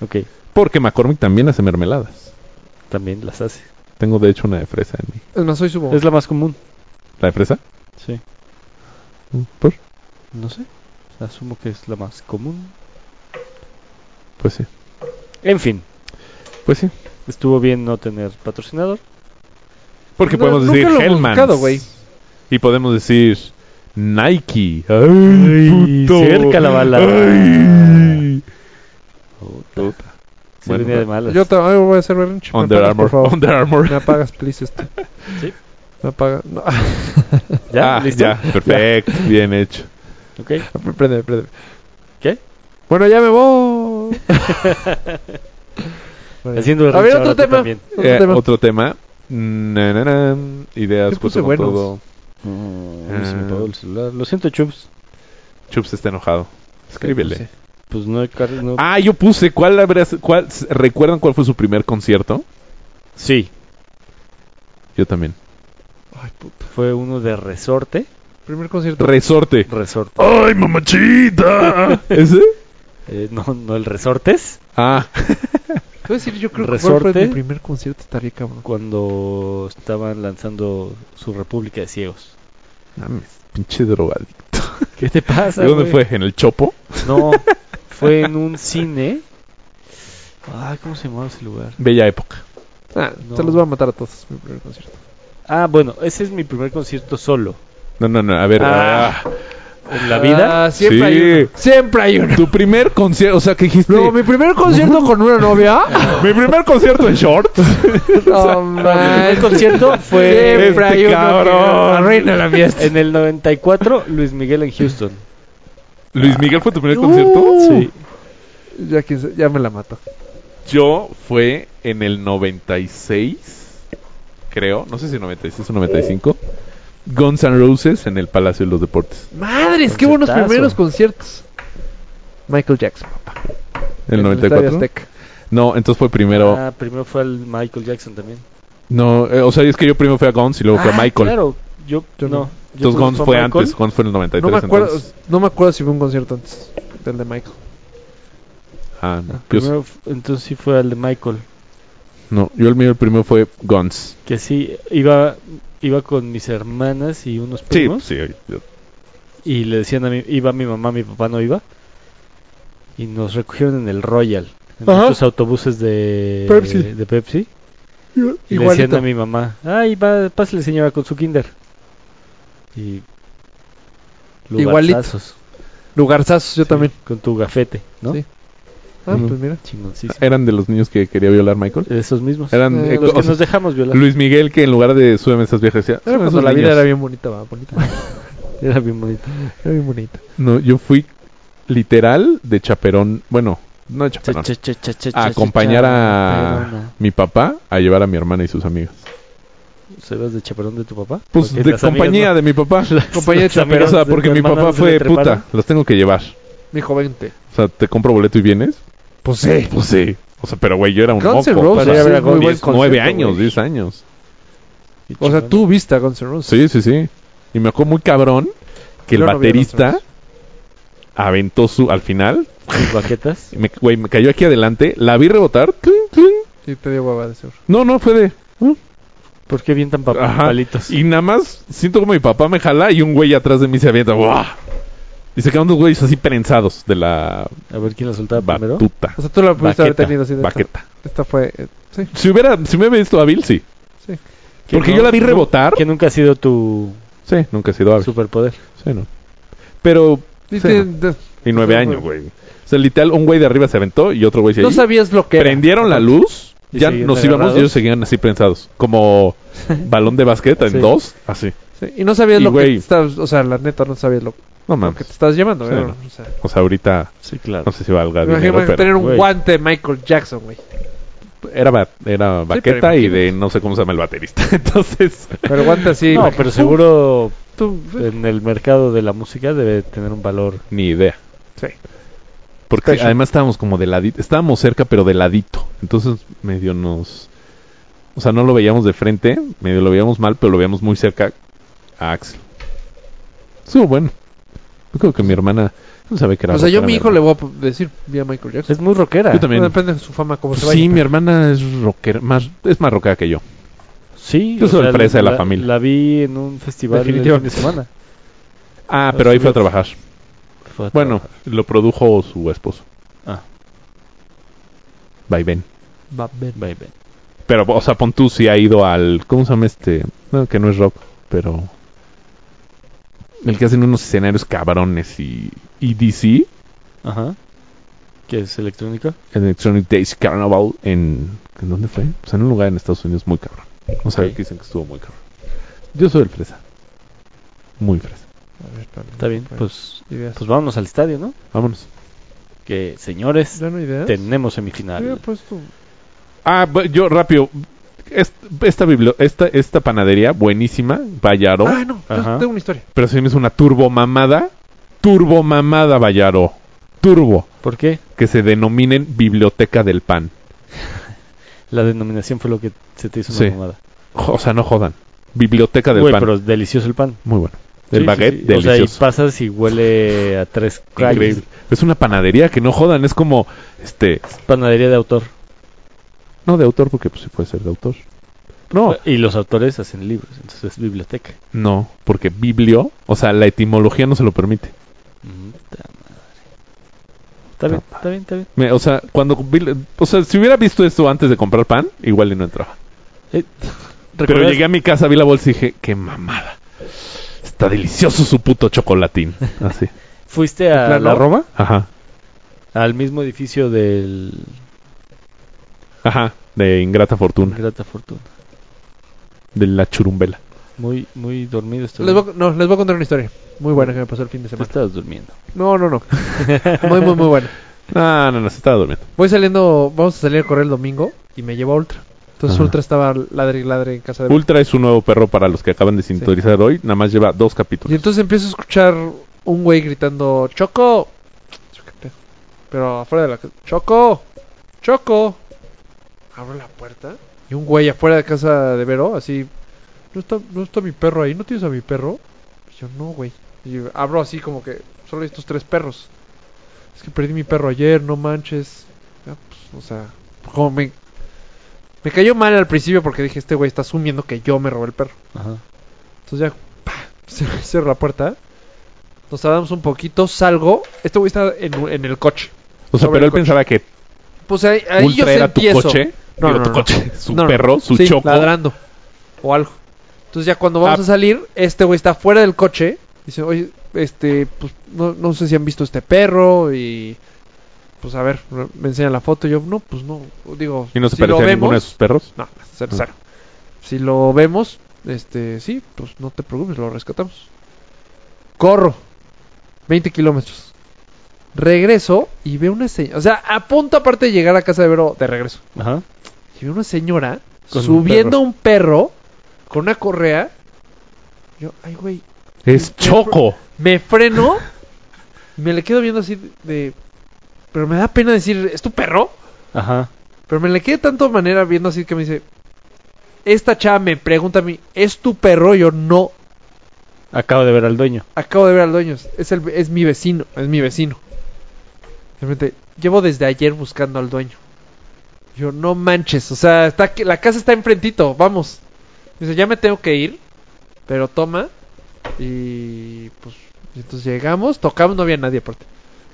Speaker 1: Ok,
Speaker 5: Porque McCormick también hace mermeladas.
Speaker 1: también las hace.
Speaker 5: Tengo de hecho una de fresa en mí.
Speaker 2: Es más, hoy subo.
Speaker 1: Es la más común.
Speaker 5: ¿La de fresa?
Speaker 1: Sí,
Speaker 2: Mm.
Speaker 5: ¿Por?
Speaker 1: no sé. Asumo que es la más común.
Speaker 5: Pues sí.
Speaker 1: En fin,
Speaker 5: Pues sí.
Speaker 1: estuvo bien no tener patrocinador.
Speaker 5: Porque
Speaker 2: No,
Speaker 5: podemos
Speaker 2: nunca
Speaker 5: decir
Speaker 2: lo hemos
Speaker 5: Hellman.
Speaker 2: buscado, güey.
Speaker 5: Y podemos decir Nike. Ay,
Speaker 1: Ay,
Speaker 5: puto.
Speaker 1: cerca la bala.
Speaker 5: Ay. Puta.
Speaker 1: Se
Speaker 5: Bueno,
Speaker 1: venía de malas.
Speaker 2: Yo te ay, voy a hacer berrinche. Me
Speaker 5: Under
Speaker 2: apagas, Por
Speaker 5: Armour.
Speaker 2: favor.
Speaker 5: Under Armour.
Speaker 2: Me apagas, please, esto.
Speaker 1: Sí.
Speaker 2: Me apagas. No.
Speaker 1: ¿Ya?
Speaker 5: Ah,
Speaker 1: ¿Listo?
Speaker 5: ya. Perfecto. Bien hecho.
Speaker 1: Ok.
Speaker 2: Prende, prende.
Speaker 1: ¿Qué?
Speaker 2: Bueno, ya me voy. Bueno,
Speaker 1: Haciendo el
Speaker 2: A ver,
Speaker 1: Richard
Speaker 2: otro
Speaker 1: ahora tú
Speaker 2: tema.
Speaker 1: también.
Speaker 2: Otro
Speaker 5: Eh,
Speaker 2: tema.
Speaker 5: Otro tema. Na, na, na. Ideas
Speaker 2: Yo puse
Speaker 5: cuatro
Speaker 2: buenos.
Speaker 5: con todo.
Speaker 1: Mm,
Speaker 5: Ah.
Speaker 1: se me apagó el celular. Lo siento, Chups.
Speaker 5: Chups está enojado. Escríbele.
Speaker 2: puse?
Speaker 1: Pues no hay car- no-
Speaker 5: Ah, yo puse. ¿Cuál habría, s- cuál, s- ¿Recuerdan cuál fue su primer concierto?
Speaker 1: Sí,
Speaker 5: Yo también.
Speaker 2: Ay, puta.
Speaker 1: fue uno de resorte.
Speaker 2: Primer concierto.
Speaker 5: Resorte.
Speaker 1: Resorte.
Speaker 5: ¡Ay, mamachita! ¿Ese?
Speaker 1: Eh, no, no el resortes.
Speaker 5: Ah,
Speaker 2: Te voy a decir, yo creo que cuál fue
Speaker 1: Resorte.
Speaker 2: mi primer concierto estaría cabrón.
Speaker 1: Cuando estaban lanzando su República de Ciegos.
Speaker 5: mames, pinche drogadicto.
Speaker 1: ¿Qué te pasa?
Speaker 5: ¿De dónde
Speaker 1: güey?
Speaker 5: fue? ¿En el Chopo?
Speaker 1: No, fue en un cine. Ah, ¿cómo se llamaba ese lugar?
Speaker 5: Bella época.
Speaker 2: Ah,
Speaker 1: No.
Speaker 2: Se los voy a matar a todos. Mi primer concierto.
Speaker 1: Ah, bueno, ese es mi primer concierto solo
Speaker 5: No, no, no, a ver.
Speaker 1: Ah.
Speaker 5: ah,
Speaker 1: en la vida.
Speaker 2: Ah, siempre
Speaker 5: Sí.
Speaker 2: hay uno. Siempre hay uno.
Speaker 5: tu primer concierto, o sea, que dijiste.
Speaker 2: Luego, mi primer concierto con una novia.
Speaker 5: Mi primer concierto en shorts.
Speaker 2: No,
Speaker 1: mi
Speaker 2: man.
Speaker 1: primer concierto fue
Speaker 2: Siempre hay uno que
Speaker 5: Este cabrón. Eh,
Speaker 2: arruina la fiesta.
Speaker 1: en el 94, Luis Miguel en Houston.
Speaker 5: Luis Miguel fue tu primer concierto.
Speaker 1: Sí.
Speaker 2: Uh. Ya, quién sabe, ya me la mato.
Speaker 5: Yo fue en el 96, creo, no sé si 96 o 95. Guns N' Roses en el Palacio de los Deportes.
Speaker 2: Madres, qué buenos
Speaker 1: Concertazo.
Speaker 2: primeros conciertos. Michael Jackson, papá.
Speaker 5: ¿En el
Speaker 2: En Estadio
Speaker 5: 94?
Speaker 2: Azteca.
Speaker 5: no, entonces fue primero.
Speaker 1: Ah, primero fue al Michael Jackson también.
Speaker 5: No, eh, o sea, es que yo primero fui a Guns y luego fui a
Speaker 1: Ah,
Speaker 5: Michael.
Speaker 1: Claro, yo,
Speaker 2: Yo no.
Speaker 1: no. Yo
Speaker 5: Entonces Guns
Speaker 1: conozco a
Speaker 5: fue
Speaker 1: Michael.
Speaker 5: antes, Guns fue en el 93.
Speaker 2: No me, acuerdo,
Speaker 5: entonces.
Speaker 2: no me acuerdo si fue un concierto antes del de Michael.
Speaker 5: Ah, no. Yo-
Speaker 1: Primero f- entonces sí fue al de Michael.
Speaker 5: no, yo el mío el primero fue Guns.
Speaker 1: Que sí, iba, iba con mis hermanas y unos
Speaker 5: Sí,
Speaker 1: primos.
Speaker 5: sí. yo-
Speaker 1: Y le decían a mí, iba mi mamá, mi papá no iba. Y nos recogieron en el Royal. En
Speaker 2: Ajá.
Speaker 1: estos autobuses de
Speaker 2: Pepsi.
Speaker 1: De Pepsi. Y le
Speaker 2: Igualito.
Speaker 1: decían a mi mamá, ay, va, pásale señora con su kinder. Y...
Speaker 2: Igualito.
Speaker 1: lugarzazos,
Speaker 2: Lugarzazos, yo
Speaker 1: sí,
Speaker 2: también.
Speaker 1: Con tu gafete, ¿no?
Speaker 2: Sí. Ah,
Speaker 5: Ujú.
Speaker 2: pues mira.
Speaker 1: Chingoncísimo.
Speaker 5: ¿Eran de los niños que quería violar Michael?
Speaker 1: Esos mismos.
Speaker 5: Eran
Speaker 2: Eh,
Speaker 5: eh,
Speaker 1: los
Speaker 5: o
Speaker 1: que
Speaker 5: sea,
Speaker 1: nos dejamos violar.
Speaker 5: Luis Miguel que en lugar de súbeme esas viejas decía,
Speaker 2: Era
Speaker 5: "Súbeme
Speaker 2: cuando
Speaker 5: esos
Speaker 2: la vida
Speaker 5: niños".
Speaker 2: era bien bonita, va, bonita.
Speaker 1: Era bien bonito.
Speaker 2: Era bien bonita.
Speaker 5: No, yo fui literal de chaperón, bueno, no de chaperón, a acompañar a mi papá a llevar a mi hermana y sus amigas.
Speaker 1: ¿Serás de chaperón de tu papá?
Speaker 5: Pues
Speaker 1: Porque
Speaker 5: de
Speaker 1: las amigas
Speaker 5: compañía
Speaker 1: no-
Speaker 5: de mi papá.
Speaker 2: Compañía de
Speaker 1: las amigas
Speaker 5: Pero, o sea,
Speaker 1: de
Speaker 5: porque
Speaker 1: tu
Speaker 5: mi
Speaker 1: hermana
Speaker 5: papá
Speaker 1: no se
Speaker 5: fue
Speaker 1: le treparon.
Speaker 5: puta, las tengo que llevar.
Speaker 2: Mi vente.
Speaker 5: O sea, te compro boleto y vienes.
Speaker 2: Pues sí.
Speaker 5: Pues sí. O sea, pero güey, yo era un
Speaker 2: Guns N'
Speaker 5: moco.
Speaker 2: Roses
Speaker 5: o sea,
Speaker 2: es muy buen
Speaker 5: 10,
Speaker 2: concepto,
Speaker 5: 9 años,
Speaker 2: güey.
Speaker 5: 10 años.
Speaker 2: O sea, tú viste a Guns N' Roses.
Speaker 5: Sí, sí, sí. Y me acuerdo muy cabrón que el
Speaker 2: Yo no vi a Guns N'
Speaker 5: baterista
Speaker 2: Roses.
Speaker 5: aventó su al final
Speaker 1: Tus baquetas.
Speaker 5: Me, güey, me cayó aquí adelante, la vi rebotar. clink, clink.
Speaker 2: Sí, te dio hueva de seguro.
Speaker 5: No, no, fue de.
Speaker 1: ¿Por qué bien tan papá-
Speaker 5: Ajá.
Speaker 1: palitos?
Speaker 5: Y nada más siento como mi papá me jala y un güey atrás de mí se avienta. ¡buah! Y se quedan dos güeyes así prensados de la
Speaker 1: A ver quién la soltaba primero.
Speaker 5: batuta.
Speaker 2: O sea, tú la pudiste haber
Speaker 5: Baqueta,
Speaker 2: tenido así de esta-
Speaker 5: baqueta.
Speaker 2: Esta, fue. eh, sí.
Speaker 5: Si hubiera, si me hubiera visto hábil, sí.
Speaker 2: Sí.
Speaker 1: Que
Speaker 5: Porque
Speaker 1: no-
Speaker 5: yo la vi
Speaker 1: no-
Speaker 5: rebotar.
Speaker 1: Que nunca ha sido tu
Speaker 5: Sí, nunca he sido hábil.
Speaker 1: superpoder.
Speaker 5: Sí, no. Pero,
Speaker 2: Y
Speaker 5: Sí,
Speaker 2: te-
Speaker 5: no.
Speaker 2: te-
Speaker 5: y nueve
Speaker 2: Sí,
Speaker 5: años, güey. O sea, literal, un güey de arriba se aventó y otro güey se
Speaker 2: no
Speaker 5: ahí.
Speaker 2: sabías lo que era.
Speaker 5: Prendieron la luz
Speaker 1: Y
Speaker 5: ya
Speaker 1: seguían
Speaker 5: nos íbamos
Speaker 1: agarrados.
Speaker 5: y ellos seguían así prensados. Como balón de básquet en
Speaker 1: Sí.
Speaker 5: dos, así.
Speaker 2: Sí, y no sabías
Speaker 5: Y,
Speaker 2: lo que
Speaker 5: güey.
Speaker 2: te estabas, o sea, la neta no sabías lo, lo
Speaker 5: No
Speaker 2: que te
Speaker 5: mames.
Speaker 2: estabas llevando,
Speaker 5: Sí,
Speaker 2: ¿eh?
Speaker 5: no.
Speaker 2: O sea,
Speaker 5: O sea, ahorita
Speaker 1: Sí, claro.
Speaker 5: no sé si valga
Speaker 2: imagínate
Speaker 5: dinero, pero
Speaker 2: tener un
Speaker 1: güey.
Speaker 2: guante de Michael Jackson, güey.
Speaker 5: era, ba- era baqueta y
Speaker 2: imagínate.
Speaker 5: de no sé cómo se llama el baterista. Entonces,
Speaker 2: Pero guante así,
Speaker 1: no,
Speaker 2: imagínate,
Speaker 5: uh.
Speaker 1: pero seguro
Speaker 2: tú-
Speaker 1: en el mercado de la música debe tener un valor.
Speaker 5: ni idea.
Speaker 2: Sí.
Speaker 5: Porque
Speaker 2: Special.
Speaker 5: además estábamos como de ladito. Estábamos cerca, pero de ladito. Entonces, medio nos. O sea, no lo veíamos de frente, medio lo veíamos mal, pero lo veíamos muy cerca a Axel. Estuvo bueno. Yo creo que mi hermana no sabe que era.
Speaker 2: o sea, yo a
Speaker 5: rockera,
Speaker 2: mi hijo
Speaker 5: hermana.
Speaker 2: le voy a decir, vi a Michael Jackson.
Speaker 1: Es muy rockera.
Speaker 5: Yo también.
Speaker 2: Bueno, depende de su fama, cómo se vaya.
Speaker 5: Sí, mi hermana es rockera, más, es más rockera que yo.
Speaker 1: Sí,
Speaker 5: Yo soy el presa de la
Speaker 1: la
Speaker 5: familia.
Speaker 1: La vi en un festival el fin de
Speaker 5: Definitivamente.
Speaker 1: semana.
Speaker 5: Ah,
Speaker 1: Ah,
Speaker 5: pero ahí
Speaker 1: sí,
Speaker 5: fue
Speaker 1: yo-
Speaker 5: a trabajar. Bueno, lo produjo su esposo.
Speaker 1: Ah.
Speaker 5: Vaivén.
Speaker 2: Va, ven.
Speaker 5: Pero, o sea, Pontú sí ha ido al. ¿Cómo se llama este? No, que no es rock, pero. El que hacen unos escenarios cabrones y. Y DC,
Speaker 1: Ajá. ¿Qué es electrónica?
Speaker 5: Electronic Days Carnival, en. ¿En dónde fue? Pues en un lugar en Estados Unidos muy cabrón. O sea,
Speaker 1: Ok.
Speaker 5: que dicen que estuvo muy cabrón. Yo soy el fresa. Muy fresa.
Speaker 2: A ver, espérame.
Speaker 1: Está bien,
Speaker 2: Bueno,
Speaker 1: pues,
Speaker 2: ideas.
Speaker 1: pues vámonos al estadio, ¿no?
Speaker 5: Vámonos.
Speaker 1: Que, señores,
Speaker 2: ¿Ya no hay ideas?
Speaker 1: tenemos
Speaker 2: Yo había
Speaker 1: semifinal.
Speaker 2: puesto-
Speaker 5: Ah, bu- yo rápido. Est- Esta, bibli- esta, esta panadería, buenísima, Vallaro.
Speaker 2: Ah, no, yo
Speaker 1: Ajá.
Speaker 2: tengo una historia.
Speaker 5: Pero si me es una turbo mamada, turbo mamada Vallaro. Turbo.
Speaker 1: ¿Por qué?
Speaker 5: Que se denominen Biblioteca del Pan.
Speaker 1: La denominación fue lo que se te hizo una
Speaker 5: Sí.
Speaker 1: mamada.
Speaker 5: Jo- O sea, no jodan. Biblioteca del
Speaker 1: Güey,
Speaker 5: Pan.
Speaker 1: pero delicioso el pan.
Speaker 5: Muy bueno. El
Speaker 1: Sí, sí,
Speaker 5: baguette,
Speaker 1: sí. O sea, y
Speaker 5: delicioso.
Speaker 1: pasas y huele a tres calles.
Speaker 5: Increíble. Es una panadería que no jodan. Es como, este...
Speaker 1: Panadería de autor.
Speaker 5: No de autor, porque pues, sí puede ser de autor.
Speaker 2: Oh.
Speaker 5: No,
Speaker 1: Y los autores hacen libros, entonces es biblioteca.
Speaker 5: no. Porque biblio... O sea, la etimología no se lo permite.
Speaker 1: Puta madre. Está bien, está bien, está bien.
Speaker 5: Me- o sea, cuando... vi- O sea, si hubiera visto esto antes de comprar pan, igual y no entraba.
Speaker 1: Eh,
Speaker 5: Pero
Speaker 1: ¿recuerdas-
Speaker 5: llegué a mi casa, vi la bolsa y dije, qué mamada. Está delicioso su puto chocolatín. Así.
Speaker 1: ¿Fuiste a
Speaker 2: ¿Claro?
Speaker 1: la Roma?
Speaker 5: Ajá.
Speaker 1: Al mismo edificio del
Speaker 5: Ajá. De ingrata fortuna.
Speaker 1: Grata Fortuna.
Speaker 5: De la churumbela.
Speaker 1: Muy, muy dormido estoy.
Speaker 2: Les voy a- no, les voy a contar una historia muy buena que me pasó el fin de
Speaker 1: Te
Speaker 2: semana.
Speaker 1: estabas durmiendo.
Speaker 2: No, no, no. Muy, muy, muy buena.
Speaker 5: Ah, no, no, se estaba durmiendo.
Speaker 2: Voy saliendo, vamos a salir a correr el domingo y me llevo a Ultra. Entonces
Speaker 5: Ajá.
Speaker 2: Ultra estaba ladre y ladre en casa de
Speaker 5: Ultra es un nuevo perro para los que acaban de sintonizar hoy. Nada más lleva dos capítulos.
Speaker 2: Y entonces empiezo a escuchar un güey gritando, Choco. Yo, "¿Qué pedo?". Pero afuera de la casa, Choco, Choco. Abro la puerta y un güey afuera de casa de Vero, así, no está, no está mi perro ahí, ¿no tienes a mi perro? Y yo no, güey. Y yo abro así como que, solo hay estos tres perros. Es que perdí mi perro ayer, no manches. Ya, pues, o sea, como me... Me cayó mal al principio porque dije, este güey está asumiendo que yo me robé el perro.
Speaker 1: Ajá.
Speaker 2: Entonces ya, pa, cier- cierro la puerta. Nos tardamos un poquito, salgo. Este güey está en, en el coche.
Speaker 5: o sea,
Speaker 2: sobre
Speaker 5: pero
Speaker 2: el
Speaker 5: él
Speaker 2: coche.
Speaker 5: pensaba que
Speaker 2: Pues ahí, ahí yo
Speaker 5: Ultra era tu
Speaker 2: sentí eso.
Speaker 5: coche.
Speaker 2: No,
Speaker 5: Digo,
Speaker 2: no,
Speaker 5: tu
Speaker 2: no.
Speaker 5: coche. Su
Speaker 2: No, no.
Speaker 5: perro, su
Speaker 2: Sí,
Speaker 5: choco.
Speaker 2: ladrando. O algo. Entonces ya cuando vamos
Speaker 5: Ah.
Speaker 2: a salir, este güey está fuera del coche. Dice, oye, este, pues no, no sé si han visto este perro y... Pues a ver, me enseñan la foto. Yo, no, pues no. Digo,
Speaker 5: Y no se
Speaker 2: si lo
Speaker 5: parecía a ninguno de
Speaker 2: vemos-
Speaker 5: sus perros.
Speaker 2: no, cero, cero. Ah. Si lo vemos, este, sí, pues no te preocupes, lo rescatamos. Corro. 20 kilómetros. Regreso y veo una señora. O sea, a punto aparte de llegar a casa de Vero de regreso.
Speaker 1: Ajá.
Speaker 2: Y veo una señora
Speaker 1: Con un
Speaker 2: subiendo un perro. con una correa. Yo, ay, güey.
Speaker 5: Es choco.
Speaker 2: Me freno. me le quedo viendo así de. Pero me da pena decir, ¿es tu perro?
Speaker 1: Ajá.
Speaker 2: Pero me le quedé de tanto manera viendo así que me dice, esta chava me pregunta a mí, ¿es tu perro? Yo no,
Speaker 1: Acabo de ver al dueño.
Speaker 2: acabo de ver al dueño, es, el, es mi vecino, es mi vecino. De repente, llevo desde ayer buscando al dueño. Yo no manches, o sea, está aquí- la casa está enfrentito, vamos. Dice, ya me tengo que ir, pero toma. Y pues, y entonces llegamos, tocamos, no había nadie aparte.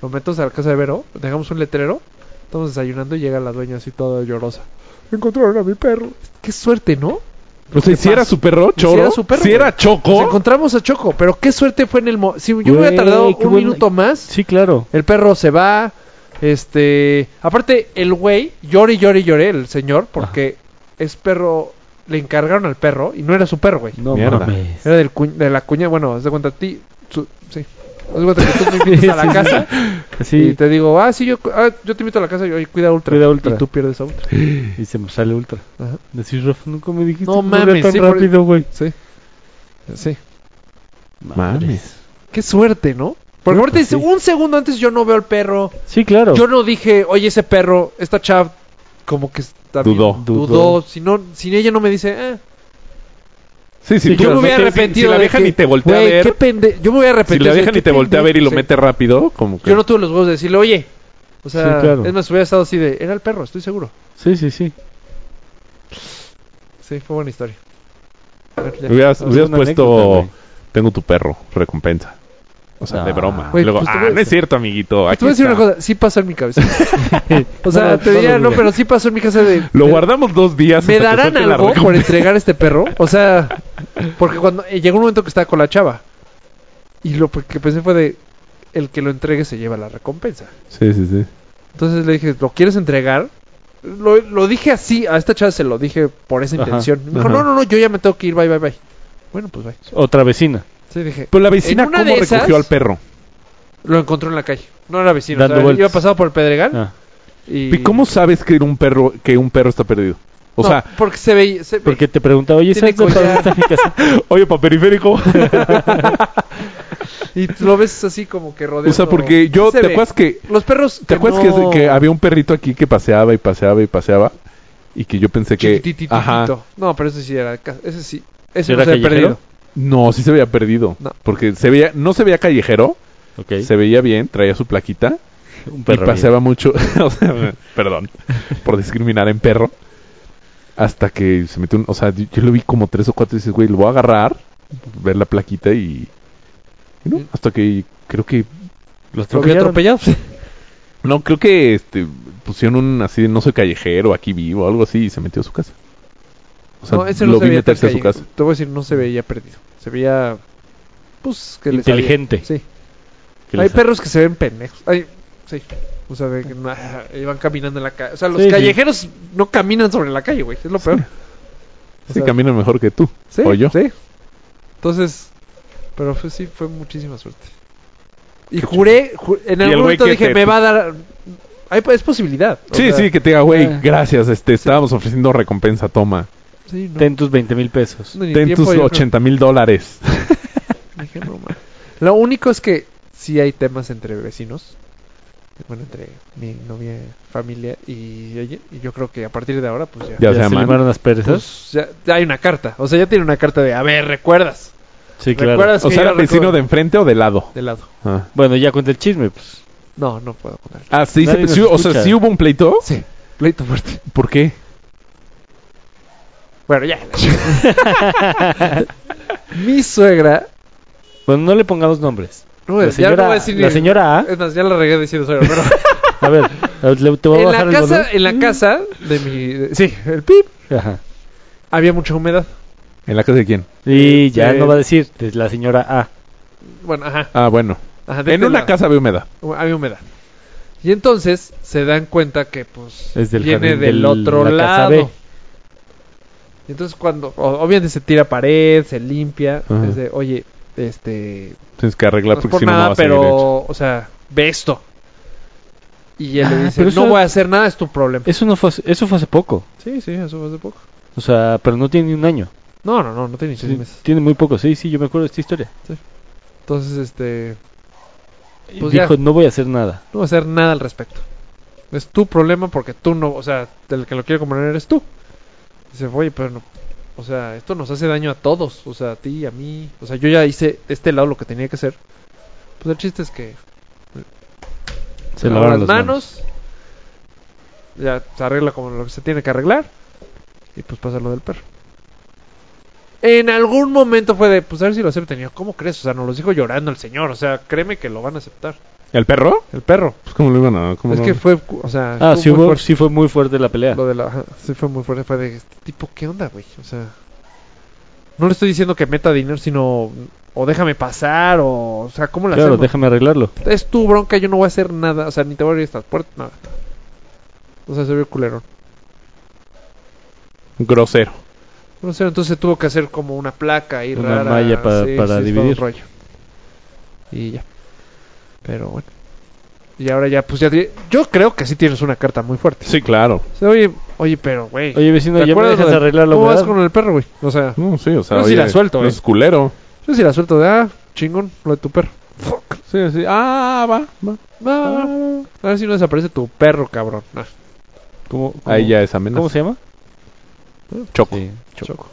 Speaker 2: Lo metemos a la casa de Vero, dejamos un letrero, estamos desayunando y llega la dueña así toda llorosa. Encontraron a mi perro. Qué suerte, ¿no?
Speaker 5: O sea, si era su perro,
Speaker 2: Si era
Speaker 5: choro.
Speaker 2: su perro,
Speaker 5: Si era
Speaker 2: güey. Nos
Speaker 5: choco.
Speaker 2: encontramos a Choco, pero qué suerte fue en el... mo- si yo
Speaker 1: Güey,
Speaker 2: hubiera tardado
Speaker 1: qué
Speaker 2: un
Speaker 1: buen-
Speaker 2: minuto más,
Speaker 1: Sí, claro.
Speaker 2: el perro se va, Este, aparte, el güey llore, llore, llore, el señor, porque es perro, le encargaron al perro y no era su perro, güey.
Speaker 1: No
Speaker 5: Mierda.
Speaker 1: mames.
Speaker 2: Era del cu- de la cuña, bueno, haz de cuenta, ti, su- sí. Haz de cuenta que tú me invitas a la casa y
Speaker 1: Sí,
Speaker 2: te digo, ah, sí, yo, cu- ah, yo te invito a la casa y oye, cuida Ultra.
Speaker 1: Cuida Ultra.
Speaker 2: Y tú pierdes a Ultra.
Speaker 1: y se me sale ultra.
Speaker 2: Ajá.
Speaker 1: Decís, Rafa, nunca me dijiste
Speaker 2: No
Speaker 1: que corría
Speaker 2: mames,
Speaker 1: tan
Speaker 2: sí, por-
Speaker 1: rápido, güey.
Speaker 2: Sí. Sí.
Speaker 5: Mames.
Speaker 2: Qué suerte, ¿no? Porque
Speaker 1: No,
Speaker 2: ahorita
Speaker 1: pues
Speaker 2: dice,
Speaker 1: sí.
Speaker 2: un segundo antes yo no veo al perro.
Speaker 1: Sí, claro.
Speaker 2: Yo no dije, oye, ese perro, esta chav, como que está bien-
Speaker 5: Dudó.
Speaker 2: Dudó. Si, no, si ella no me dice, eh,
Speaker 5: Sí, sí,
Speaker 1: Sí,
Speaker 5: tú-
Speaker 2: yo
Speaker 1: yo
Speaker 2: me
Speaker 1: no
Speaker 5: si-
Speaker 2: hubiera
Speaker 5: si-
Speaker 2: arrepentido.
Speaker 5: Si la
Speaker 2: de
Speaker 5: dejan
Speaker 2: que,
Speaker 5: y te voltea
Speaker 2: "Güey,
Speaker 5: a
Speaker 2: qué
Speaker 5: ver.
Speaker 2: pende- Yo me hubiera
Speaker 5: Si
Speaker 2: arrepentido.
Speaker 5: la
Speaker 2: de
Speaker 5: dejan
Speaker 2: qué
Speaker 5: y te voltea a ver y lo
Speaker 2: pendejo".
Speaker 5: mete rápido, como que.
Speaker 2: Yo no tuve los huevos de decirle, oye. O sea,
Speaker 1: Sí, claro.
Speaker 2: es más, hubiera estado así de, era el perro, estoy seguro.
Speaker 1: Sí, sí, sí.
Speaker 2: Sí, fue buena historia. A ver, ya.
Speaker 5: Hubieras,
Speaker 1: Es
Speaker 5: hubieras
Speaker 1: una
Speaker 5: puesto,
Speaker 1: anécdota, güey.
Speaker 5: tengo tu perro, recompensa. O sea, de
Speaker 1: Ah.
Speaker 5: broma.
Speaker 2: Güey,
Speaker 5: Y Luego,
Speaker 2: pues te voy a
Speaker 5: ah, no
Speaker 2: decir-
Speaker 5: es
Speaker 2: pues
Speaker 5: cierto, amiguito.
Speaker 2: Te
Speaker 5: aquí
Speaker 2: voy a decir
Speaker 5: está".
Speaker 2: una cosa, sí pasó en mi cabeza. O sea,
Speaker 1: No,
Speaker 2: te
Speaker 1: no
Speaker 2: diría,
Speaker 1: lo
Speaker 2: no,
Speaker 1: dudes.
Speaker 2: pero sí pasó en mi cabeza de...
Speaker 5: Lo
Speaker 2: de-
Speaker 5: guardamos dos días.
Speaker 2: ¿Me
Speaker 5: hasta que
Speaker 2: darán
Speaker 5: suelte la
Speaker 2: algo por
Speaker 5: recompensa.
Speaker 2: entregar este perro? O sea, porque cuando eh, llegó un momento que estaba con la chava. Y lo que pensé fue de, el que lo entregue se lleva la recompensa.
Speaker 5: Sí, sí, sí.
Speaker 2: Entonces le dije, ¿lo quieres entregar? Lo, lo dije así, a esta chava se lo dije por esa
Speaker 1: Ajá,
Speaker 2: intención. Me dijo,
Speaker 5: ajá.
Speaker 2: no, no, no, yo ya me tengo que ir, bye, bye, bye. Bueno, pues bye.
Speaker 1: Otra vecina.
Speaker 2: Sí, dije,
Speaker 5: Pero Pues la vecina,
Speaker 2: En una
Speaker 5: ¿cómo
Speaker 2: de
Speaker 5: recogió
Speaker 2: esas-
Speaker 5: al perro?
Speaker 2: lo encontró en la calle. No era vecino,
Speaker 1: Dando
Speaker 2: o sea,
Speaker 1: vueltas.
Speaker 2: iba pasado por el Pedregal.
Speaker 1: Ah,
Speaker 2: Y...
Speaker 5: ¿Y cómo sabes que era un perro, que un perro está perdido? O
Speaker 2: No,
Speaker 5: sea,
Speaker 2: porque se veía... se ve-
Speaker 1: porque te preguntaba, oye,
Speaker 2: Tiene
Speaker 1: ¿sabes dónde
Speaker 2: collar.
Speaker 1: está mi casa?
Speaker 5: oye, para periférico.
Speaker 2: Y lo ves así como que rodeado.
Speaker 5: o sea, porque yo,
Speaker 2: Se
Speaker 5: ¿te
Speaker 2: ve.
Speaker 5: acuerdas que
Speaker 2: Los perros.
Speaker 5: ¿Te acuerdas
Speaker 2: no-
Speaker 5: que, que había un perrito aquí que paseaba y paseaba y paseaba? Y que yo pensé que...
Speaker 2: Chiquitititito.
Speaker 5: Ajá.
Speaker 2: No, pero ese sí era. ca- Ese sí. Ese
Speaker 1: ¿Era
Speaker 2: no se había
Speaker 1: callejero?
Speaker 2: perdido.
Speaker 5: No, sí se veía perdido.
Speaker 2: No.
Speaker 5: Porque se veía, no se veía callejero,
Speaker 1: Ok,
Speaker 5: se veía bien, traía su plaquita
Speaker 1: un
Speaker 5: y
Speaker 1: perro.
Speaker 5: paseaba mucho. o sea, perdón por discriminar en perro. Hasta que se metió un... O sea, yo, yo lo vi como tres o cuatro y dices, güey, lo voy a agarrar, ver la plaquita y... y no, hasta que creo que...
Speaker 1: Los
Speaker 2: Lo que atropellado.
Speaker 5: No, creo que este, pusieron un así de no soy callejero, aquí vivo, algo así, y se metió a su casa. O sea,
Speaker 2: no, ese no
Speaker 5: lo
Speaker 2: se
Speaker 5: vi
Speaker 2: veía
Speaker 5: meterse a
Speaker 2: tan
Speaker 5: su
Speaker 2: calle-
Speaker 5: casa.
Speaker 2: Te voy a decir, no se veía perdido. Se veía. Pues que le sabía.
Speaker 1: Inteligente.
Speaker 2: Sí. Hay perros que se ven pendejos. Hay, sí. O sea, de que no- ah, iban caminando en la calle. O sea, los
Speaker 1: Sí, sí.
Speaker 2: callejeros no caminan sobre la calle, güey. Es lo peor.
Speaker 5: Sí,
Speaker 2: O sea,
Speaker 5: camina mejor que tú.
Speaker 2: Sí,
Speaker 5: o yo.
Speaker 2: sí. Entonces, pero fue, sí, fue muchísima suerte. Y juré, ju- en
Speaker 5: Y el
Speaker 2: algún
Speaker 5: güey
Speaker 2: momento
Speaker 5: que
Speaker 2: dije,
Speaker 5: te-
Speaker 2: me va a dar... Hay, es posibilidad. o
Speaker 5: Sí,
Speaker 2: sea,
Speaker 5: sí, que te diga, güey,
Speaker 2: Ah.
Speaker 5: gracias, este, estábamos ofreciendo recompensa, toma.
Speaker 2: sí, no,
Speaker 1: Ten tus 20 mil pesos.
Speaker 2: no, ni
Speaker 5: Ten
Speaker 2: tiempo,
Speaker 5: tus
Speaker 2: yo creo.
Speaker 5: 80 mil dólares.
Speaker 2: Dije, no, ma. Lo único es que sí hay temas entre vecinos. Bueno, entre mi novia, familia y ella. Y yo creo que a partir de ahora, pues ya...
Speaker 5: Ya,
Speaker 1: Ya,
Speaker 5: se
Speaker 1: se
Speaker 5: aman.
Speaker 1: limaron las perezas.
Speaker 2: pues, ya- ya hay una carta. O sea, ya tiene una carta de, a ver, ¿recuerdas?
Speaker 1: sí, claro.
Speaker 2: ¿Recuerdas
Speaker 5: O
Speaker 2: que
Speaker 5: sea,
Speaker 2: yo
Speaker 5: ¿era vecino
Speaker 2: recuerdo?
Speaker 5: de enfrente o de lado?
Speaker 2: De lado.
Speaker 5: Ah,
Speaker 1: Bueno, ya conté el chisme, pues.
Speaker 2: No, no puedo contar.
Speaker 5: Ah, sí,
Speaker 1: Nadie
Speaker 5: se-
Speaker 1: nos
Speaker 5: sí, o sea,
Speaker 1: escucha.
Speaker 5: sí hubo un pleito.
Speaker 2: Sí, pleito fuerte.
Speaker 5: ¿Por qué?
Speaker 2: Bueno, ya. Mi suegra.
Speaker 1: Bueno, no le pongamos nombres.
Speaker 2: No,
Speaker 1: La
Speaker 2: ya no
Speaker 1: señora,
Speaker 2: voy a decir ni-
Speaker 1: la señora A.
Speaker 2: Es más, ya la regué diciendo suegra. Pero
Speaker 1: A ver, le- te voy a
Speaker 2: en,
Speaker 1: bajar
Speaker 2: la
Speaker 1: el
Speaker 2: casa,
Speaker 1: volumen.
Speaker 2: en la casa de mi. de- sí, el pip.
Speaker 1: Ajá.
Speaker 2: Había mucha humedad.
Speaker 5: ¿En la casa de quién?
Speaker 1: Y ya
Speaker 2: Eh,
Speaker 1: no va a decir, es la señora A.
Speaker 2: Bueno, ajá.
Speaker 5: Ah, bueno.
Speaker 2: ajá, de
Speaker 5: En
Speaker 2: este
Speaker 5: una
Speaker 2: lado.
Speaker 5: casa de humedad.
Speaker 2: Había humedad. Y entonces se dan cuenta que, pues.
Speaker 1: Es del
Speaker 2: viene
Speaker 1: jardín
Speaker 2: del,
Speaker 1: del-
Speaker 2: otro
Speaker 1: la casa
Speaker 2: lado.
Speaker 1: B.
Speaker 2: Y entonces, cuando. o- obviamente se tira pared, se limpia.
Speaker 5: Ajá.
Speaker 2: Es de, oye, este.
Speaker 5: Tienes que arreglar
Speaker 2: no es
Speaker 5: porque
Speaker 2: por
Speaker 5: si no, no
Speaker 2: nada,
Speaker 5: vas a ir derecho.
Speaker 2: pero, o sea, ve esto. Y él le
Speaker 1: Ah,
Speaker 2: dice,
Speaker 1: pero
Speaker 2: no
Speaker 1: eso-
Speaker 2: voy a hacer nada, es tu problema.
Speaker 1: Eso no fue, hace- eso fue hace poco.
Speaker 2: Sí, sí, eso fue hace poco.
Speaker 1: O sea, pero no tiene ni un año.
Speaker 2: No, no, no, no tiene ni seis
Speaker 1: Sí,
Speaker 2: meses.
Speaker 1: tiene muy poco, sí, sí, yo me acuerdo de esta historia.
Speaker 2: Entonces, este,
Speaker 1: Y
Speaker 2: Pues
Speaker 1: dijo,
Speaker 2: ya.
Speaker 1: no voy a hacer nada.
Speaker 2: no voy a hacer nada al respecto. Es tu problema porque tú no, o sea, el que lo quiere componer eres tú. Dice, oye, pero no, o sea, esto nos hace daño a todos, o sea, a ti, a mí. O sea, yo ya hice de este lado lo que tenía que hacer. Pues el chiste es que
Speaker 1: Se
Speaker 2: Lavo
Speaker 1: lavaron
Speaker 2: las manos. Ya se arregla como lo que se tiene que arreglar. Y pues pasa lo del perro. En algún momento fue de, pues a ver si lo aceptan. Y yo, ¿Cómo crees? O sea, nos lo dijo llorando el señor. O sea, créeme que lo van a aceptar.
Speaker 5: ¿El perro?
Speaker 2: El perro.
Speaker 5: Pues cómo lo iban a... cómo
Speaker 2: es
Speaker 5: no?
Speaker 2: que fue, o sea,
Speaker 1: Ah,
Speaker 2: estuvo
Speaker 1: sí,
Speaker 2: muy
Speaker 1: hubo,
Speaker 2: fuerte.
Speaker 1: sí fue muy fuerte la pelea.
Speaker 2: Lo de la, ajá, sí fue muy fuerte. Fue de, este tipo, ¿qué onda, güey? O sea, no le estoy diciendo que meta dinero, sino o déjame pasar, o, o sea, ¿cómo la
Speaker 1: Claro,
Speaker 2: hacemos?
Speaker 1: déjame arreglarlo.
Speaker 2: Es tu bronca, yo no voy a hacer nada, o sea, ni te voy a abrir estas puertas, nada. O sea, se vio culero.
Speaker 5: Grosero.
Speaker 2: No sé, entonces tuvo que hacer como una placa ahí
Speaker 1: Una
Speaker 2: rara.
Speaker 1: malla para- para
Speaker 2: todo un
Speaker 1: dividir.
Speaker 2: rollo. Y ya. Pero bueno. Y ahora ya, pues ya. te- Yo creo que sí tienes una carta muy fuerte.
Speaker 5: Sí, claro.
Speaker 2: O sea, oye, oye, pero, güey.
Speaker 1: Oye, vecino,
Speaker 2: ¿te
Speaker 1: ya me
Speaker 2: acuerdas
Speaker 1: dejas
Speaker 2: de-
Speaker 1: arreglar la
Speaker 2: ¿Cómo vas
Speaker 1: humedad?
Speaker 2: con el perro, güey? O sea,
Speaker 5: No, sí, o sea,
Speaker 2: Yo sí la suelto,
Speaker 5: no
Speaker 2: eh.
Speaker 5: es culero.
Speaker 2: yo sí la suelto de, ah, chingón, lo de tu perro.
Speaker 5: Sí, sí. Ah, va, va.
Speaker 2: Va, va, va,
Speaker 5: Ah.
Speaker 2: va. A ver si no desaparece tu perro, cabrón. Ah,
Speaker 1: ¿Cómo, cómo-
Speaker 5: Ahí ya es amenaza.
Speaker 1: ¿Cómo se llama?
Speaker 5: Choco.
Speaker 1: Sí, Choco.
Speaker 2: choco.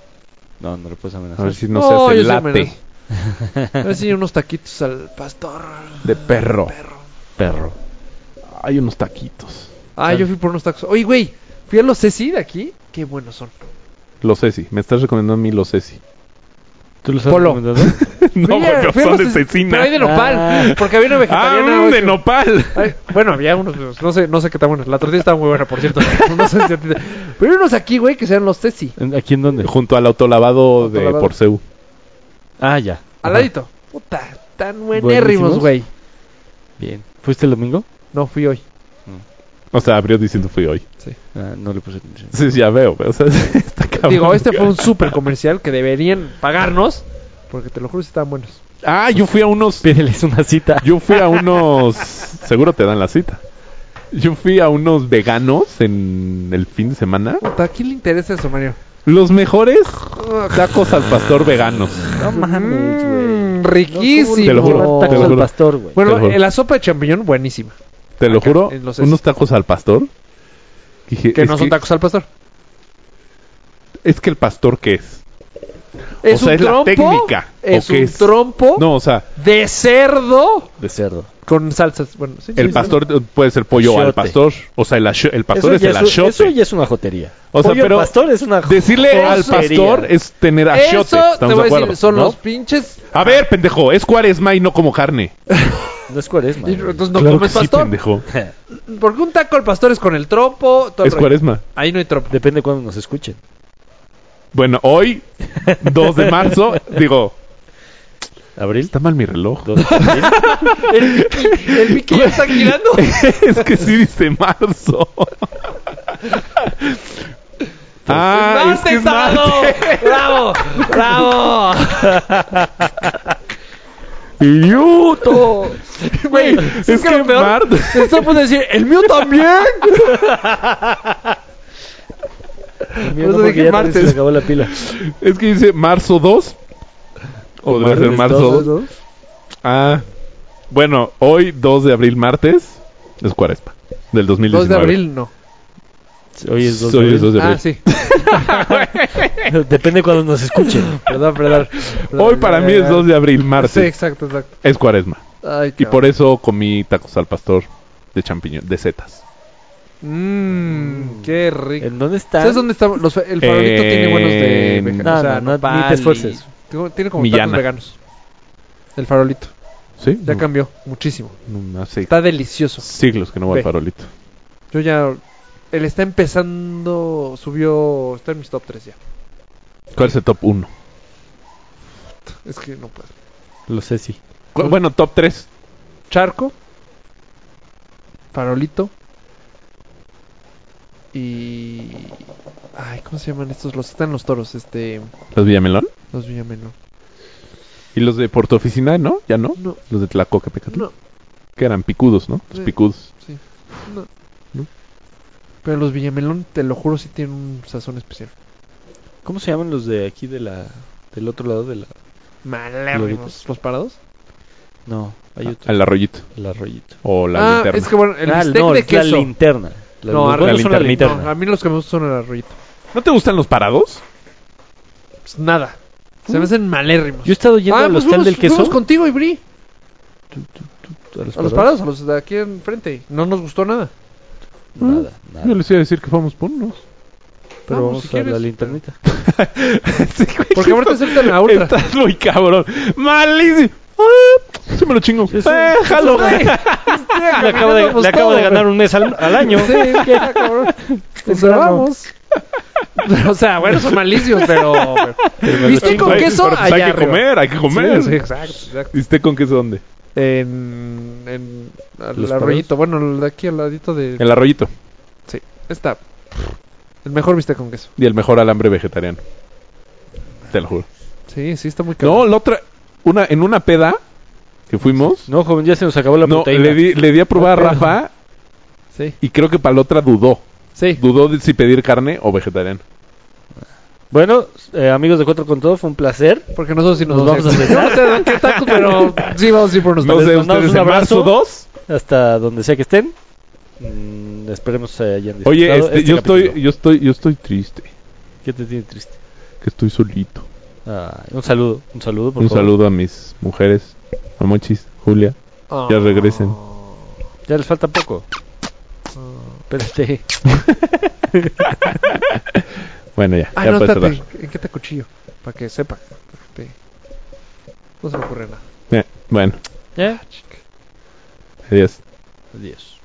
Speaker 1: No, no le puedes
Speaker 5: A
Speaker 1: amenazar.
Speaker 5: ver si no
Speaker 2: Oh,
Speaker 5: se hace
Speaker 2: yo sí
Speaker 5: late
Speaker 2: amenazo. A ver si unos taquitos al pastor.
Speaker 5: de perro.
Speaker 1: Perro.
Speaker 5: Hay unos taquitos.
Speaker 2: Ah, yo fui por unos tacos. Oye, güey, fui a los Ceci de aquí. Qué buenos son.
Speaker 5: Los Ceci. Me estás recomendando a mí los Ceci.
Speaker 1: ¿Tú los has
Speaker 2: Polo.
Speaker 1: recomendado?
Speaker 5: no,
Speaker 2: Fui a-
Speaker 5: porque
Speaker 2: fui a
Speaker 5: son
Speaker 2: los
Speaker 5: de
Speaker 2: Ceci- Pero hay de
Speaker 5: cecina.
Speaker 2: nopal.
Speaker 1: Ah.
Speaker 2: Porque había una
Speaker 5: Ah,
Speaker 2: vegetariana.
Speaker 5: mm,
Speaker 2: güey,
Speaker 5: de
Speaker 2: que-
Speaker 5: nopal.
Speaker 2: Ay, bueno, había unos. No sé, no sé qué tan buenos. La tortilla estaba muy buena, por cierto. No sé si a ti te- Pero hay unos aquí, güey, que sean los Ceci.
Speaker 1: ¿En- ¿Aquí en dónde?
Speaker 5: Junto al autolavado de
Speaker 2: Autolavado.
Speaker 5: Porceu.
Speaker 1: Ah, ya.
Speaker 2: Al
Speaker 1: Ajá.
Speaker 2: ladito. Puta, tan buenérrimos,
Speaker 1: Buenísimos.
Speaker 2: güey.
Speaker 1: Bien. ¿Fuiste el domingo?
Speaker 2: No fui hoy.
Speaker 5: O sea, abrió diciendo fui hoy.
Speaker 1: Ah, no le puse atención.
Speaker 5: Sí, ya veo. pero, O sea, está cabrón.
Speaker 2: Digo, este fue un súper comercial que deberían pagarnos. Porque te lo juro, sí estaban buenos.
Speaker 5: Ah, yo fui a unos...
Speaker 1: Pídeles una cita.
Speaker 5: Yo fui a unos... Seguro te dan la cita. Yo fui a unos veganos en el fin de semana.
Speaker 2: Puta, ¿a quién le interesa eso, Mario?
Speaker 5: Los mejores tacos al pastor veganos.
Speaker 1: No mames, güey.
Speaker 2: Mm, riquísimo.
Speaker 5: Te lo juro, te
Speaker 1: Tacos
Speaker 5: lo
Speaker 1: al
Speaker 5: juro.
Speaker 1: pastor, güey.
Speaker 5: Te lo
Speaker 2: Bueno,
Speaker 5: juro.
Speaker 2: eh, la sopa de champiñón, buenísima.
Speaker 5: Te lo
Speaker 2: Acá,
Speaker 5: juro,
Speaker 2: en los
Speaker 5: unos tacos al pastor. Dije,
Speaker 2: Que
Speaker 5: es
Speaker 2: no son tacos al pastor.
Speaker 5: Es que el pastor, ¿qué es?
Speaker 2: Es
Speaker 5: sea,
Speaker 2: un
Speaker 5: es la
Speaker 2: trompo.
Speaker 5: técnica, ¿o
Speaker 2: Es
Speaker 5: qué
Speaker 2: un
Speaker 5: es?
Speaker 2: trompo
Speaker 5: No, o sea,
Speaker 2: de cerdo
Speaker 1: De cerdo.
Speaker 2: con salsas. Bueno, sí, sí,
Speaker 5: el
Speaker 2: sí.
Speaker 5: pastor eh, puede ser pollo
Speaker 1: Achiote.
Speaker 5: al pastor. O sea, el, acho- el pastor es
Speaker 1: ya
Speaker 5: el
Speaker 1: es un-
Speaker 5: achiote.
Speaker 1: eso ya es una jotería.
Speaker 5: O sea,
Speaker 1: Pollo al
Speaker 5: pero
Speaker 1: pastor es una
Speaker 5: Decirle al
Speaker 1: jotería.
Speaker 5: pastor es tener achiote.
Speaker 2: Eso te
Speaker 5: ¿estamos de
Speaker 2: voy a
Speaker 5: acuerdo?
Speaker 2: decir, son
Speaker 5: ¿No?
Speaker 2: los pinches.
Speaker 5: A ver, pendejo, es cuaresma y no como carne.
Speaker 1: No es cuaresma.
Speaker 2: Y
Speaker 1: güey.
Speaker 2: entonces no
Speaker 5: claro que
Speaker 2: comes
Speaker 5: sí,
Speaker 2: pastor.
Speaker 5: pendejo.
Speaker 2: porque un taco al pastor es con el trompo. todo el
Speaker 5: Es
Speaker 2: rollo.
Speaker 5: cuaresma.
Speaker 2: Ahí no hay trompo.
Speaker 1: Depende de cuándo nos escuchen.
Speaker 5: Bueno, hoy, 2 de marzo, digo,
Speaker 1: ¿Abril?
Speaker 5: está mal mi reloj.
Speaker 1: ¿Dos de abril?
Speaker 2: El pique ya está girando.
Speaker 5: es que sí dice marzo. ah, es
Speaker 2: ¡Martes,
Speaker 5: que es
Speaker 2: sábado!
Speaker 5: martes.
Speaker 2: ¡Bravo! ¡Bravo!
Speaker 5: ¡Yuto!
Speaker 2: Güey,
Speaker 5: es
Speaker 2: es que lo
Speaker 5: que
Speaker 2: peor.
Speaker 5: martes.
Speaker 2: Te estoy poniendo a decir, el mío también.
Speaker 1: Mío,
Speaker 2: Por
Speaker 1: no,
Speaker 2: eso
Speaker 1: porque
Speaker 2: Pues dije
Speaker 1: ya también se le
Speaker 2: martes.
Speaker 1: acabó la pila.
Speaker 5: Es que dice marzo 2. O debe ser marzo 2. Ah. Bueno, hoy 2 de abril, martes, es cuaresma del 2019.
Speaker 2: 2 de abril, no.
Speaker 1: Hoy es 2 de
Speaker 5: Hoy es
Speaker 1: abril.
Speaker 5: 2 de abril.
Speaker 2: Ah, sí.
Speaker 1: Depende de cuándo nos escuchen.
Speaker 2: Perdón, perdón. Perdón,
Speaker 5: Hoy para
Speaker 2: ya,
Speaker 5: mí
Speaker 2: ya,
Speaker 5: es
Speaker 2: ya.
Speaker 5: 2 de abril,
Speaker 2: Sí,
Speaker 5: martes.
Speaker 2: exacto, exacto.
Speaker 5: Es cuaresma.
Speaker 2: Ay,
Speaker 5: Y por eso comí tacos al pastor de champiñón, de setas.
Speaker 2: Mmm, qué rico.
Speaker 1: ¿En dónde están?
Speaker 2: ¿Sabes dónde está? Los, el favorito tiene buenos de
Speaker 5: En-
Speaker 2: veganos.
Speaker 1: No, no, no,
Speaker 2: nopal
Speaker 1: ni te esfuerces.
Speaker 2: y- Tiene- Tiene como
Speaker 5: Millana.
Speaker 2: tacos veganos. El farolito.
Speaker 5: ¿Sí?
Speaker 2: Ya
Speaker 5: no,
Speaker 2: cambió muchísimo.
Speaker 5: no, hace
Speaker 2: Está delicioso.
Speaker 5: siglos que no voy al
Speaker 2: Ve.
Speaker 5: farolito.
Speaker 2: Yo ya. Él está empezando. Subió. Está en mis top 3 ya.
Speaker 5: ¿Cuál es el top 1?
Speaker 2: Es que no puedo.
Speaker 1: Lo sé, sí.
Speaker 5: Bueno, top 3.
Speaker 2: Charco. Farolito. Y. Ay, ¿cómo se llaman estos? Los están los toros, este.
Speaker 5: Los Villamelón.
Speaker 2: Los Villamelón.
Speaker 5: Y los de Puerto Oficina, ¿no? Ya no.
Speaker 2: No,
Speaker 5: Los de Tlacoca, Pecatl.
Speaker 2: no,
Speaker 5: Que eran picudos, ¿no? Los
Speaker 2: Sí.
Speaker 5: picudos.
Speaker 2: sí. No.
Speaker 5: ¿No?
Speaker 2: Pero los Villamelón, te lo juro, sí tienen un sazón especial.
Speaker 1: ¿Cómo se llaman los de aquí de la del otro lado de la
Speaker 2: Malérrimos. ¿Los parados?
Speaker 1: No, hay otro,
Speaker 5: Al arroyito.
Speaker 1: el arroyito.
Speaker 5: O la
Speaker 2: ah,
Speaker 5: linterna.
Speaker 2: es que bueno, el
Speaker 1: Ah,
Speaker 2: bistec
Speaker 1: no,
Speaker 2: de
Speaker 1: es la
Speaker 2: queso.
Speaker 1: linterna. La,
Speaker 2: No,
Speaker 1: los
Speaker 2: arre-
Speaker 1: buenos son la
Speaker 5: la
Speaker 1: linterna.
Speaker 2: No, a mí los que me gustan son el arroyito.
Speaker 5: ¿No te gustan los parados?
Speaker 2: Pues nada. Se me hacen malérrimos.
Speaker 1: ¿Mm? Yo he estado yendo
Speaker 2: ah,
Speaker 1: al
Speaker 2: pues
Speaker 1: hostal
Speaker 2: fuimos-
Speaker 1: del queso.
Speaker 2: fuimos contigo y Bri.
Speaker 1: A los,
Speaker 2: A los parados, a los de aquí enfrente. No nos gustó nada.
Speaker 1: Nada, nada.
Speaker 5: Yo les iba a decir que fuimos por unos.
Speaker 1: Pero
Speaker 2: Vamos,
Speaker 1: vamos
Speaker 2: si
Speaker 1: a la
Speaker 2: quieres. Pues
Speaker 1: linternita.
Speaker 2: Porque ahorita aceptan la ultra.
Speaker 5: Estás muy cabrón. Malísimo. Ah, sí me lo chingo. Déjalo.
Speaker 1: Le Eh, acabo, de,
Speaker 2: ganamos
Speaker 1: le acabo de
Speaker 2: todo,
Speaker 1: ganar un mes al, al año.
Speaker 2: Sí, ya, cabrón. Pues
Speaker 1: Entramos.
Speaker 2: vamos. o sea, bueno, son malicios, pero. ¿Viste con
Speaker 5: Hay-
Speaker 2: queso?
Speaker 5: pero, pues,
Speaker 2: Allá
Speaker 5: hay que
Speaker 2: arriba.
Speaker 5: comer, hay que comer.
Speaker 2: Sí, sí, exacto, exacto.
Speaker 5: ¿Y usted con queso dónde?
Speaker 2: En. en al
Speaker 1: Los
Speaker 2: arroyito, bueno, el de aquí al ladito de.
Speaker 5: El arroyito.
Speaker 2: Sí, está. El mejor viste con queso.
Speaker 5: Y el mejor alambre vegetariano. Te lo juro.
Speaker 2: Sí, sí, está muy caro.
Speaker 5: No, la otra. Una, en una peda que fuimos.
Speaker 1: No, joven, ya se nos acabó la
Speaker 5: No,
Speaker 1: proteína.
Speaker 5: le di, le di a probar a
Speaker 2: La peda.
Speaker 5: Rafa
Speaker 2: Sí,
Speaker 5: y creo que para la otra dudó.
Speaker 2: sí.
Speaker 5: Dudó de si pedir carne o vegetariano.
Speaker 1: Bueno, eh, amigos de Cuatro con Todo, fue un placer.
Speaker 2: Porque nosotros sí nos
Speaker 1: Nos
Speaker 2: vamos a
Speaker 1: vamos
Speaker 2: hacer.
Speaker 1: a
Speaker 2: No te dan qué tacos, pero sí vamos a ir por
Speaker 5: No
Speaker 2: nosotros.
Speaker 1: mandamos
Speaker 5: sé, ustedes
Speaker 1: un
Speaker 5: en marzo
Speaker 1: abrazo.
Speaker 5: 2.
Speaker 1: Hasta donde sea que estén. Mm, esperemos eh, hayan
Speaker 5: Oye,
Speaker 1: disfrutado
Speaker 5: este,
Speaker 1: este
Speaker 5: yo estoy,
Speaker 1: capítulo.
Speaker 5: yo estoy, yo estoy triste,
Speaker 1: ¿Qué te tiene triste?
Speaker 5: que estoy solito.
Speaker 1: Ah, un saludo, un saludo, por
Speaker 5: Un
Speaker 1: favor.
Speaker 5: saludo a mis mujeres, a Mochis, Julia,
Speaker 2: Ah.
Speaker 5: ya regresen.
Speaker 1: Ya les falta poco. Espérate.
Speaker 5: Bueno, ya,
Speaker 2: Ah,
Speaker 5: ya
Speaker 2: no,
Speaker 5: para cerrar.
Speaker 2: espérate. ¿En qué te cuchillo? Para que sepa. Sí. No se me ocurre nada.
Speaker 5: Eh, Bueno,
Speaker 1: ¿Ya?
Speaker 5: adiós.
Speaker 1: Adiós.